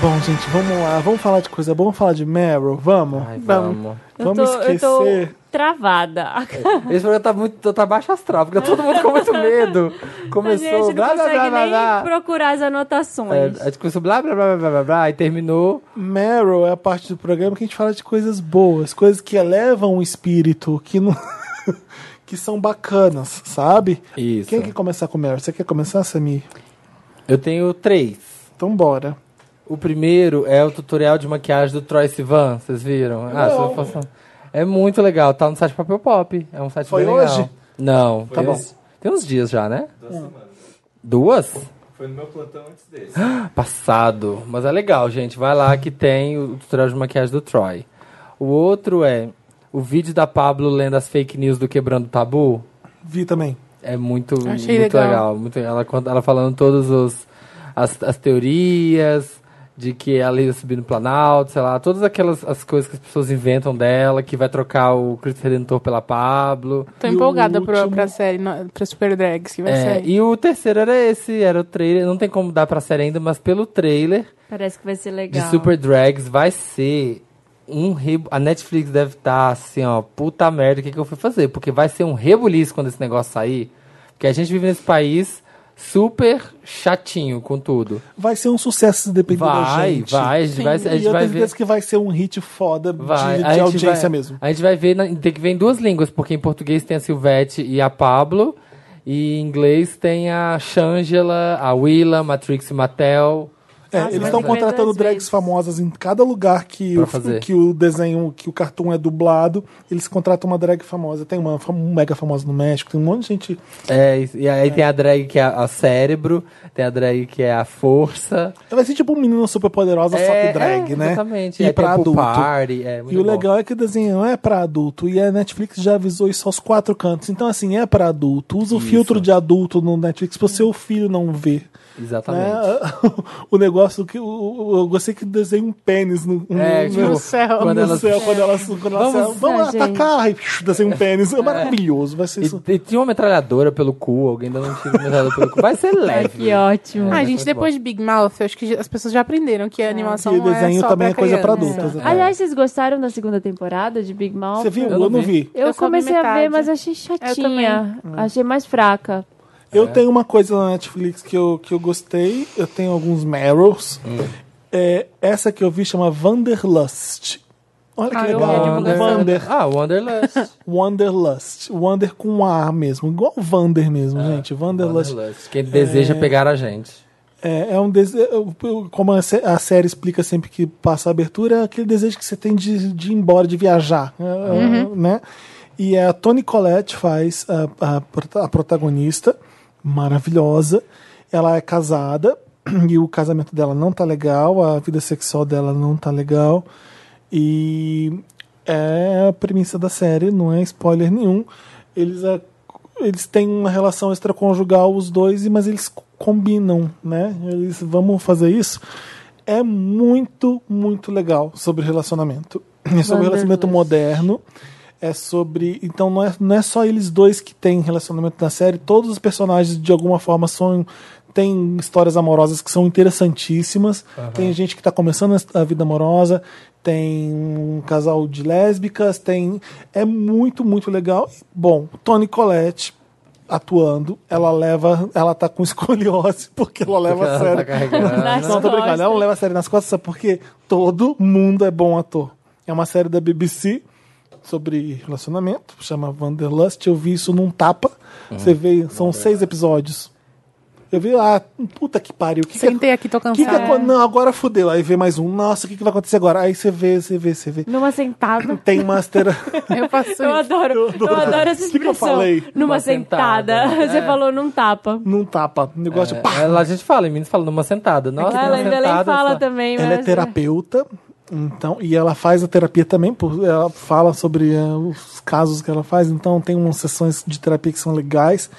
Bom, gente, vamos lá. Vamos falar de coisa boa? Vamos falar de Meryl? Vamos? Ai, vamos. vamos. Eu Vamos tô, eu tô esquecer. travada. Esse programa tá muito. tá baixo astral, porque todo mundo com muito medo. A gente não Começou. Blá, blá, consegue blá, blá, nem blá. procurar as É, anotações. a gente começou blá blá blá blá blá blá e terminou. Meryl é a parte do programa que a gente fala de coisas boas, coisas que elevam o espírito, que não. que são bacanas, sabe? Isso. Quem quer começar com Meryl? Você quer começar, Samir? Eu tenho três. Então bora. O primeiro é o tutorial de maquiagem do Troy Sivan, vocês viram? Ah, se eu fosse- É muito legal, tá no site Papel Pop. É um site Foi bem legal. hoje? Não, tá bom. bom. Tem uns dias já, né? Duas semanas. Duas? Foi no meu plantão antes desse. Passado. Mas é legal, gente. Vai lá que tem o tutorial de maquiagem do Troy. O outro é o vídeo da Pablo lendo as fake news do Quebrando o Tabu. Vi também. É muito, Achei muito legal. legal. muito legal. Ela, conta- ela falando todas os- as, as teorias de que ela ia subir no Planalto, sei lá, todas aquelas as coisas que as pessoas inventam dela, que vai trocar o Cristo Redentor pela Pablo. Tô E o empolgada pra, último? pra série, no- pra Super Drags, que vai É, sair. e o terceiro era esse, era o trailer. Não tem como dar pra série ainda, mas pelo trailer Parece que vai ser de legal. Super Drags vai ser um rebu... A Netflix deve estar assim, ó, puta merda, o que, que eu fui fazer? Porque vai ser um rebuliço quando esse negócio sair. Porque a gente vive nesse país super chatinho com tudo. Vai ser um sucesso se depender da Vai, gente. vai, a gente vai, a E gente eu vai tenho ver. certeza que vai ser um hit foda de- Vai, de, a gente audiência vai- mesmo. A gente vai ver, na- tem que ver em duas línguas, porque em português tem a Silvete e a Pablo, e em inglês tem a Shangela, a Willa, Matrix e Mattel. É, Nossa, eles mas estão eu vou ver contratando duas drags vezes. famosas em cada lugar que Pra o, fazer. que o desenho, que o cartoon é dublado, eles contratam uma drag famosa. Tem uma fam- um mega famosa no México, tem um monte de gente. É, e- e aí tem a drag que é a, a cérebro, tem a drag que é a força. Vai ser tipo um menino super poderosa, só É, que drag, é, né? Exatamente. E é, pra tem pool adulto. Party, é, muito E o bom. legal é que o desenho é pra adulto e a Netflix já avisou isso aos quatro cantos. Então, assim, é pra adulto. Usa o filtro de adulto no Netflix pro seu filho não ver. Exatamente. Né? O negócio que. o- o- Eu gostei que desenha um pênis no, É, no- tipo, no- céu. quando no ela- céu, quando ela, quando ela Vamos- né, sai, vamos Ah, gente. atacar e psh, desenha um pênis. É maravilhoso, vai ser isso. E, e tinha uma metralhadora pelo cu, alguém ainda não tinha uma metralhadora pelo cu. Vai ser Ai, leve. que ótimo. É. Ah, mas gente, foi depois de Big Mouth, eu acho que as pessoas já aprenderam que a animação E o desenho é só também é coisa pra criança. adultos. né? Aliás, vocês gostaram da segunda temporada de Big Mouth? Você viu? Eu Eu, não não vi. vi. Eu, Eu só vi comecei a metade. ver, mas achei chatinha. Achei mais fraca. Eu tenho uma coisa na Netflix que eu, que eu gostei. Eu tenho alguns Merrills. É, essa que eu vi chama Wanderlust. Olha que Ah, eu é tipo um vi a legal. divulgação. Wander. Ah, Wanderlust. Wanderlust. Wander com ar mesmo. Igual o Wander mesmo, gente. Wanderlust. Wanderlust. Quem deseja pegar a gente. É, é um desejo. Como a, sé- a série explica sempre que passa a abertura, é aquele desejo que você tem de, de ir embora, de viajar. é, Né? E a Toni Collette faz a, a prota- a protagonista, maravilhosa. Ela é casada e o casamento dela não tá legal, a vida sexual dela não tá legal. E é a premissa da série, não é spoiler nenhum. Eles, a- eles têm uma relação extraconjugal, os dois, e- mas eles co- combinam, né? Eles vamos fazer isso. É muito, muito legal sobre relacionamento. É sobre relacionamento moderno. É sobre. Então não é, não é só eles dois que têm relacionamento na série, todos os personagens de alguma forma são. Tem histórias amorosas que são interessantíssimas. Tem gente que está começando a vida amorosa, tem um casal de lésbicas, tem. É muito, muito legal. Bom, Toni Collette atuando, ela leva. Ela tá com escoliose, porque ela leva a Ela sério. tá carregando. Nas Não, tô brincando. costas. é Ela não leva a série nas costas, sabe por quê? Todo mundo é bom ator. É uma série da BBC sobre relacionamento, chama Wanderlust. Eu vi isso num tapa. Você vê, são seis episódios. Eu vi, ah, puta que pariu. Que que, é, Sentei aqui, tô que que cansada. aco- Não, agora fodeu. Aí vê mais um. Nossa, o que, que vai acontecer agora? Aí você vê, você vê, você vê. um Numa sentada. Tem uma astera... Eu faço isso. Eu adoro, eu adoro, essa Que que eu expressão. falei? Numa Uma sentada. sentada. né? Você falou num tapa. num tapa. Um negócio de pá. É, lá a gente fala, em Minas fala numa sentada. Nossa, Ela numa ainda nem sentada, fala só- também, mas... Ela é terapeuta, então, e ela faz a terapia também, por- ela fala sobre eh, os casos que ela faz, então tem umas sessões de terapia que são legais.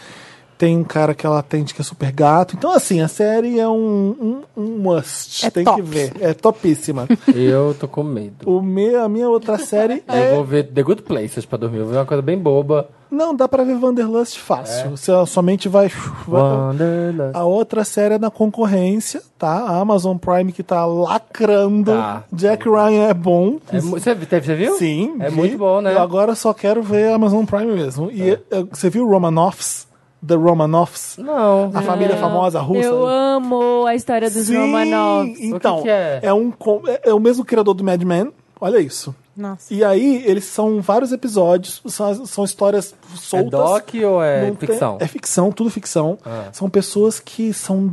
Tem um cara que ela atende que é super gato. Então, assim, a série é um, um, um must. É tem top. que ver. É topíssima. Eu tô com medo. o me, a minha outra série Eu é. vou ver The Good Places pra dormir. Eu vou ver uma coisa bem boba. Não, dá pra ver Wanderlust É. fácil. Você, a sua mente vai. vai Wanderlust. a outra série é na concorrência, tá? A Amazon Prime que tá lacrando. Tá. Jack Ryan é bom. É mu- Você você viu? Sim. É vi. muito bom, né? É. Eu agora só quero ver Amazon Prime mesmo. E eh, você viu Romanoffs? The Romanoffs? Não. A família famosa russa? né? Eu amo a história dos Sim! Romanovs. Então, O que que é? é um com- é- é o mesmo criador do Mad Men. Olha isso. Nossa. E aí, eles são vários episódios, são, são histórias É soltas. doc ou é assim, Não tem- ficção? Ah. é ficção, tudo ficção. São pessoas que são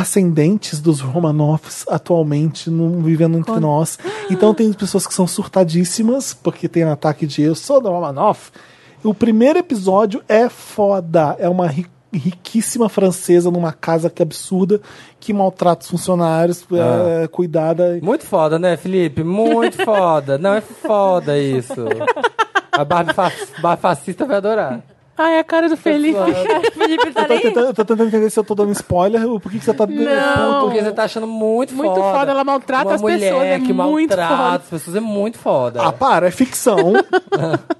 ascendentes dos Romanoffs atualmente, num- vivendo entre nós. Então tem pessoas que são surtadíssimas, porque tem um ataque de eu sou da Romanoff. O primeiro episódio é foda. É uma ri- riquíssima francesa numa casa que é absurda, que maltrata os funcionários, Ah. é, cuidada. Muito foda, né, Felipe? Muito foda. Não, é foda isso. A Barbie fa Barbie fascista vai adorar. Ai, é a cara do Felipe. Felipe tá Eu tô nem... tentando, eu tô tentando entender se eu tô dando spoiler, ou por que, que você tá dando Não. Porque você tá achando muito, Muito foda. foda, ela maltrata Uma as pessoas, mulher é que muito maltrata foda. as pessoas é muito foda. Ah, para, é ficção.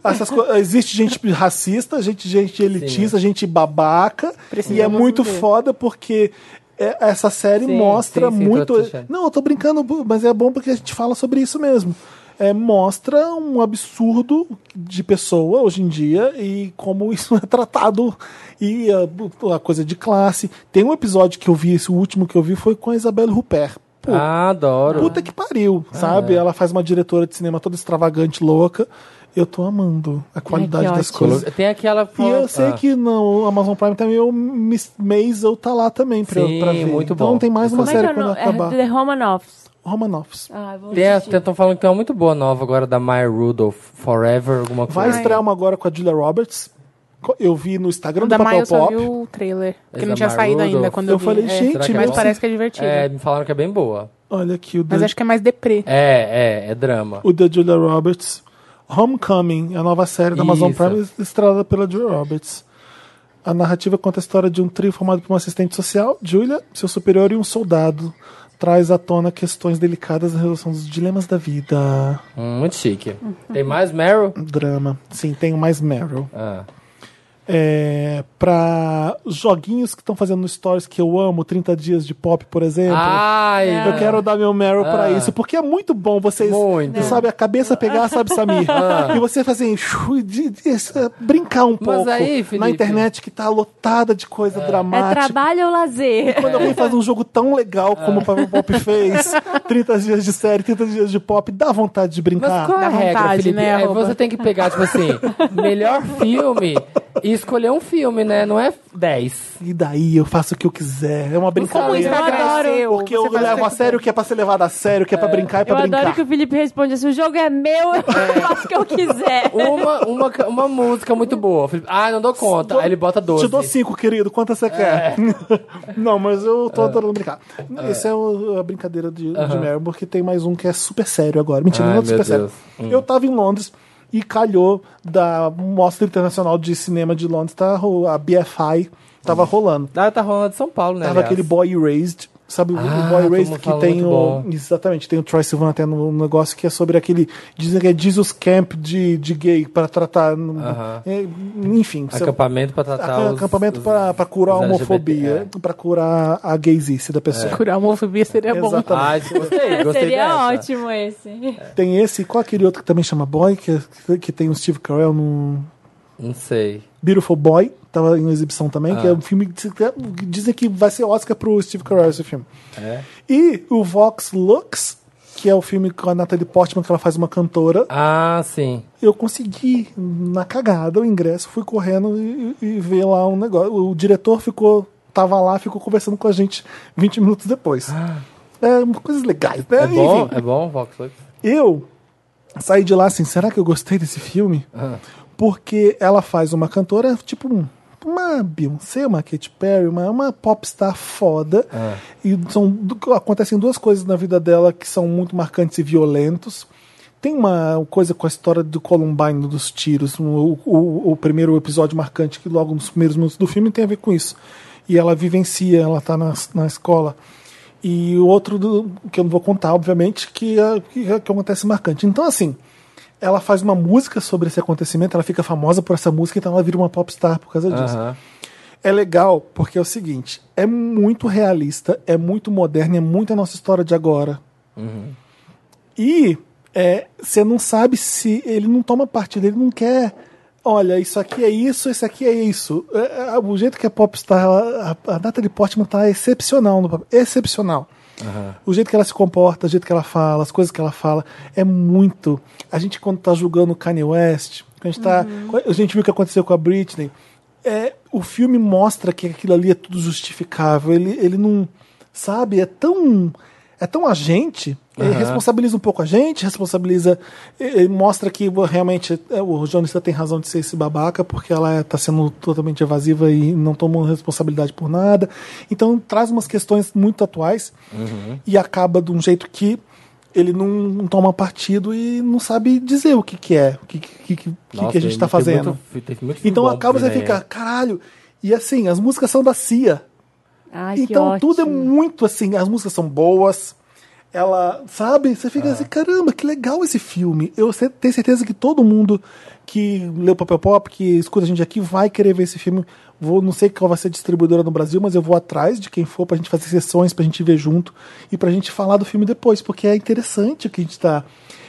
Essas co- existe gente racista, gente, gente elitista, gente babaca. e é muito foda porque é- essa série Sim, mostra sim, sim, tô muito. achando. Não, eu tô brincando, mas é bom porque a gente fala sobre isso mesmo. é, mostra um absurdo de pessoa hoje em dia e como isso é tratado e a, a coisa de classe. Tem um episódio que eu vi, esse último que eu vi foi com a Isabelle Rupert. Pô, Ah, adoro. Puta que pariu, É. sabe? Ela faz uma diretora de cinema toda extravagante, louca. Eu tô amando a qualidade das ótimo. coisas. Tem aquela E eu Ah. É. sei que no Amazon Prime também o Miss Maisel tá lá também pra, Sim, pra ver. muito então bom. tem mais uma Como é que série é o quando nome? acabar. É The Romanoffs. Romanoffs. Ah, eu vou Tem, a- assistir. tentam falando que tem uma muito boa nova agora da Maya Rudolph, Forever, alguma coisa. Vai estrear uma agora com a Julia Roberts. Co- Eu vi no Instagram Da do Maia eu Papel só Pop. vi o trailer. Que Esse não da tinha Maya saído ainda Rudolph. quando Eu é eu, vi. falei, É, gente, será que é mas bom? parece que é divertido. É, me falaram que é bem boa. Olha aqui o Mas da, acho que é mais deprê. É, é, é drama. o da Julia Roberts. Homecoming, a nova série da Amazon Isso. Prime estrelada pela Julia Roberts. A narrativa conta a história de um trio formado por uma assistente social, Julia, seu superior e um soldado. Traz à tona questões delicadas na resolução dos dilemas da vida. Hum, muito chique. Tem mais Meryl? Drama. Sim, tem o mais Meryl. Ah. É, pra joguinhos que estão fazendo no Stories que eu amo, 30 Dias de Pop, por exemplo. Ah, Ai, Eu quero dar meu Meryl pra Ah. isso, porque é muito bom vocês, Muito. sabe, a cabeça pegar, sabe, Samir? E você fazer, chu, de- de- eh, brincar um pouco aí, Felipe- na internet que tá lotada de coisa É dramática. trabalho ou lazer? Quando alguém faz um jogo tão legal como o Pavel Pop fez, 30 dias de série, 30 dias de pop, dá vontade de Mas brincar. qual é a Dá regra, vontade, Felipe? né, É, arroba? você tem que pegar, tipo assim, melhor filme e escolher um filme, né? Não é 10. E daí eu faço o que eu quiser. É uma brincadeira. Instagram é seu, Porque eu você faz o levo que a sério o que é pra ser levado a sério, o que é pra brincar, é Eu pra adoro brincar. que o Felipe responde assim: o jogo é meu, eu faço o que eu quiser. Uma, uma, ca- uma música muito boa. Felipe, ah, não dou conta. Aí ele bota 12. Te dou cinco, querido. Quantas você quer? É. Não, mas eu tô adorando brincar. Essa é o- a brincadeira de, de Meryl, porque tem mais um que é super sério agora. Mentira, Ai, não é super meu Hum. sério. Eu tava em Londres e calhou da Mostra Internacional de Cinema de Londres, tá, ro- a BFI tava rolando. Ah, tá rolando de São Paulo, né? Tava aliás. aquele Boy Raised. Sabe o- Ah, o Boy todo Raised mundo que fala tem muito o. bom. Exatamente, tem o Troy Silvan até no no negócio que é sobre aquele. Dizem que é Jesus Camp de, de gay para tratar. no- Aham. é, enfim. sabe? Acampamento pra tratar Ac- os- acampamento os- Ah, pra para curar a os LGBT, homofobia, é. pra curar a gaysice da pessoa. Curar a homofobia um seria bom. Exatamente. Ah, gostei, gostei Seria dessa. ótimo esse. Ah. Tem esse, qual aquele outro que também chama Boy, que, é- que tem o Steve Carell no Não sei. Beautiful Boy, tava em exibição também, Ah. que é um filme que que dizem que vai ser Oscar pro Steve Carell esse filme. É. E o Vox Lux, que é o filme com a Natalie Portman, que ela faz uma cantora. Ah, sim. Eu consegui, na cagada, o ingresso, fui correndo e, e- e ver lá um negócio. O diretor ficou, tava lá, ficou conversando com a gente 20 minutos depois. É, uma- coisas legais, né? Ah. É bom? Enfim, É bom, Vox Lux? eu saí de lá assim, será que eu gostei desse filme? Ah. Porque ela faz uma cantora, tipo um- Uma Beyoncé, uma Katy Perry, uma, uma popstar foda. E são, du- acontecem duas coisas na vida dela que são muito marcantes e violentos. Tem uma coisa com a história do Columbine dos tiros. um- O, o- o primeiro episódio marcante, que logo nos primeiros minutos do filme tem a ver com isso. E ela vivencia, ela tá na, na escola. E o outro, do- que eu não vou contar, obviamente, que, é- que, é- que acontece marcante. Então, assim, ela faz uma música sobre esse acontecimento, ela fica famosa por essa música, então ela vira uma popstar por causa disso. Aham. É legal porque é o seguinte: é muito realista, é muito moderno, é muito a nossa história de agora. E é, você não sabe se ele não toma partido, ele não quer. Olha, isso aqui é isso, isso aqui é isso. É, é, o jeito que a Popstar, ela- a, a Natalie Portman tá excepcional no papel. Excepcional. O jeito que ela se comporta, o jeito que ela fala, as coisas que ela fala, é muito. A gente, quando tá julgando o Kanye West, a gente, tá, a gente viu o que aconteceu com a Britney. É, o filme mostra que aquilo ali é tudo justificável. Ele, ele não. Sabe? É tão. É tão agente. Ele responsabiliza um pouco a gente, responsabiliza. eh, eh, mostra que bo- realmente eh, o jornalista tem razão de ser esse babaca, porque ela está sendo totalmente evasiva e não tomando responsabilidade por nada. Então traz umas questões muito atuais Uhum. e acaba de um jeito que ele não, não toma partido e não sabe dizer o que, que é, o que, que, que, que Nossa, que a gente está tem fazendo. muito fi- tem muito filme então bom acaba pra você ver, ficar, né? caralho. E assim, as músicas são da CIA. Ai, Então que tudo é ótimo. muito assim, as músicas são boas. Ela, sabe? Você fica assim, caramba, que legal esse filme. Eu ce- tenho certeza que todo mundo que leu Papel Pop, que escuta a gente aqui, vai querer ver esse filme. Vou, não sei qual vai ser a distribuidora no Brasil, mas eu vou atrás de quem for pra gente fazer sessões, pra gente ver junto e pra gente falar do filme depois, porque é interessante o que a gente tá.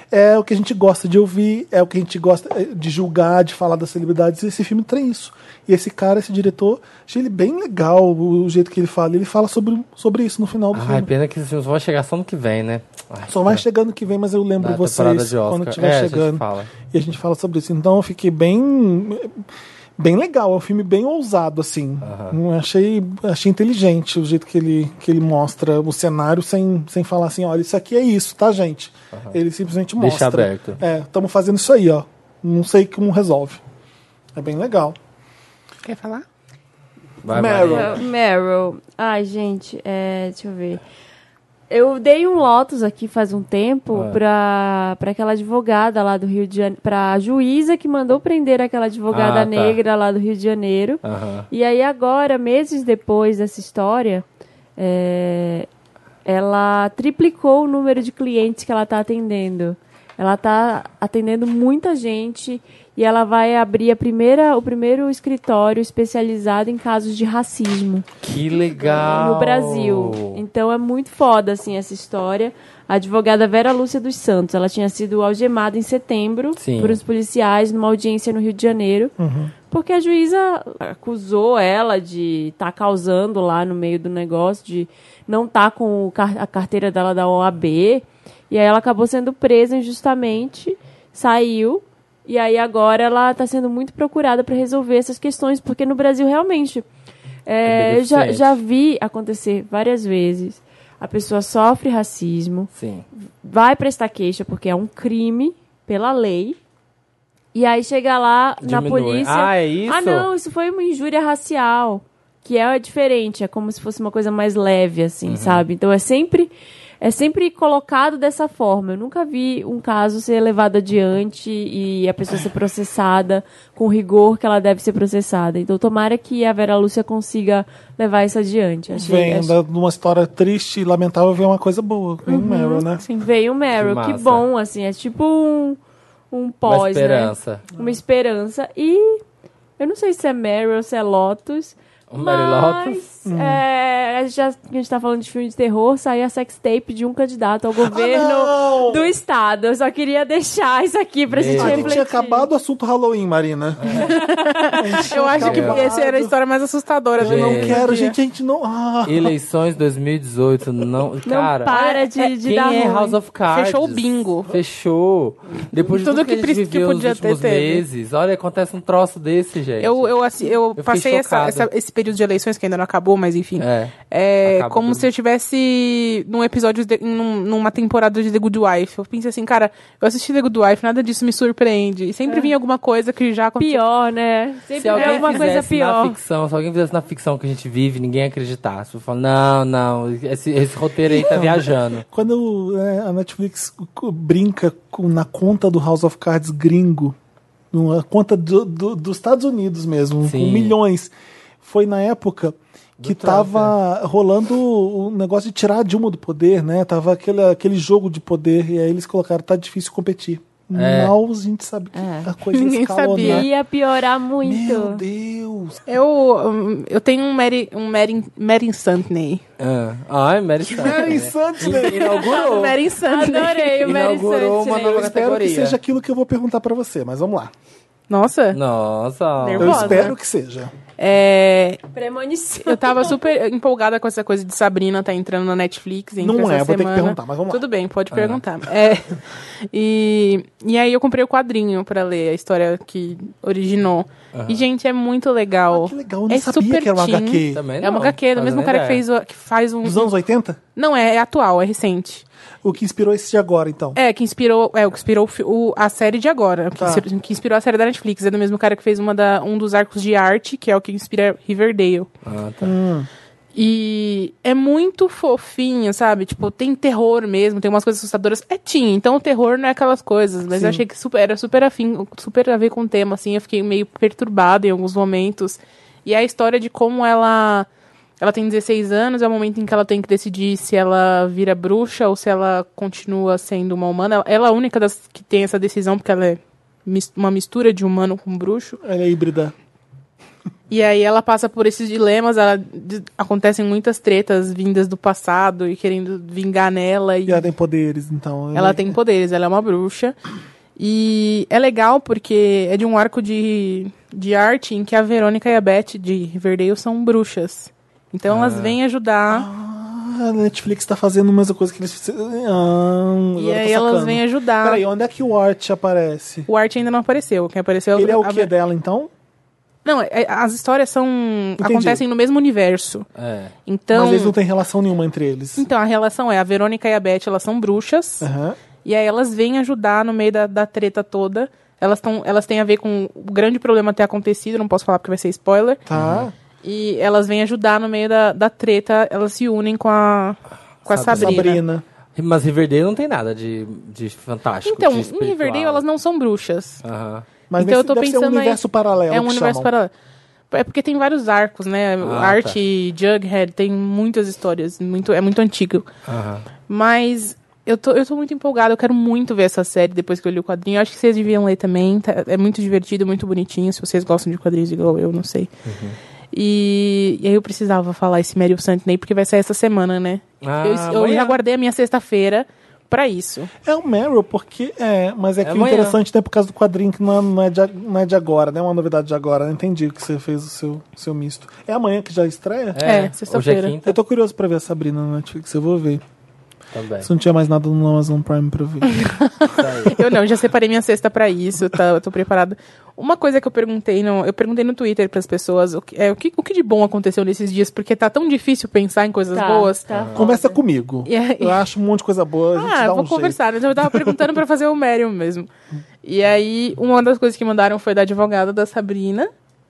é o que a gente gosta de ouvir, é o que a gente gosta eh, de julgar, de falar das celebridades. E esse filme tem isso. E esse cara, esse diretor, achei ele bem legal o o jeito que ele fala. Ele fala sobre, sobre isso no final do Ai, filme. pena que esses filmes vão chegar só no que vem, né? Ai, Só vai pena. chegando que vem, mas eu lembro Na temporada vocês de Oscar. quando estiver É, a gente chegando. fala. E a gente fala sobre isso. Então eu fiquei bem. Bem legal, é um filme bem ousado, assim. Não Achei, achei inteligente o jeito que ele, que ele mostra o cenário sem, sem falar assim, olha, isso aqui é isso, tá, gente? Ele simplesmente Deixa mostra. aberto. É, estamos fazendo isso aí, ó. Não sei como resolve. É bem legal. Quer falar? Vai, Meryl. Maria. Meryl. Ai, gente, é, deixa eu ver. Eu dei um Lotus aqui faz um tempo Ah. pra, pra aquela advogada lá do Rio de Janeiro. Pra juíza que mandou prender aquela advogada Ah, tá. negra lá do Rio de Janeiro. Aham. E aí, agora, meses depois dessa história, é, ela triplicou o número de clientes que ela está atendendo. Ela está atendendo muita gente e ela vai abrir a primeira, o primeiro escritório especializado em casos de racismo Que legal. no Brasil. Então é muito foda, assim, essa história. A advogada Vera Lúcia dos Santos, ela tinha sido algemada em setembro Sim. por uns policiais numa audiência no Rio de Janeiro, porque a juíza acusou ela de estar causando lá no meio do negócio, de não estar com o car- a carteira dela da OAB. E aí ela acabou sendo presa injustamente, saiu. E aí agora ela está sendo muito procurada para resolver essas questões, porque no Brasil realmente é, É eu já, deficiente. já vi acontecer várias vezes. A pessoa sofre racismo, Sim. vai prestar queixa porque é um crime pela lei. E aí chega lá na Diminui. polícia. Ah, é isso? Ah, não, isso foi uma injúria racial. Que é diferente, é como se fosse uma coisa mais leve, Uhum. assim, sabe? Então é sempre. É sempre colocado dessa forma. Eu nunca vi um caso ser levado adiante e a pessoa ser processada com o rigor que ela deve ser processada. Então, tomara que a Vera Lúcia consiga levar isso adiante. Achei, Vem achei- da- de uma história triste e lamentável, vem uma coisa boa. Vem o Meryl, né? Veio assim, o Meryl, Que que, massa. bom, assim, é tipo um, um pós, Uma esperança. né? Uma esperança. E eu não sei se é Meryl ou se é Lotus. Um Meryl mas Hum. é, já que a gente tá falando de filme de terror, saiu a sextape de um candidato ao governo Ah, não! do estado. Eu só queria deixar isso aqui pra gente Meu A Deus. gente tinha refletir. acabado o assunto Halloween, Marina. É. Eu acho que acabado. essa era a história mais assustadora né? do Eu não Não mundo. quero, gente, a gente não. Ah. Eleições 2018, não. Não cara, para de, de quem dar é ruim. House of Cards? Fechou o bingo. Fechou. Depois de Tudo tudo, que que, a pres- gente que viveu nos podia ter, últimos teve. meses. Olha, acontece um troço desse, gente. Eu, eu, assi- eu, fiquei passei essa- chocado. essa- esse período de eleições que ainda não acabou, mas enfim. É. É, Acaba como tudo. se eu tivesse num episódio, de, num- numa temporada de The Good Wife. Eu pensei assim, cara, eu assisti The Good Wife, nada disso me surpreende. E sempre vinha alguma coisa que já aconteceu. Pior, né? Se Sempre alguém é uma fizesse coisa pior. na ficção, se alguém fizesse na ficção que a gente vive, ninguém ia acreditar. Você fala, não, não, esse, esse roteiro aí tá viajando. Quando né, a Netflix co- brinca com- na conta do House of Cards gringo, na conta do- do- dos Estados Unidos mesmo, Sim. com milhões, foi na época que Trump, é. tava rolando o negócio de tirar a Dilma do poder, né? Tava aquele, aquele jogo de poder, e aí eles colocaram, tá difícil competir. É. Mal a gente sabe que a coisa É. Ninguém escalou, sabia. né? Ia piorar muito. Meu Deus! Eu, hum, eu tenho um Mary, um Mary, Mary Santney. Ah, Ai, Mary Mary Santner. Santner! Inaugurou. Mary Santney. Adorei o Mary Inaugurou uma Santner. nova Eu espero que categoria. seja aquilo que eu vou perguntar pra você, mas vamos lá. Nossa. Nossa. Eu Nervosa. espero que seja. É, Premonição. eu tava super empolgada com essa coisa de Sabrina tá entrando na Netflix. entra Não essa é, vou ter que semana. perguntar, mas vamos lá. Ah. Tudo bem, pode perguntar. É, e, e aí eu comprei o quadrinho pra ler a história que originou. E, gente, é muito legal. Ah, Que legal, eu não é sabia super que era um teen. HQ. Também É uma não, HQ, do fazendo mesmo cara que, ideia. fez, o- que faz um... Dos anos 80? Não, é, é atual, é recente. O que inspirou esse de agora, então? É, que inspirou, é, o que inspirou o fi- o- a série de agora. né? o Que, Tá. inspirou, que inspirou a série da Netflix. É do mesmo cara que fez uma da, um dos arcos de arte, que é o que inspira Riverdale. Ah, tá. E é muito fofinho, sabe? Tipo, tem terror mesmo, tem umas coisas assustadoras. É teen, então o terror não é aquelas coisas. Mas eu achei que super, era super afim, super a ver com o tema, assim. Eu fiquei meio perturbada em alguns momentos. E a história de como ela... Ela tem 16 anos, é o momento em que ela tem que decidir se ela vira bruxa ou se ela continua sendo uma humana. Ela- Ela é a única das que tem essa decisão, porque ela é mis- uma mistura de humano com bruxo. Ela é híbrida. E aí ela passa por esses dilemas, ela, de- acontecem muitas tretas vindas do passado e querendo vingar nela. E E ela tem poderes, então. ela tem poderes, ela é uma bruxa. E é legal porque é de um arco de, de arte em que a Verônica e a Beth de Riverdale são bruxas. Então elas vêm ajudar. Ah, a Netflix tá fazendo a mesma coisa que eles fizeram. Ah, e agora eu tô aí elas sacando. vêm ajudar. Peraí, onde é que o Art aparece? O arte ainda não apareceu. Quem apareceu Ele é o a que dela, então? Não, é- é- as histórias são. acontecem no mesmo universo. É. Então. Mas eles não têm relação nenhuma entre eles. Então, a relação é, a Verônica e a Beth, elas são bruxas, Aham. e aí elas vêm ajudar no meio da, da treta toda. Elas, tão, elas têm a ver com o grande problema ter acontecido, não posso falar porque vai ser spoiler. Tá. E elas vêm ajudar no meio da, da treta, elas se unem com a, com a Sabrina. Sabrina. Mas Riverdale não tem nada de, de fantástico. Então, de em espiritual. Riverdale elas não são bruxas. Aham. Mas Então eu nesse- tô deve ser um pensando aí- universo paralelo. É um que universo chamam. paralelo. É porque tem vários arcos, né? Ah, Arte tá. e Jughead tem muitas histórias, muito, é muito antigo. Aham. Mas eu tô, eu tô muito empolgada, eu quero muito ver essa série depois que eu li o quadrinho. Eu acho que vocês deviam ler também. tá- é muito divertido, muito bonitinho. Se vocês gostam de quadrinhos igual eu, não sei. Uhum. E, e aí eu precisava falar esse Meryl Santiney, porque vai sair essa semana, né? Ah, eu eu amanhã. já guardei a minha sexta-feira pra isso. É o Meryl, porque é, mas é que É o amanhã. interessante né, por causa do quadrinho que não é, não é de, a- não é de agora, né? É uma novidade de agora. Não entendi que você fez o seu, seu misto. É amanhã que já estreia? É, Hoje é sexta-feira. quinta Eu tô curioso pra ver a Sabrina no Netflix, eu vou ver. também. Se não tinha mais nada no Amazon Prime pra eu ver. Eu não, já separei minha cesta pra isso, tá, eu tô preparada. Uma coisa que eu perguntei, no, eu perguntei no Twitter pras pessoas, o que, é, o, que, o que de bom aconteceu nesses dias, porque tá tão difícil pensar em coisas Tá, boas. tá foda. Começa comigo. E aí- Eu acho um monte de coisa boa, a gente Ah, dá vou um jeito. conversar, né? Então eu tava perguntando pra fazer o Mério mesmo. E aí, uma das coisas que mandaram foi da advogada da Sabrina.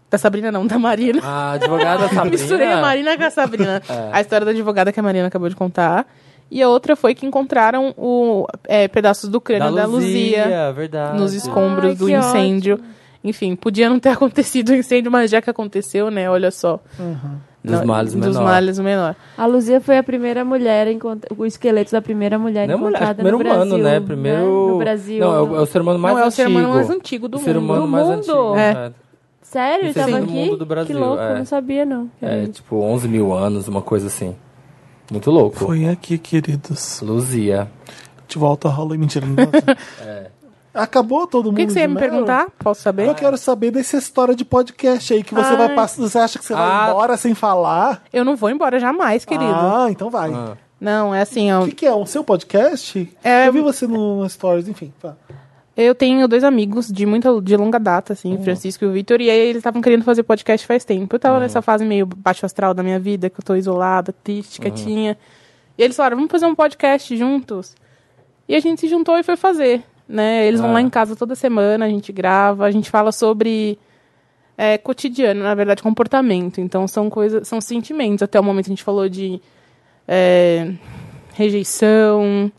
Da Sabrina não, da Marina. A advogada Sabrina. É. Misturei a Marina com a Sabrina. A história da advogada que a Marina acabou de contar. E a outra foi que encontraram o, é, pedaços do crânio da, Luzia, verdade. nos escombros Ai, do que incêndio. Enfim, podia não ter acontecido o incêndio, mas já que aconteceu, né? Olha só. Dos Não, males dos menor. males menor. A Luzia foi a primeira mulher, encont- o esqueleto da primeira mulher Não é mulher, acho que encontrada primeiro no Brasil. humano, né? Primeiro. No Brasil. Não, é o, é o ser humano mais não, é o antigo. ser humano mais antigo do O ser mundo. humano Do mais mundo. antigo. É. Sério? Ele Esse é tava do aqui? mundo do Brasil, que louco, é. eu não sabia não. É, tipo 11 mil anos, uma coisa assim. Muito louco. Foi aqui, queridos. Luzia. De volta rola e mentira. não volta. Acabou todo mundo. É. O que, que você ia de me Meryl? perguntar? Posso saber? Eu quero saber dessa história de podcast aí que você Ah. vai passar. Você acha que você vai Ah. embora sem falar? Eu não vou embora jamais, querido. Ah, então vai. Ah. Não, é assim, O ó. que, que é? O seu podcast? É- Eu vi você no Stories, enfim. tá. Eu tenho dois amigos de muita de longa data, assim, Francisco e o Vitor, e aí eles estavam querendo fazer podcast faz tempo. Eu tava nessa fase meio baixo astral da minha vida, que eu tô isolada, triste, quietinha. E eles falaram, vamos fazer um podcast juntos. E a gente se juntou e foi fazer, né? Eles vão Ah. lá em casa toda semana, a gente grava, a gente fala sobre é, cotidiano, na verdade, comportamento. Então são coisas, são sentimentos. Até o momento a gente falou de é, rejeição,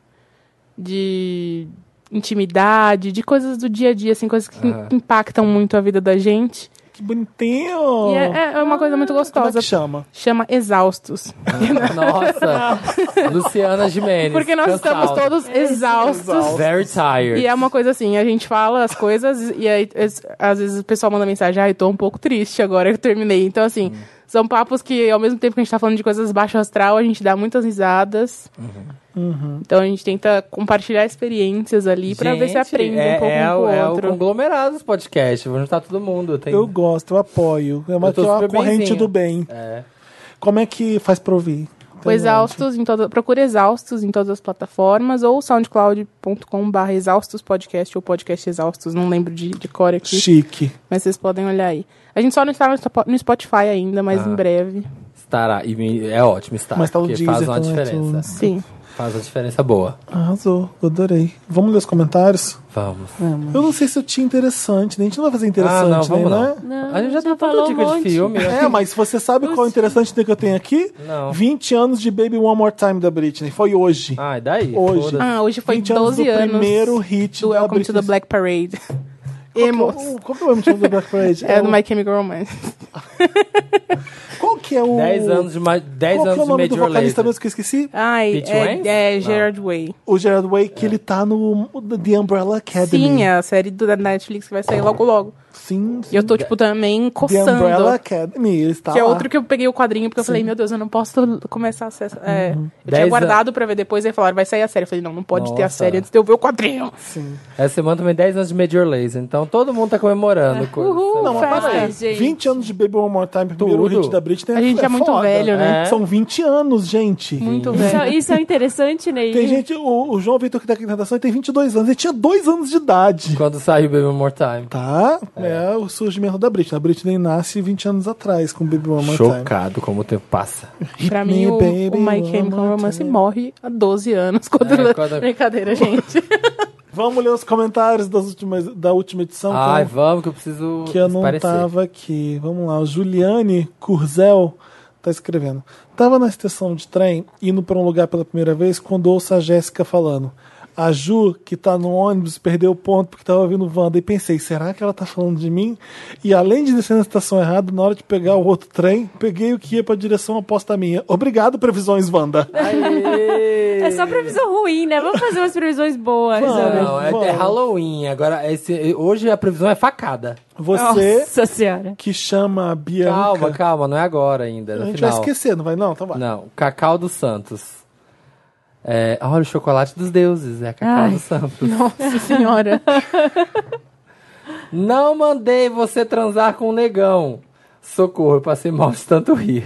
de intimidade, de coisas do dia a dia, assim, coisas que Aham. impactam muito a vida da gente. Que bonitinho! E é, é uma coisa muito Como é gostosa. que chama? Chama Exaustos. Nossa. Luciana Gimenez. Porque nós estamos cansado. todos exaustos. Very tired. E é uma coisa assim, a gente fala as coisas e aí es- às vezes o pessoal manda mensagem, ai, tô um pouco triste agora que eu terminei. Então, assim, Uhum. são papos que, ao mesmo tempo que a gente tá falando de coisas baixo astral, a gente dá muitas risadas. Então a gente tenta compartilhar experiências ali pra ver se Gente, aprende é, um pouco é, um com o- é o outro. o conglomerado dos podcasts. Vou juntar todo mundo. Tem... Eu gosto, eu apoio. É uma, Eu tô que é uma super corrente benzinho. do bem. É. Como é que faz pra ouvir? O Exaustos em toda, procura Exaustos em todas as plataformas ou soundcloud.com.br Exaustos Podcast ou Podcast Exaustos, não lembro de, de cor aqui, Chique. mas vocês podem olhar aí. A gente só não está no Spo- no Spotify ainda, mas Ah. em breve. Estará. E me- é ótimo estar. Mas tá no porque Deezer, faz uma tá no diferença. iTunes. Sim. Faz uma diferença boa. Arrasou, eu adorei. Vamos ler os comentários? Vamos. Eu não sei se eu tinha interessante, né? A gente não vai fazer interessante, ah, não, vamos né? não. né? Não, a gente já, já deu tanta falou um dica de monte. filme. né? É, mas você sabe qual é o interessante que eu tenho aqui? Não. Ah. 20 anos de Baby One More Time da Britney. Foi hoje. Ai, daí. Hoje. foda-se. Ah, hoje foi 20 anos 12 do anos. primeiro hit do da Welcome to Britney. the Black Parade. Qual Emos. que é o- Qual que é o emotivo do Black Parade? É do o- My Chemical Romance. Qual que é o... 10 anos de, ma- 10 Qual que é anos o de nome do Major vocalista Lazer. mesmo que eu esqueci? Ai, Pete Wentz? é, é Não. Gerard Way. O Gerard É. Way, que ele tá no The Umbrella Academy. Sim, é a série do- da Netflix que vai sair logo logo. Sim, sim. E é. eu tô, tipo, também The coçando. Umbrella Academy, ele está que é lá. outro que eu peguei o quadrinho, porque eu falei, meu Deus, eu não posso começar a ser. É, eu tinha Dez guardado pra ver depois, aí falaram, vai sair a série. Eu falei, não, não pode ter a Nossa. série antes de eu ver o quadrinho. Sim. Essa semana também 10 anos de Major Laser, então todo mundo tá comemorando. É. coisa. Uhul, Não, mas festa. peraí. gente. 20 anos de Baby One More Time, primeiro Tudo. hit da Britney. A gente é muito foda. velho, né? É. São 20 anos, gente. Muito né? Isso, velho. é- isso é interessante, Ney. Tem gente, o, o João Vitor que tá aqui na redação ele tem 22 anos, ele tinha 2 anos de idade. Quando saiu Baby One More Time. Tá? É. o surgimento da Britney. A Britney nasce 20 anos atrás com Baby One More Time. Então, Chocado como o tempo passa. Pra mim, o, Baby, o My one Chemical more Romance time. morre há 12 anos. Quando É, quando- Brincadeira, gente. Vamos ler os comentários das últimas, da última edição. Ai, que eu- vamos, que eu preciso então. que eu não parecer. tava aqui. Vamos lá, o Juliane Curzel tá escrevendo. Tava na estação de trem, indo para um lugar pela primeira vez, quando ouço a Jéssica falando. A Ju, que tá no ônibus, perdeu o ponto porque tava ouvindo Wanda. E pensei, será que ela tá falando de mim? E além de descer na estação errada, na hora de pegar o outro trem, peguei o que ia pra direção oposta à minha. Obrigado, previsões Wanda. É só previsão ruim, né? Vamos fazer umas previsões boas. Ah, Vamos. Não, é, é Halloween. Agora, esse, hoje a previsão é facada. Você Nossa senhora. que chama a Bianca. Calma, calma, não é agora ainda. A No gente final. vai esquecer, não vai? Não, então vai. Não, Cacau dos Santos. É, olha, o chocolate dos deuses, é Cacau Ai. dos Santos. Nossa senhora. Não mandei você transar com um negão. Socorro, eu passei mal de tanto rir.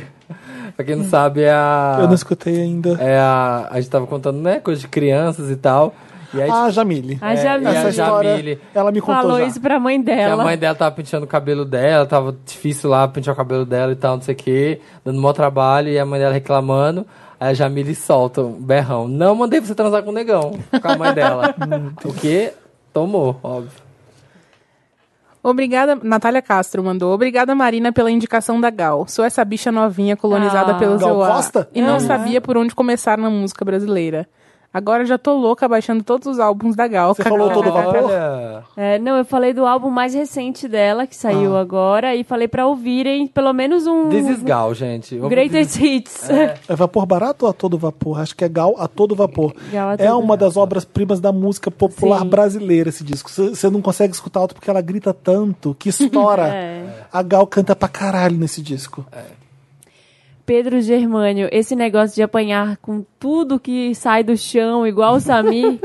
pra quem não sabe, é a. Eu não escutei ainda. É a. A gente tava contando, né? Coisa de crianças e tal. E aí tipo, Ah, Jamile. E a A Essa Jamile história, é Jamile. ela me contou falou já. isso pra mãe que dela. a mãe dela tava penteando o cabelo dela, tava difícil lá pentear o cabelo dela e tal, não sei o quê, dando mau trabalho, e a mãe dela reclamando. Aí a Jamile solta um berrão. Não mandei você transar com o negão, com a mãe dela. o quê? Tomou, óbvio. Obrigada, Natália Castro mandou. Obrigada, Marina, pela indicação da Gal. Sou essa bicha novinha colonizada Ah. pelo Gal Zeuá Costa? e não sabia por onde começar na música brasileira. Agora já tô louca baixando todos os álbuns da Gal. Você falou todo vapor? Olha, É, não, eu falei do álbum mais recente dela, que saiu Ah. agora, e falei pra ouvirem pelo menos um. desesgal, gente. Vamos Greatest Hits. É vapor barato ou a todo vapor? Acho que é Gal a todo vapor. Gal a é todo uma das obras-primas da música popular Sim. brasileira, esse disco. Você não consegue escutar alto porque ela grita tanto que estoura. É. A Gal canta pra caralho nesse disco. Pedro Germânio, esse negócio de apanhar com tudo que sai do chão, igual o Samir.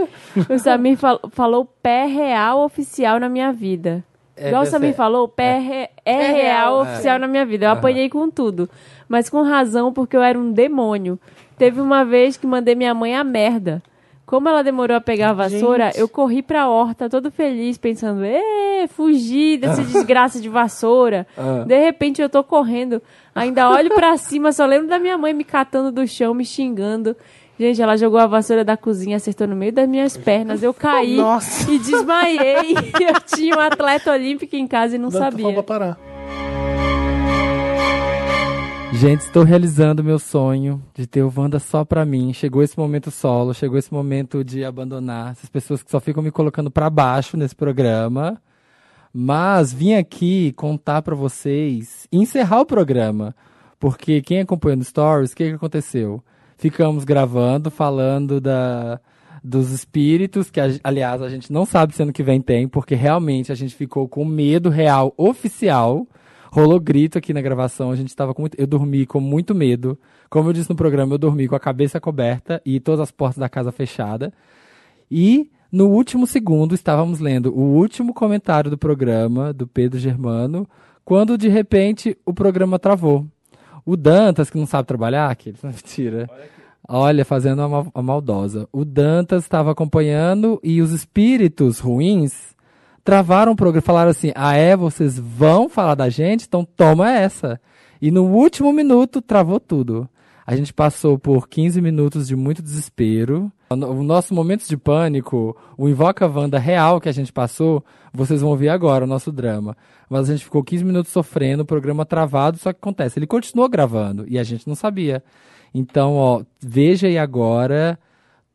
o Samir fal- falou pé real oficial na minha vida. É, igual o você- Samir falou, pé re- é, É real real. oficial na minha vida. Eu apanhei com tudo. Mas com razão, porque eu era um demônio. Teve uma vez que mandei minha mãe a merda. Como ela demorou a pegar a vassoura, eu corri pra horta, todo feliz, pensando, ê, fugi dessa desgraça de vassoura. Ah. De repente eu tô correndo, ainda olho pra cima, só lembro da minha mãe me catando do chão, me xingando. Gente, ela jogou a vassoura da cozinha, acertou no meio das minhas pernas. Eu caí Nossa. e desmaiei. Eu tinha um atleta olímpico em casa e não Dando sabia. Falou pra parar. Gente, estou realizando meu sonho de ter o Wanda só pra mim. Chegou esse momento solo, chegou esse momento de abandonar essas pessoas que só ficam me colocando pra baixo nesse programa. Mas vim aqui contar pra vocês, e encerrar o programa, porque quem acompanha no Stories, o que, que aconteceu? Ficamos gravando, falando da dos espíritos, que a- aliás a gente não sabe se ano que vem tem, porque realmente a gente ficou com medo real oficial. Rolou grito aqui na gravação, a gente tava com muito, eu dormi com muito medo. Como eu disse no programa, eu dormi com a cabeça coberta e todas as portas da casa fechada. E no último segundo estávamos lendo o último comentário do programa do Pedro Germano, quando de repente o programa travou. O Dantas, que não sabe trabalhar, que ele mentira. Olha, fazendo a, mal- a maldosa. O Dantas estava acompanhando e os espíritos ruins travaram o programa. Falaram assim: Ah, é? Vocês vão falar da gente? Então toma essa. E no último minuto travou tudo. A gente passou por 15 minutos de muito desespero. O nosso momento de pânico, o Invoca Wanda real que a gente passou, vocês vão ouvir agora o nosso drama. Mas a gente ficou 15 minutos sofrendo, o programa travado, só que acontece, ele continuou gravando e a gente não sabia. Então, ó, veja aí agora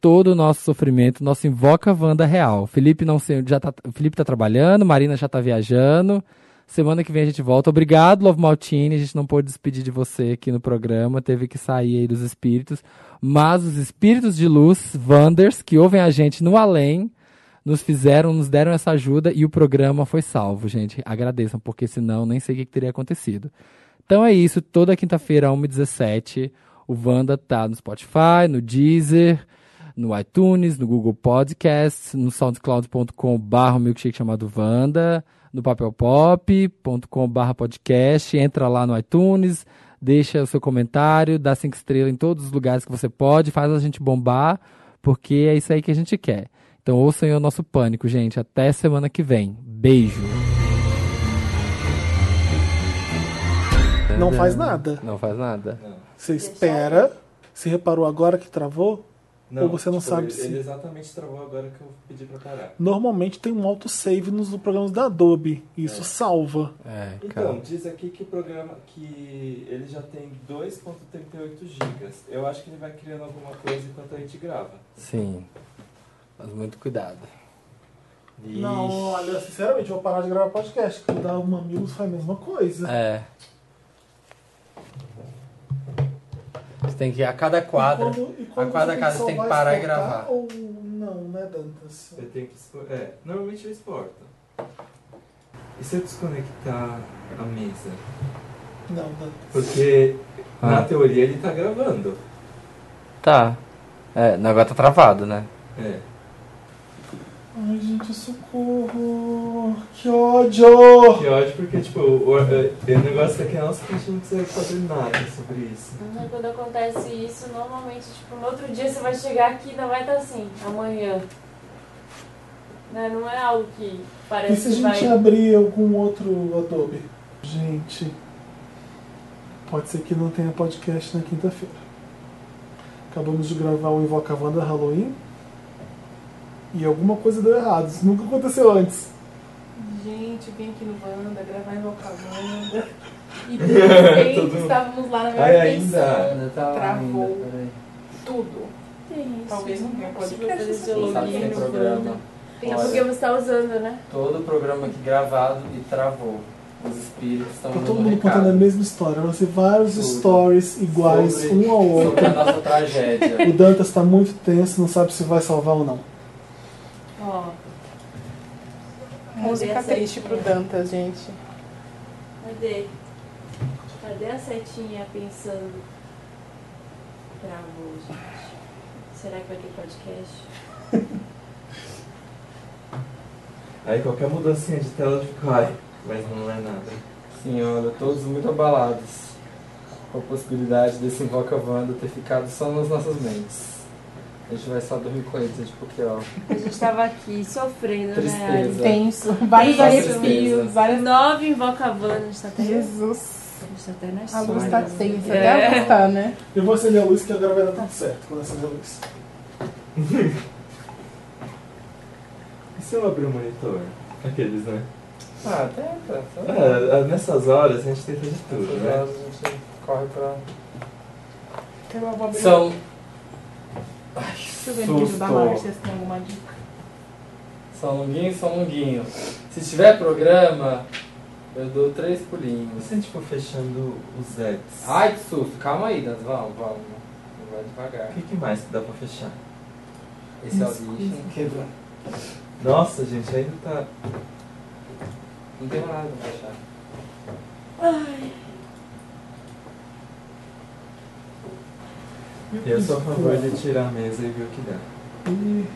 todo o nosso sofrimento, nosso Invoca Wanda real. Felipe não sei, já tá, o Felipe tá trabalhando, Marina já tá viajando. Semana que vem a gente volta. Obrigado, Love Maltini. A gente não pôde despedir de você aqui no programa. Teve que sair aí dos espíritos. Mas os espíritos de luz, Wanders, que ouvem a gente no além, nos fizeram, nos deram essa ajuda e o programa foi salvo, gente. Agradeçam, porque senão nem sei o que que teria acontecido. Então é isso, toda quinta-feira, 1h17, o Wanda tá no Spotify, no Deezer, no iTunes, no Google Podcasts, no soundcloud.com barra milkshake chamado Wanda, no papelpop.com barra podcast, entra lá no iTunes, deixa o seu comentário, dá cinco estrelas em todos os lugares que você pode, faz a gente bombar, porque é isso aí que a gente quer. Então ouçam aí o nosso pânico, gente. Até semana que vem. Beijo. Não faz nada. Não faz nada. Você espera. Você reparou agora que travou? Ou você não sabe tipo, ele, se- Ele exatamente travou agora que eu pedi pra parar. Normalmente tem um autosave nos programas da Adobe. E isso salva. É, Então, diz aqui que o programa que ele já tem 2.38 gigas. Eu acho que ele vai criando alguma coisa enquanto a gente grava. Sim. Mas muito cuidado. Não, olha, sinceramente, eu vou parar de gravar podcast. Que dar uma mamilos faz a mesma coisa. É. Você tem que ir a cada quadra. a quadra casa você tem que parar e gravar. Ou não, né, Dantas? Eu tenho que expor... É, normalmente eu exporto. E se eu desconectar a mesa? Não, Dantas. Porque na Ah. teoria ele tá gravando. Tá. É, não, agora tá travado, né? É. Ai, gente, socorro. Que ódio. Que ódio, porque tipo, o, o negócio aqui é nosso que a gente não consegue fazer nada sobre isso. Mas Quando acontece isso, normalmente, tipo, no outro dia você vai chegar aqui e ainda vai estar assim, amanhã. Né, Não é algo que E parece se a que vai. gente abrir algum outro Adobe? Gente, pode ser que não tenha podcast na quinta-feira. Acabamos de gravar o Invocavanda Halloween e alguma coisa deu errado. Isso nunca aconteceu antes. Gente, vem aqui no Wanda, gravar em local Wanda. E pensei, Todo- estávamos lá na minha Ai, pensão, ainda. tá Travou. ainda, tudo. Tem isso. Talvez não tenha Você podcast precisa assim, de sabe login que tem no programa. Wanda. É porque você tá usando, né? Todo o programa aqui gravado e travou. Os espíritos estão Tá todo mundo contando a mesma história. Vão ser vários Tudo. stories iguais, Sobre- um ao outro. a nossa tragédia. O Dantas tá muito tenso, não sabe se vai salvar ou não. Ó. Música essa triste aqui? pro Dantas, gente. Cadê? Cadê a setinha pensando? Travou, gente. Será que vai ter podcast? Aí qualquer mudancinha de tela fica, ai, mas não é nada. Senhora, todos muito abalados com a possibilidade desse Invoca Wanda ter ficado só nas nossas mentes. A gente vai só dormir com eles, tipo, gente, porque ó, A gente tava aqui sofrendo, né? tristeza. Tenso. Vários Tenso. arrepios, várias. Nove invocavando, a gente tá até. Jesus. A gente tá até nas A luz sombras. tá tensa. É. Até a luz tá, né? Eu vou acender a luz que agora vai dar tudo certo quando acender a luz. E se eu abrir o monitor? Aqueles, né? Ah, tenta, tenta. É, é, nessas horas a gente tenta de tudo, né? a gente corre pra. Tem uma abóbora. São. Deixa eu ver no livro da susto. Márcia se tem alguma dica. São longuinhos, são longuinhos. Se tiver programa, eu dou três E pulinhos. se a gente for tipo, fechando os ads? Ai, que susto, calma aí, Dantas, vamos, vamos. Vai devagar. O que, que mais que dá pra fechar? Esse é o bicho. Quebra. Nossa, gente, ainda tá. Não tem nada pra achar. Eu sou a favor de tirar a mesa e ver o que dá. Ih.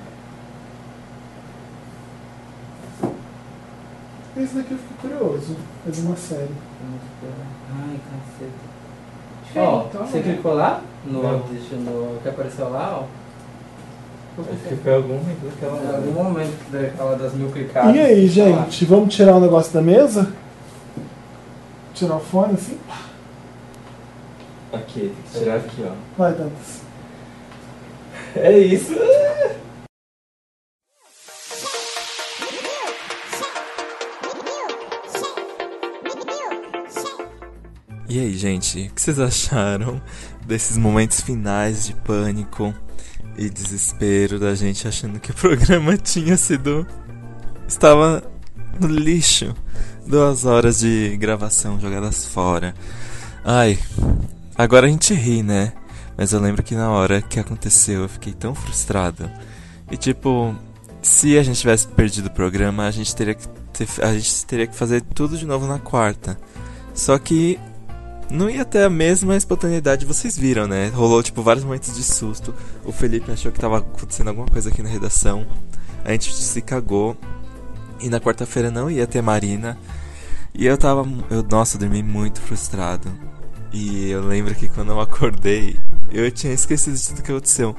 Esse daqui eu fico curioso. É de uma série. Ai, caceta. Ó, Diferente, você olha. clicou lá? No, Não. deixa no que apareceu lá, ó. Acho que foi algum momento daquela Em hora. algum momento que deve falar das mil clicadas. e aí, sei lá. gente? Vamos tirar o negócio da mesa? Tirar o fone assim? Aqui, tem que tirar aqui, ó. Vai, Dantas. É isso! E aí, gente, o que vocês acharam desses momentos finais de pânico e desespero da gente achando que o programa tinha sido. estava no lixo? Duas horas de gravação jogadas fora. Ai, agora a gente ri, né? Mas eu lembro que na hora que aconteceu eu fiquei tão frustrado. E tipo, Se a gente tivesse perdido o programa, a gente teria que ter- a gente teria que fazer tudo de novo na quarta. Só que não ia ter a mesma espontaneidade, vocês viram, né? Rolou tipo vários momentos de susto. O Felipe achou que tava acontecendo alguma coisa aqui na redação. A gente se cagou. E na quarta-feira não ia ter Marina. E eu tava, eu nossa, eu dormi muito frustrado. E eu lembro que quando eu acordei, eu tinha esquecido de tudo que aconteceu.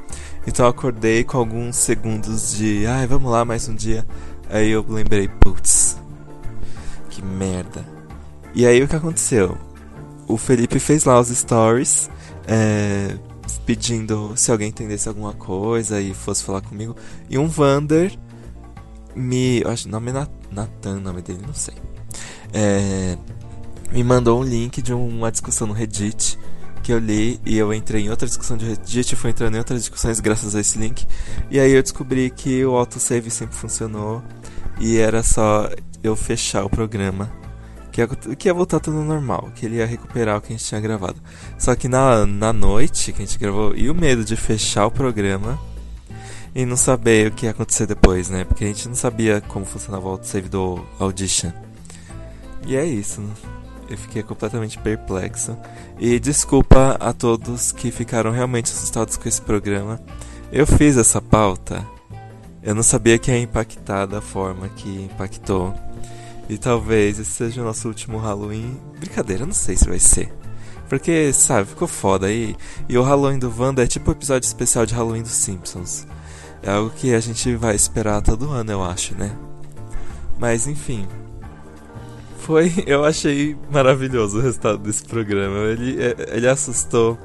Então eu acordei com alguns segundos de, ai, vamos lá mais um dia. Aí eu lembrei, putz, que merda. E aí o que aconteceu? O Felipe fez lá os stories, é, pedindo se alguém entendesse alguma coisa e fosse falar comigo. E um Vander me. Eu acho que o nome é Na- Natan, o nome dele, não sei. É, me mandou um link de uma discussão no Reddit que eu li e eu entrei em outra discussão de Reddit, eu fui entrando em outras discussões graças a esse link. E aí eu descobri que o autosave sempre funcionou e era só eu fechar o programa. Que ia, que ia voltar tudo normal, que ele ia recuperar o que a gente tinha gravado. Só que na, na noite que a gente gravou, e o medo de fechar o programa e não saber o que ia acontecer depois, né? Porque a gente não sabia como funcionava o autosave do Audition. E é isso, né? eu fiquei completamente perplexo. E desculpa a todos que ficaram realmente assustados com esse programa. Eu fiz essa pauta. Eu não sabia que ia impactar da forma que impactou. E talvez esse seja o nosso último Halloween. Brincadeira, eu não sei se vai ser. Porque, sabe, ficou foda aí. E o Halloween do Wanda é tipo o episódio especial de Halloween dos Simpsons. É algo que a gente vai esperar todo ano, eu acho, né? Mas enfim. Foi, eu achei maravilhoso o resultado desse programa. Ele, é- ele assustou.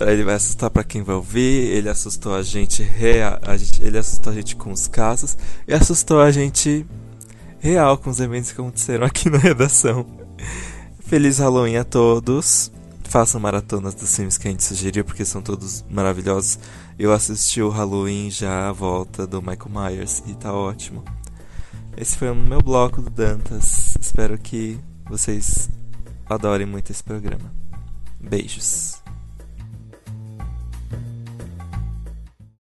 Ele vai assustar pra quem vai ouvir, ele assustou a gente, rea, a gente- ele assustou a gente com os casos e assustou a gente real com os eventos que aconteceram aqui na redação. Feliz Halloween a todos. Façam maratonas dos filmes que a gente sugeriu porque são todos maravilhosos. Eu assisti o Halloween já a volta do Michael Myers e tá ótimo. Esse foi o meu bloco do Dantas. Espero que vocês adorem muito esse programa. Beijos.